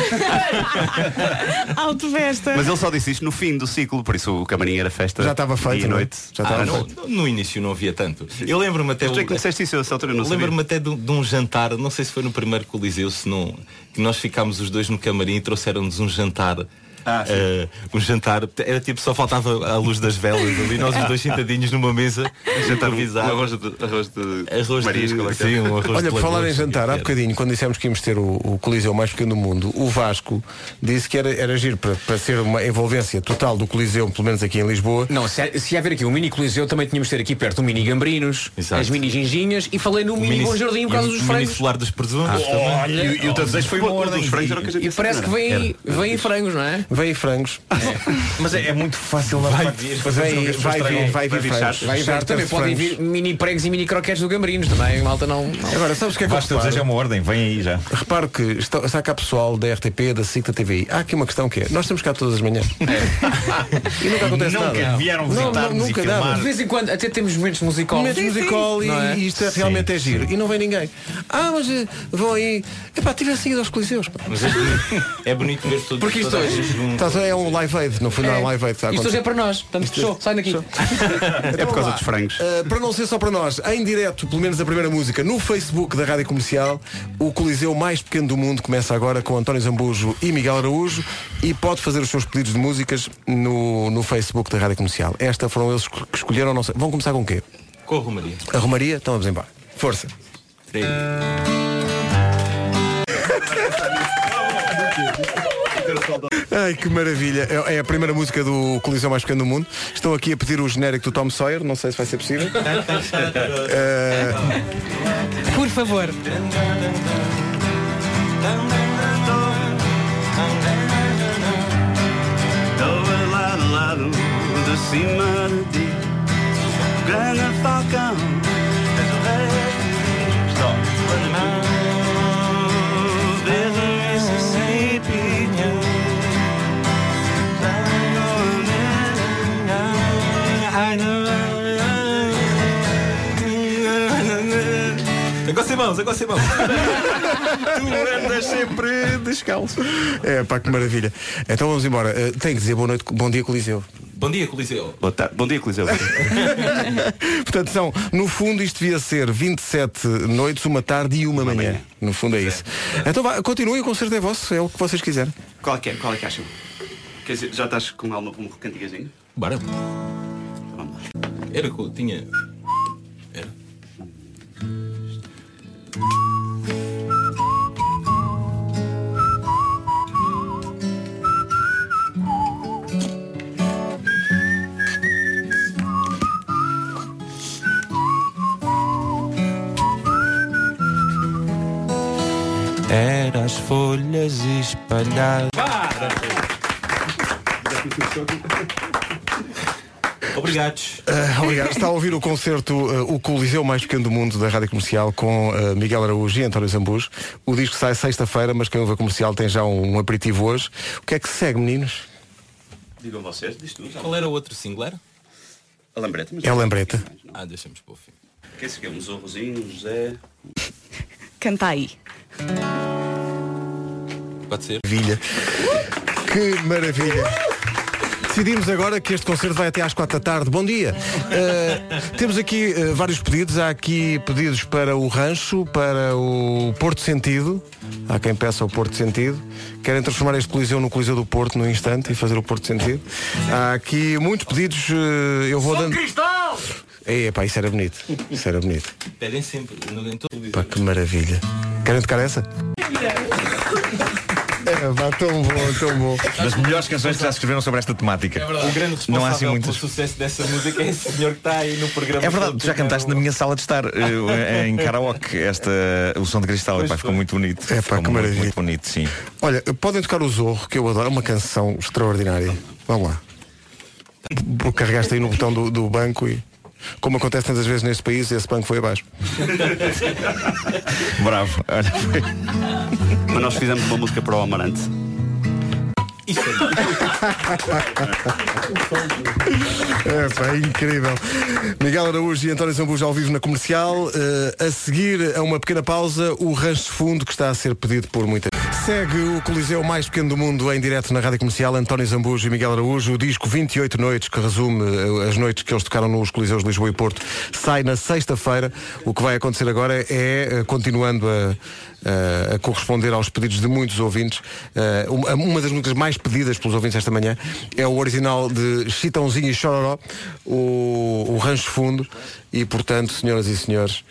[SPEAKER 2] Autovesta.
[SPEAKER 7] Mas ele só disse isto no fim do ciclo, por isso o camarim era festa.
[SPEAKER 22] Já estava feito,
[SPEAKER 7] Dia e
[SPEAKER 22] não é?
[SPEAKER 7] noite.
[SPEAKER 22] Já estava Ah, não, feito. No início não havia tanto. Eu lembro-me até.
[SPEAKER 7] Tu é que me disseste isso, eu essa altura não sabia.
[SPEAKER 22] Lembro-me até de, de um jantar, não sei se foi no primeiro Coliseu, se não, que nós ficámos os dois no camarim e trouxeram-nos um jantar.
[SPEAKER 7] Ah,
[SPEAKER 22] eh, um jantar, era tipo, só faltava a luz das velas ali, nós os dois sentadinhos numa mesa, jantar
[SPEAKER 7] Um arroz de, arroz de
[SPEAKER 22] Arroz de-
[SPEAKER 7] marisco, como é que é?
[SPEAKER 22] sim, um arroz
[SPEAKER 1] Olha, por falar em jantar, há bocadinho, quando dissemos que íamos ter o, o Coliseu mais pequeno do mundo, o Vasco disse que era, era giro para, para ser uma envolvência total do Coliseu, pelo menos aqui em Lisboa.
[SPEAKER 6] Não, se, se haver aqui um mini coliseu, também tínhamos de ter aqui perto um mini gambrinos, as mini ginginhas e falei no mini, bom jardim por causa dos frangos. Ah.
[SPEAKER 22] solar dos presuntos.
[SPEAKER 6] Olha,
[SPEAKER 9] e, e o teu desejo foi uma
[SPEAKER 6] Pô,
[SPEAKER 9] ordem.
[SPEAKER 6] dos frangos era o que a gente
[SPEAKER 9] E
[SPEAKER 6] disse, parece não que era? vem- Era. vem frangos, não é?
[SPEAKER 1] Vem frangos.
[SPEAKER 9] Mas é, é muito fácil lá
[SPEAKER 6] Vai
[SPEAKER 9] para-
[SPEAKER 6] vir,
[SPEAKER 9] fazer
[SPEAKER 6] vai,
[SPEAKER 9] com que
[SPEAKER 6] vir,
[SPEAKER 9] as pessoas
[SPEAKER 6] vai
[SPEAKER 9] tragam-
[SPEAKER 6] vir, vai vir, frangos. vai vir.
[SPEAKER 1] é
[SPEAKER 6] Também podem vir mini pregos e mini croquetes do Gambrinos também, malta não.
[SPEAKER 1] Agora, sabes o que é que eu
[SPEAKER 9] Basta,
[SPEAKER 1] reparo?
[SPEAKER 9] deseja uma ordem, vem aí já.
[SPEAKER 1] Reparo que está, está cá pessoal da RTP, da SIC, da TVI. Há aqui uma questão que é, nós estamos cá todas as manhãs. E nunca acontece
[SPEAKER 9] Nunca
[SPEAKER 1] nada.
[SPEAKER 9] vieram
[SPEAKER 1] Não, não,
[SPEAKER 9] visitar-nos e
[SPEAKER 1] nunca
[SPEAKER 9] filmar.
[SPEAKER 1] nada.
[SPEAKER 6] De vez em quando até temos momentos musical.
[SPEAKER 1] Momentos Sim, sim. musical e- e isto é realmente é giro. E não vem ninguém. Ah, mas eh, vão aí. Epá, tivessem ido aos Coliseus. pá.
[SPEAKER 22] Mas é bonito, é bonito ver tudo.
[SPEAKER 6] Porque isto
[SPEAKER 22] toda a
[SPEAKER 6] hoje-
[SPEAKER 22] gente junto.
[SPEAKER 1] Estás a- é um live aid, no fundo é um live aid. está a
[SPEAKER 6] Isto hoje
[SPEAKER 1] acontecer.
[SPEAKER 6] é para nós, estamos de show, sai daqui.
[SPEAKER 1] É por causa dos frangos. para não ser só para nós, em direto, pelo menos a primeira música, no Facebook da Rádio Comercial, o Coliseu mais pequeno do mundo começa agora com António Zambujo e Miguel Araújo e pode fazer os seus pedidos de músicas no, no Facebook da Rádio Comercial. Esta foram eles que escolheram, não sei. Vão começar com o quê?
[SPEAKER 22] Corro, Maria.
[SPEAKER 1] A Romaria? Então vamos embora. Força. Ai, que maravilha. É é a primeira música do Coliseu Mais Pequeno do Mundo. Estão aqui a pedir o genérico do Tom Sawyer, não sei se vai ser possível.
[SPEAKER 10] É,
[SPEAKER 2] Por favor.
[SPEAKER 18] Dou a lado, a lado, de cima de ti Grande falcão, és o rei Stop.
[SPEAKER 1] mãos, agora sem mãos.
[SPEAKER 9] tu andas sempre descalço.
[SPEAKER 1] É, pá, que maravilha. Então vamos embora. Eh, tem que dizer boa noite, bom dia, Coliseu.
[SPEAKER 22] Bom dia, Coliseu.
[SPEAKER 7] Boa tarde. Bom dia, Coliseu.
[SPEAKER 1] Portanto, são, no fundo, isto devia ser 27 noites, uma tarde e uma, manhã. No fundo é isso. Então vá, continuem, o concerto é vosso, é o que vocês quiserem.
[SPEAKER 7] qual, é, que é- qual é que acham? Quer dizer, já estás com algum um cantigazinho?
[SPEAKER 22] Bora. Era que eu tinha.
[SPEAKER 5] Era as folhas espalhadas.
[SPEAKER 22] Obrigados.
[SPEAKER 1] Ah, obrigado. Está a ouvir o concerto ah, O Coliseu Mais Pequeno do Mundo da Rádio Comercial com ah, Miguel Araújo e António Zambujo. O disco sai sexta-feira, mas quem ouve a comercial tem já um, aperitivo hoje. O que é que segue, meninos?
[SPEAKER 7] Digam vocês, diz tu.
[SPEAKER 22] Qual era o outro singular?
[SPEAKER 7] A lambreta. mas-
[SPEAKER 1] É o Lambreta.
[SPEAKER 22] Ah, deixamos para o fim.
[SPEAKER 7] Quem se quer? Um zorrozinho, um José.
[SPEAKER 2] Canta aí.
[SPEAKER 22] Pode ser?
[SPEAKER 1] Maravilha. Que maravilha. Decidimos agora que este concerto vai até às quatro da tarde. Bom dia. Ah, temos aqui ah, vários pedidos. Há aqui pedidos para o Rancho, para o Porto Sentido. Há quem peça o Porto Sentido. Querem transformar este Coliseu no Coliseu do Porto no instante e fazer o Porto Sentido. Há aqui muitos pedidos. ah, eu vou dando.
[SPEAKER 22] Cristal!
[SPEAKER 1] É, pá, isso era bonito. Isso era bonito.
[SPEAKER 22] Pedem sempre. no- Em todo o
[SPEAKER 1] Pá, que maravilha. Querem tocar essa? É, pá, tão bom, tão bom.
[SPEAKER 9] Das melhores canções que já se escreveram sobre esta temática.
[SPEAKER 22] É verdade. O grande responsável
[SPEAKER 9] Não há assim
[SPEAKER 22] pelo
[SPEAKER 9] muitas.
[SPEAKER 22] sucesso dessa música é esse senhor que está aí no programa.
[SPEAKER 9] É verdade,
[SPEAKER 22] todo.
[SPEAKER 9] já cantaste na minha sala de estar eh, em karaoke esta, o som de cristal, epá, ficou muito bonito. É pá, que maravilha. Muito bonito, sim.
[SPEAKER 1] Olha, podem tocar o Zorro, que eu adoro, é uma canção extraordinária. Vamos lá. P- Carregaste aí no botão do, do banco e. Como acontece tantas vezes neste país, esse banco foi abaixo.
[SPEAKER 9] Bravo. Olha, foi.
[SPEAKER 7] Mas nós fizemos uma música para o Amarante.
[SPEAKER 1] É, pá, é incrível. Miguel Araújo e António Zambujo ao vivo na comercial. Eh, a seguir a uma pequena pausa, o rancho fundo que está a ser pedido por muita Segue o Coliseu mais pequeno do mundo em direto na Rádio Comercial, António Zambujo e Miguel Araújo. O disco 28 Noites, que resume eh, as noites que eles tocaram nos Coliseus de Lisboa e Porto, sai na sexta-feira. O que vai acontecer agora é, eh, continuando a, a- a corresponder aos pedidos de muitos ouvintes, eh, uma- uma das músicas mais pedidas pelos ouvintes esta manhã é o original de Chitãozinho e Chororó, o, o Rancho Fundo. E, portanto, senhoras e senhores,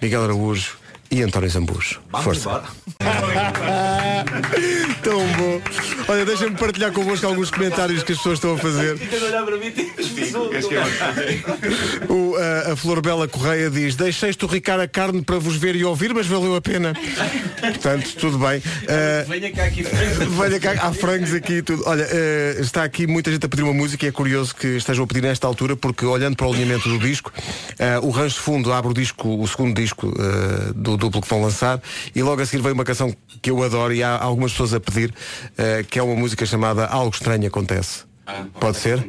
[SPEAKER 1] Miguel Araújo e António Zambujo. Força. Tão bom. Olha, deixem-me partilhar convosco alguns comentários que as pessoas estão a fazer.
[SPEAKER 22] Ficas a olhar para mim tipo, e tens
[SPEAKER 7] Fico, acho que é ótimo.
[SPEAKER 1] O, eh, a, a Flor Bela Correia diz: Deixei esturricar a carne para vos ver e ouvir, mas valeu a pena. Portanto, tudo bem. Ah,
[SPEAKER 22] Venha cá aqui.
[SPEAKER 1] Venha cá, há frangos aqui e tudo. Olha, eh, está aqui muita gente a pedir uma música e é curioso que estejam a pedir nesta altura, porque olhando para o alinhamento do disco, eh, o Rancho Fundo abre o disco, o segundo disco eh, do duplo que vão lançar, e logo a seguir vem uma canção que eu adoro e há algumas pessoas a pedir, eh, que é uma música chamada Algo Estranho Acontece.
[SPEAKER 22] Ah,
[SPEAKER 1] Pode
[SPEAKER 22] um
[SPEAKER 1] ser?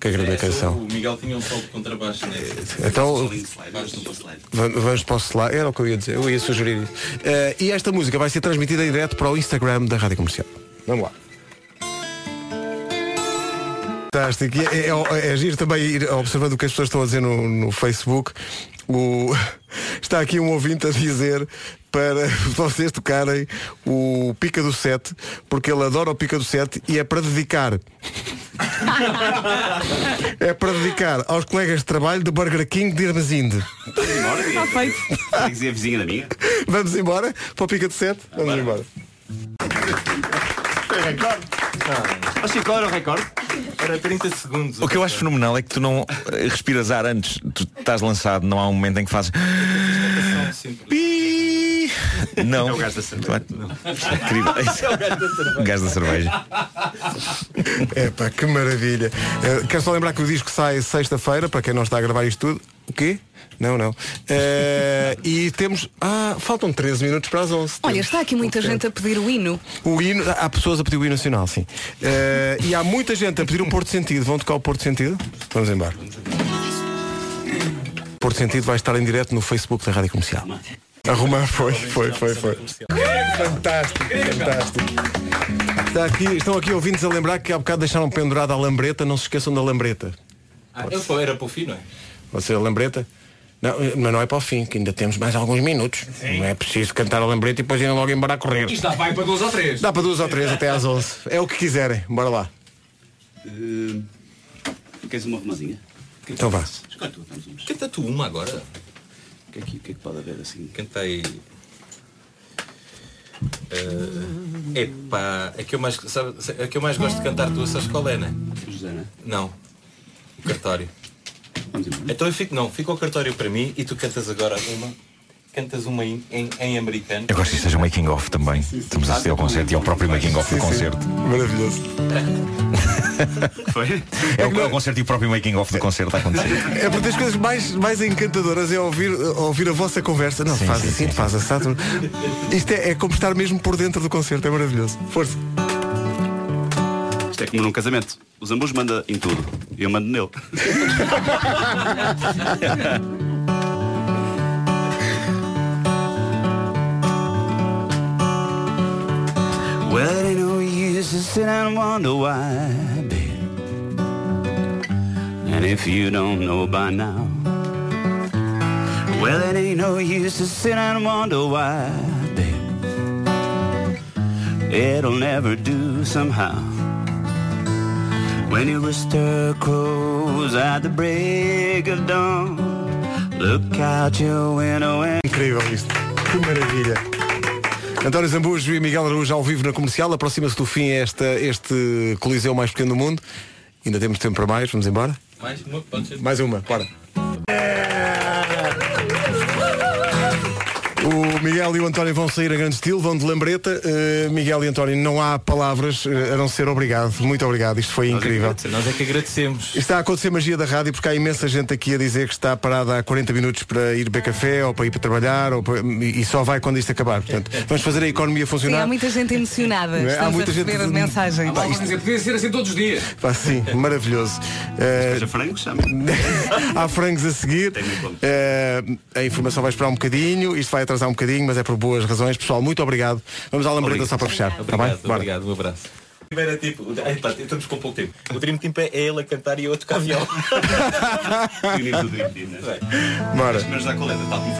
[SPEAKER 1] Que grande canção.
[SPEAKER 22] É, O Miguel tinha um solo de contrabaixo nesse.
[SPEAKER 1] Então-
[SPEAKER 22] Vais no slide.
[SPEAKER 1] Va- Vamos para o celular, era o que eu ia dizer, eu ia sugerir isso. Eh, e esta música vai ser transmitida em direto para o Instagram da Rádio Comercial. Vamos lá. Fantástico. E É, é, é giro também ir observando o que as pessoas estão a dizer no, no Facebook. O- Está aqui um ouvinte a dizer para vocês tocarem o Pica do Sete, porque ele adora o Pica do Sete e é para dedicar. É para dedicar aos colegas de trabalho do Burger King de Irmesinde.
[SPEAKER 7] Está Tá feito. Dizia a vizinha da minha.
[SPEAKER 1] Vamos embora para o Pica do Sete? Vamos embora.
[SPEAKER 7] Recorde.
[SPEAKER 22] Ah, Chico, era o recorde? Era 30 segundos.
[SPEAKER 9] O que eu acho fenomenal é que tu não eh, respiras ar antes, tu estás lançado, não há um momento em que fazes. Pi! Não. É o gás da cerveja. É Incrível.
[SPEAKER 22] É
[SPEAKER 9] O gás da cerveja.
[SPEAKER 1] É pá, que maravilha. Eh, quero só lembrar que o disco sai sexta-feira, para quem não está a gravar isto tudo. O quê? Não, não. Eh, e temos. Ah, faltam 13 minutos para as 11.
[SPEAKER 2] Olha, está aqui muita gente a pedir o hino.
[SPEAKER 1] O hino, há pessoas a pedir o hino nacional, sim. Eh, e há muita gente a pedir o Porto Sentido. Vão tocar o Porto Sentido? Vamos embora. Porto Sentido vai estar em direto no Facebook da Rádio Comercial. Arrumar foi, foi, foi, foi. Fantástico, fantástico. Está aqui, estão aqui ouvintes a lembrar que há bocado deixaram pendurada a lambreta, não se esqueçam da lambreta.
[SPEAKER 22] Ah, eu só era para o fim, não é?
[SPEAKER 1] Você a lambreta? Não, mas não é para o fim, que ainda temos mais alguns minutos. Não é preciso cantar a lambreta e depois irem logo embora a correr.
[SPEAKER 6] Isto dá vai para duas ou três.
[SPEAKER 1] Dá para duas ou três até às 11. É o que quiserem. Bora lá.
[SPEAKER 7] Uh, queres uma remazinha?
[SPEAKER 1] Então vá.
[SPEAKER 7] Escolhe tu, damos umas.
[SPEAKER 22] Canta tá tu uma agora.
[SPEAKER 7] O que é que, o que é que pode haver assim?
[SPEAKER 22] Canta aí. Eh, epá, é que eu mais, sabe, é que eu mais gosto de cantar tu, sabes qual é, né?
[SPEAKER 7] José, né?
[SPEAKER 22] Não. O cartório. Então eu fico, não, fica o cartório para mim e tu cantas agora uma. Cantas uma em, em, em americano.
[SPEAKER 9] Eu gosto que seja um making off também. Estamos a assistir ao concerto e ao próprio making off do concerto.
[SPEAKER 1] Maravilhoso.
[SPEAKER 9] Foi? É o, é o concerto e o próprio making off do concerto a acontecer.
[SPEAKER 1] É porque das coisas mais, mais encantadoras é ouvir, ouvir a vossa conversa. Não, faz assim, faz assado. Isto é, é como estar mesmo por dentro do concerto, é maravilhoso. Força.
[SPEAKER 7] Isto é como num casamento. O Zambus manda em tudo. E eu mando nele.
[SPEAKER 18] Well, it ain't no use to sit and wonder why, babe.
[SPEAKER 7] And if you don't know by now,
[SPEAKER 18] Well, it ain't no use to sit and wonder why, babe. It'll never do somehow. When your rooster crows at the break of dawn, look out your window and
[SPEAKER 1] Incrível isto. Que maravilha. António Zambujo e Miguel Araújo ao vivo na comercial. Aproxima-se do fim esta, este coliseu mais pequeno do mundo. Ainda temos tempo para mais, vamos embora?
[SPEAKER 22] Mais uma, pode ser.
[SPEAKER 1] Mais uma, para. O Miguel e o António vão sair a grande estilo, vão de lambreta. Eh, Miguel e António, não há palavras eh, a não ser obrigado. Muito obrigado, isto foi incrível.
[SPEAKER 22] Nós é que agradecemos.
[SPEAKER 1] Está a acontecer magia da rádio porque há imensa gente aqui a dizer que está parada há 40 minutos para ir beber café ou para ir para trabalhar ou para- e só vai quando isto acabar. Portanto, vamos fazer a economia
[SPEAKER 2] Sim, há
[SPEAKER 1] funcionar.
[SPEAKER 2] muita gente emocionada.
[SPEAKER 1] Não é? Há
[SPEAKER 2] Estamos
[SPEAKER 1] muita
[SPEAKER 2] a receber
[SPEAKER 1] gente-
[SPEAKER 2] a mensagem.
[SPEAKER 1] Pá, isto-
[SPEAKER 6] Podia ser assim todos os dias.
[SPEAKER 1] Pá, sim, maravilhoso. Eh, Há frangos a seguir. Eh, a informação vai esperar um bocadinho. Isto vai atrasar um bocadinho, mas é por boas razões. Pessoal, muito obrigado. Vamos à lambreta só para fechar. Tá bem?
[SPEAKER 22] Obrigado, obrigado, um abraço. Primeiro é tipo, ai, pá, estamos com pouco tempo. O Dream Team é ele a cantar e eu a tocar viola.
[SPEAKER 7] o menino do Dream Team, né?
[SPEAKER 1] Bora.
[SPEAKER 7] Mas é dá coleta, tal como